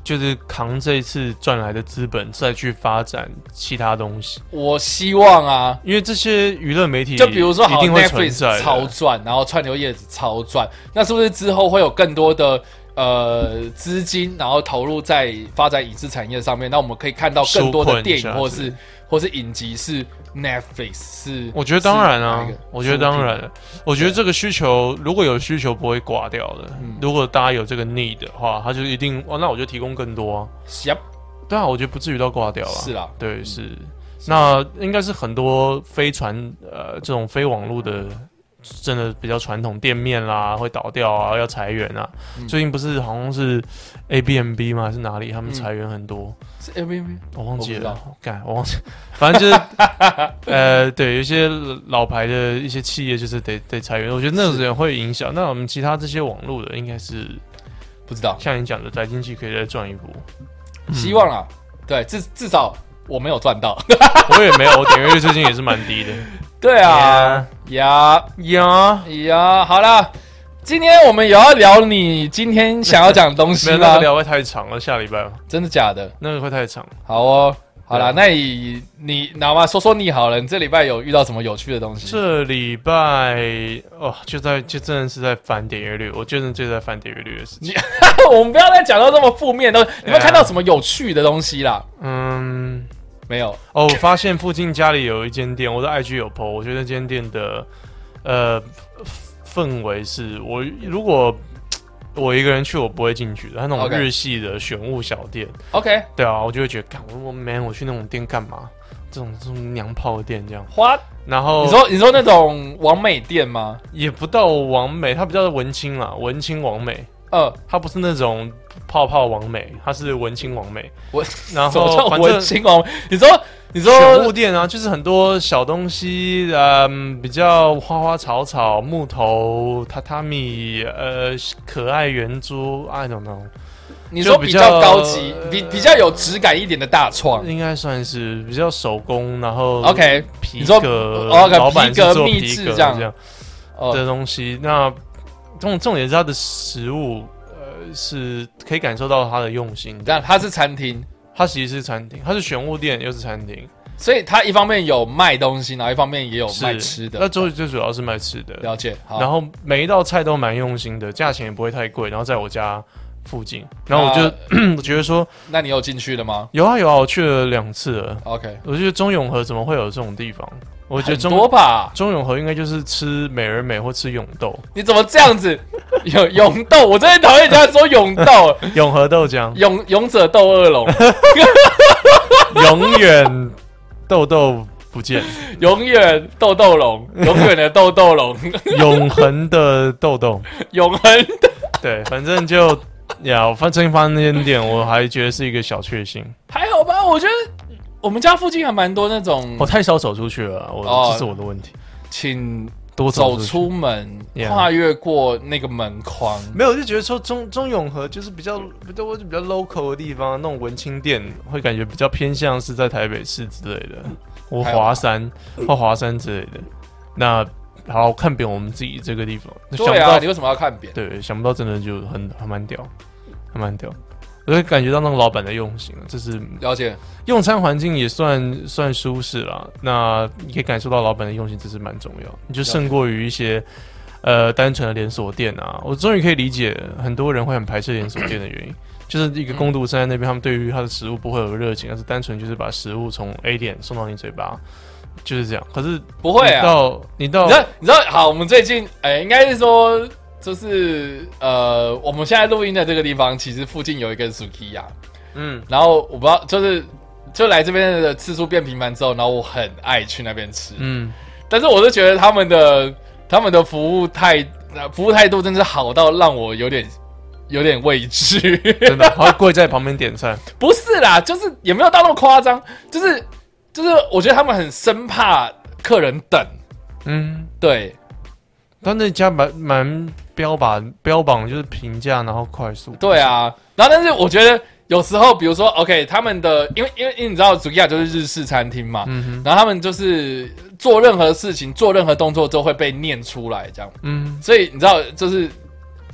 [SPEAKER 5] 就是扛这一次赚来的资本再去发展其他东西，
[SPEAKER 4] 我希望啊，
[SPEAKER 5] 因为这些娱乐媒体
[SPEAKER 4] 就比如说
[SPEAKER 5] 一
[SPEAKER 4] 好
[SPEAKER 5] 定会存在
[SPEAKER 4] Netflix
[SPEAKER 5] 的
[SPEAKER 4] 超赚，然后串流业子超赚，那是不是之后会有更多的呃资金，然后投入在发展影视产业上面？那我们可以看到更多
[SPEAKER 5] 纾
[SPEAKER 4] 的
[SPEAKER 5] 困
[SPEAKER 4] 电
[SPEAKER 5] 一下
[SPEAKER 4] 影或是或是影集是 Netflix 是？
[SPEAKER 5] 我觉得当然
[SPEAKER 4] 是
[SPEAKER 5] 啊
[SPEAKER 4] 哪一个，
[SPEAKER 5] 我觉得当然，我觉得这个需求如果有需求不会挂掉的，
[SPEAKER 4] 嗯
[SPEAKER 5] 如果大家有这个 need 的话，他就一定哦，那我就提供更多啊。
[SPEAKER 4] 是啊，
[SPEAKER 5] 对啊，我觉得不至于到挂掉啊。
[SPEAKER 4] 是啦，
[SPEAKER 5] 对，是。那应该是很多非传呃这种非网络的，真的比较传统店面啦，会倒掉啊，要裁员啊。
[SPEAKER 4] 嗯
[SPEAKER 5] 最近不是好像是 A B M B 吗？还是哪里？他们
[SPEAKER 4] 嗯
[SPEAKER 5] 裁员很多，
[SPEAKER 4] 是哎 M V
[SPEAKER 5] 我忘记
[SPEAKER 4] 我不知道
[SPEAKER 5] 了。我干，我忘记，反正就是 呃，对，有一些老牌的一些企业就是得得裁员，我觉得那
[SPEAKER 4] 是
[SPEAKER 5] 种也会影响。那我们其他这些网络的，应该是
[SPEAKER 4] 不知道。
[SPEAKER 5] 像你讲的，宅经济可以再赚一波。嗯
[SPEAKER 4] 希望啦，对，至至少我没有赚 到。
[SPEAKER 5] 我也没有，我点阅率最近也是蛮低的。
[SPEAKER 4] 对啊，呀
[SPEAKER 5] 呀，
[SPEAKER 4] 呀，好啦，今天我们也要聊你今天想要讲的东西
[SPEAKER 5] 没有那
[SPEAKER 4] 啦
[SPEAKER 5] 个，聊会太长了，下礼拜吧
[SPEAKER 4] 真的假的？
[SPEAKER 5] 那个会太长。
[SPEAKER 4] 好哦，好啦，
[SPEAKER 5] 对啊
[SPEAKER 4] 那你你哪怕说说你好了，你这礼拜有遇到什么有趣的东西？
[SPEAKER 5] 这礼拜哦，就在就真的是在翻点阅率，我真的就在翻点阅率的事情。
[SPEAKER 4] 我们不要再讲到这么负面的东西，你们
[SPEAKER 5] 对啊
[SPEAKER 4] 看到什么有趣的东西啦？
[SPEAKER 5] 嗯，
[SPEAKER 4] 没有，
[SPEAKER 5] 哦，我发现附近家里有一间店，我的 IG 有 PO，我觉得那间店的呃氛围是我如果我一个人去，我不会进去的，它那种
[SPEAKER 4] OK
[SPEAKER 5] 日系的选物小店。
[SPEAKER 4] OK，
[SPEAKER 5] 对啊，我就会觉得，干我我 man，我去那种店干嘛？这种这种娘炮的店这样，
[SPEAKER 4] 花，
[SPEAKER 5] 然后
[SPEAKER 4] 你说你说那种完美店吗？
[SPEAKER 5] 也不到完美，它比较文青啦，文青完美，
[SPEAKER 4] 呃，
[SPEAKER 5] 它不是那种泡泡完美，它是文青完美。
[SPEAKER 4] 我
[SPEAKER 5] 然
[SPEAKER 4] 什么叫
[SPEAKER 5] 后反
[SPEAKER 4] 文
[SPEAKER 5] 正
[SPEAKER 4] 青哦？你说你说
[SPEAKER 5] 选物店啊，就是很多小东西，嗯，比较花花草草、木头、榻榻米，呃，可爱圆珠，I don't know，
[SPEAKER 4] 你说
[SPEAKER 5] 就
[SPEAKER 4] 比
[SPEAKER 5] 比
[SPEAKER 4] 较
[SPEAKER 5] 较
[SPEAKER 4] 高级，比比较有质感一点的大创。
[SPEAKER 5] 应该算是比较手工，然后
[SPEAKER 4] OK，
[SPEAKER 5] 皮
[SPEAKER 4] 你说
[SPEAKER 5] 革，
[SPEAKER 4] 哦，OK，
[SPEAKER 5] 老板
[SPEAKER 4] 皮革
[SPEAKER 5] 是做
[SPEAKER 4] 秘
[SPEAKER 5] 皮
[SPEAKER 4] 制
[SPEAKER 5] 革
[SPEAKER 4] 这样
[SPEAKER 5] 这样
[SPEAKER 4] 哦
[SPEAKER 5] 的东西。那重重点是它的食物，呃，是可以感受到他的用心的。
[SPEAKER 4] 但它是餐厅，
[SPEAKER 5] 它其实是餐厅，它是玄武店又是餐厅，
[SPEAKER 4] 所以它一方面有卖东西，然后一方面也有
[SPEAKER 5] 是
[SPEAKER 4] 哦卖吃的。
[SPEAKER 5] 那最最主要是卖吃的，
[SPEAKER 4] 了解，好，
[SPEAKER 5] 然后每一道菜都蛮用心的，价钱也不会太贵，然后在我家附近，然后我就、嗯我觉得说
[SPEAKER 4] 那你有进去了吗
[SPEAKER 5] 有啊有啊，我去了两次了，
[SPEAKER 4] ？OK，
[SPEAKER 5] 我觉得中永和怎么会有这种地方？我觉得
[SPEAKER 4] 很
[SPEAKER 5] 中
[SPEAKER 4] 多吧？
[SPEAKER 5] 中永和应该就是吃美而美或吃永豆，
[SPEAKER 4] 你怎么这样子？永永斗，我真的讨厌人家说永斗，
[SPEAKER 5] 永和豆浆
[SPEAKER 4] 勇勇者斗恶龙，
[SPEAKER 5] 永远豆豆不见，
[SPEAKER 4] 永远斗斗龙，永远的斗斗龙，
[SPEAKER 5] 永恒的豆豆。
[SPEAKER 4] 永恒的。
[SPEAKER 5] 对，反正就呀，我发正发那间店，我还觉得是一个小确幸。
[SPEAKER 4] 还好吧？我觉得我们家附近还蛮多那种，
[SPEAKER 5] 我太少走出去了，我、
[SPEAKER 4] 哦
[SPEAKER 5] 这是我的问题。
[SPEAKER 4] 请
[SPEAKER 5] 多走
[SPEAKER 4] 走
[SPEAKER 5] 出去
[SPEAKER 4] 出门，
[SPEAKER 5] Yeah
[SPEAKER 4] 跨越过那个门框。
[SPEAKER 5] 没有，我就觉得说中中永和就是比较比较比较 local 的地方，那种文青店会感觉比较偏向是在台北市之类的，或
[SPEAKER 4] 还有
[SPEAKER 5] 嗯华山或华山之类的。那好看扁我们自己这个地方，那想
[SPEAKER 4] 对
[SPEAKER 5] 不
[SPEAKER 4] 啊，
[SPEAKER 5] 到
[SPEAKER 4] 你为什么要看扁？
[SPEAKER 5] 对，想不到真的就很还蛮屌，还蛮屌。我就感觉到那个老板的用心了，这是
[SPEAKER 4] 了解，
[SPEAKER 5] 用餐环境也算算舒适啦，那你可以感受到老板的用心，这是蛮重要。你就胜过于一些呃单纯的连锁店啊。我终于可以理解很多人会很排斥连锁店的原因，就是一个工读生在那边，他们对于他的食物不会有热情，而是单纯就是把食物从 A 点送到你嘴巴，就是这样。可是
[SPEAKER 4] 不会
[SPEAKER 5] 你
[SPEAKER 4] 啊。
[SPEAKER 5] 到你
[SPEAKER 4] 你知道
[SPEAKER 5] 到，
[SPEAKER 4] 你知道，好，我们最近，哎、应该是说，就是呃，我们现在录音的这个地方，其实附近有一个 Sukiya，
[SPEAKER 5] 嗯，
[SPEAKER 4] 然后我不知道，就是就来这边的次数变频繁之后，然后我很爱去那边吃，
[SPEAKER 5] 嗯，
[SPEAKER 4] 但是我是觉得他们的他们的服务态呃服务态度真是好到让我有点有点畏惧。
[SPEAKER 5] 真的，好像跪在旁边点菜，
[SPEAKER 4] 不是啦，就是也没有到那么夸张，就是就是我觉得他们很生怕客人等，
[SPEAKER 5] 嗯，
[SPEAKER 4] 对，
[SPEAKER 5] 他那家蛮蛮标榜标榜就是平价，然后快速，
[SPEAKER 4] 对啊，然后但是我觉得有时候，比如说，OK，他们的因为因为因为你知道，主亚就是日式餐厅嘛，
[SPEAKER 5] 嗯哼，
[SPEAKER 4] 然后他们就是做任何事情、做任何动作都会被念出来，这样。
[SPEAKER 5] 嗯。
[SPEAKER 4] 所以你知道，就是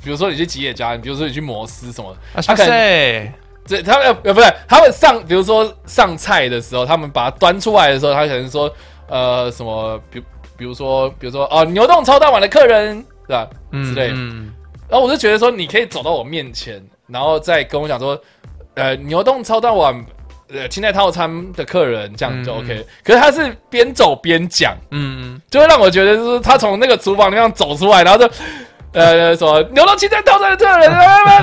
[SPEAKER 4] 比如说你去吉野家，比如说你去摩斯什么的，
[SPEAKER 5] 啊，
[SPEAKER 4] 他
[SPEAKER 5] 哇
[SPEAKER 4] 可能
[SPEAKER 5] 塞！
[SPEAKER 4] 这他们呃不是他们上，比如说上菜的时候，他们把它端出来的时候，他可能说呃什么，比比如说比如说哦牛洞超大碗的客人，对吧？之类的。
[SPEAKER 5] 嗯
[SPEAKER 4] 然后我就觉得说，你可以走到我面前，然后再跟我讲说，呃，牛洞超大碗，呃，清代套餐的客人这样就
[SPEAKER 5] 嗯
[SPEAKER 4] OK。可是他是边走边讲，
[SPEAKER 5] 嗯，
[SPEAKER 4] 就会让我觉得就是他从那个厨房那样走出来，然后就。呃，什么牛洞清代套餐的客人，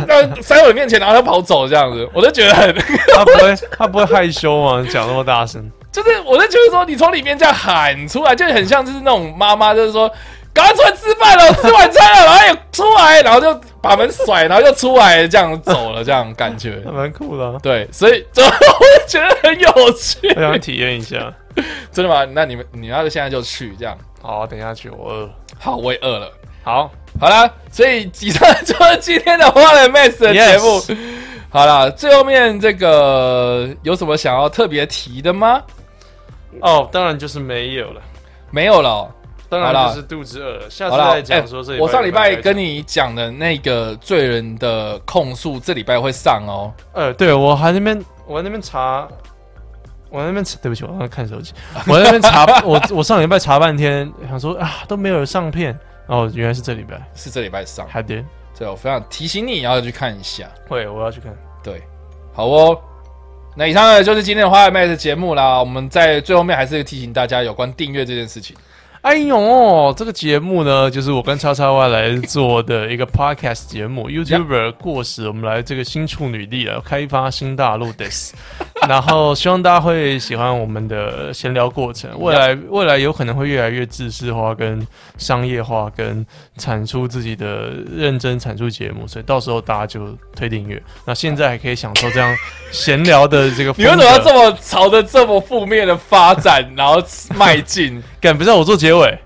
[SPEAKER 4] 呃，塞我面前，然后他跑走这样子，我就觉得很，
[SPEAKER 5] 他不会， 他不会害羞吗？讲那么大声，
[SPEAKER 4] 就是我就觉得说，你从里面这样喊出来，就很像就是那种妈妈，就是说，赶快出来吃饭啊了，吃晚餐了，然后也出来，然后就把门甩，然后就出来这样走了，这样感觉
[SPEAKER 5] 还。蛮酷的啊、
[SPEAKER 4] 对，所以就我就觉得很有趣
[SPEAKER 5] 我。想体验一下。
[SPEAKER 4] 真的吗？那你们你要现在就去这样。
[SPEAKER 5] 好，等一下去，我饿。
[SPEAKER 4] 好，我也饿了。
[SPEAKER 5] 好，
[SPEAKER 4] 好啦，所以以上就是今天的花人 Max 的节目。好啦，最后面这个有什么想要特别提的吗？
[SPEAKER 5] 哦，当然就是没有了，
[SPEAKER 4] 没有了哦、
[SPEAKER 5] 当
[SPEAKER 4] 好
[SPEAKER 5] 然
[SPEAKER 4] 啦
[SPEAKER 5] 就是肚子饿了。下次
[SPEAKER 4] 好啦，
[SPEAKER 5] 再讲说
[SPEAKER 4] 哎
[SPEAKER 5] 这、
[SPEAKER 4] 我上礼拜跟
[SPEAKER 5] 你，
[SPEAKER 4] 你讲的那个罪人的控诉，这礼拜会上哦。
[SPEAKER 5] 呃，对我还那边，我在那边查，我在那边查，对不起，我刚刚看手 机，我在那边查，我我上礼拜查半天，想说啊都没有上片，哦，原来是这礼拜，
[SPEAKER 4] 是这礼拜上，
[SPEAKER 5] 还得，
[SPEAKER 4] 对，我非常提醒你要去看一下。
[SPEAKER 5] 会，我要去看。
[SPEAKER 4] 对，好哦。那以上呢就是今天的花外麦的节目啦。我们在最后面还是提醒大家有关订阅这件事情。
[SPEAKER 5] 哎呦，这个节目呢，就是我跟叉叉 Y 来做的一个 podcast 节目。YouTuber 过时，我们来这个新处女地啊，开发新大陆 this。然后希望大家会喜欢我们的闲聊过程。未来未来有可能会越来越自式化、跟商业化、跟产出自己的认真产出节目，所以到时候大家就推订阅。那现在还可以享受这样闲聊的这个
[SPEAKER 4] 你
[SPEAKER 5] 风
[SPEAKER 4] 为什
[SPEAKER 5] 格。
[SPEAKER 4] 么要这么朝着这么负面的发展，然后迈进？
[SPEAKER 5] 敢不是让我做结尾？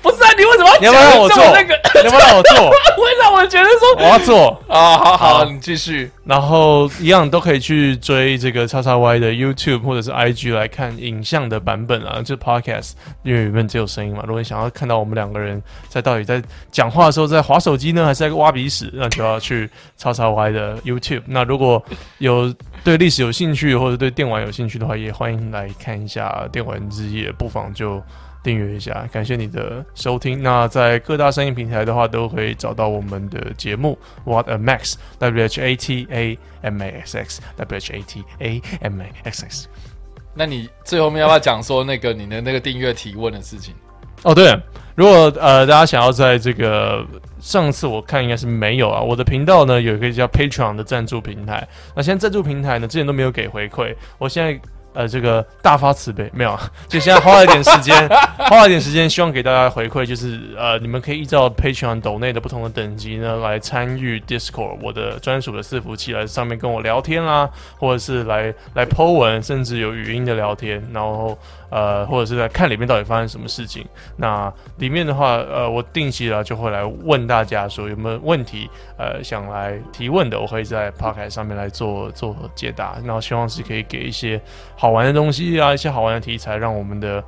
[SPEAKER 4] 不是啊，你为什么
[SPEAKER 5] 你要
[SPEAKER 4] 讲
[SPEAKER 5] 不要让
[SPEAKER 4] 得
[SPEAKER 5] 我
[SPEAKER 4] 这
[SPEAKER 5] 做？
[SPEAKER 4] 么那个？
[SPEAKER 5] 你要不要让我做？
[SPEAKER 4] 会让我觉得说
[SPEAKER 5] 我要做。
[SPEAKER 4] 啊，好好，
[SPEAKER 5] 好
[SPEAKER 4] 你继续。
[SPEAKER 5] 然后一样都可以去追这个叉叉 Y 的 YouTube 或者是 IG 来看影像的版本啊，就是 Podcast，因为原本只有声音嘛。如果你想要看到我们两个人在到底在讲话的时候在划手机呢，还是在挖鼻屎，那就要去叉叉 Y 的 YouTube。那如果有对历史有兴趣或者对电玩有兴趣的话，也欢迎来看一下电玩之夜，不妨就。订阅一下，感谢你的收听。那在各大声音平台的话，都可以找到我们的节目 What a Max W H A T A M A X X W H A T A M A X X。
[SPEAKER 4] 那你最后面要不要讲说那个你的那个订阅提问的事情？
[SPEAKER 5] 哦，对了，如果呃大家想要在这个上次我看应该是没有啊，我的频道呢有一个叫 Patreon 的赞助平台，那现在赞助平台呢之前都没有给回馈，我现在。呃，这个大发慈悲没有啊，就现在花了一点时间，花了一点时间，希望给大家回馈，就是呃，你们可以依照 Patreon 抖内的不同的等级呢，来参与 Discord 我的专属的伺服器，来上面跟我聊天啦，或者是来来 Po 文，甚至有语音的聊天，然后呃，或者是在看里面到底发生什么事情。那里面的话，呃，我定期啊就会来问大家说有没有问题，呃，想来提问的，我会在 Podcast 上面来做做解答，然后希望是可以给一些。好玩的东西啊，一些好玩的题材，让我们的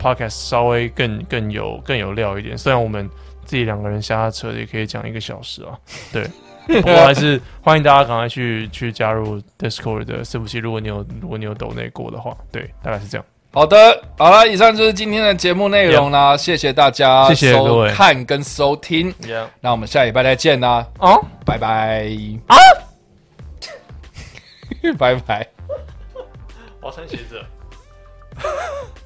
[SPEAKER 5] podcast 稍微更更有更有料一点。虽然我们自己两个人瞎扯，也可以讲一个小时啊，对。不过还是欢迎大家赶快去去加入 Discord 的伺服器，如果你有如果你有抖内过的话，对，大概是这样。
[SPEAKER 4] 好的，好了，以上就是今天的节目内容啦谢谢大家
[SPEAKER 5] 谢谢各
[SPEAKER 4] 收
[SPEAKER 5] 位
[SPEAKER 4] 看跟收听，
[SPEAKER 5] Yeah，
[SPEAKER 4] 那我们下礼拜再见啦，
[SPEAKER 5] 哦，
[SPEAKER 4] 拜拜
[SPEAKER 5] 啊，
[SPEAKER 4] 拜拜。
[SPEAKER 5] 我要穿鞋子了。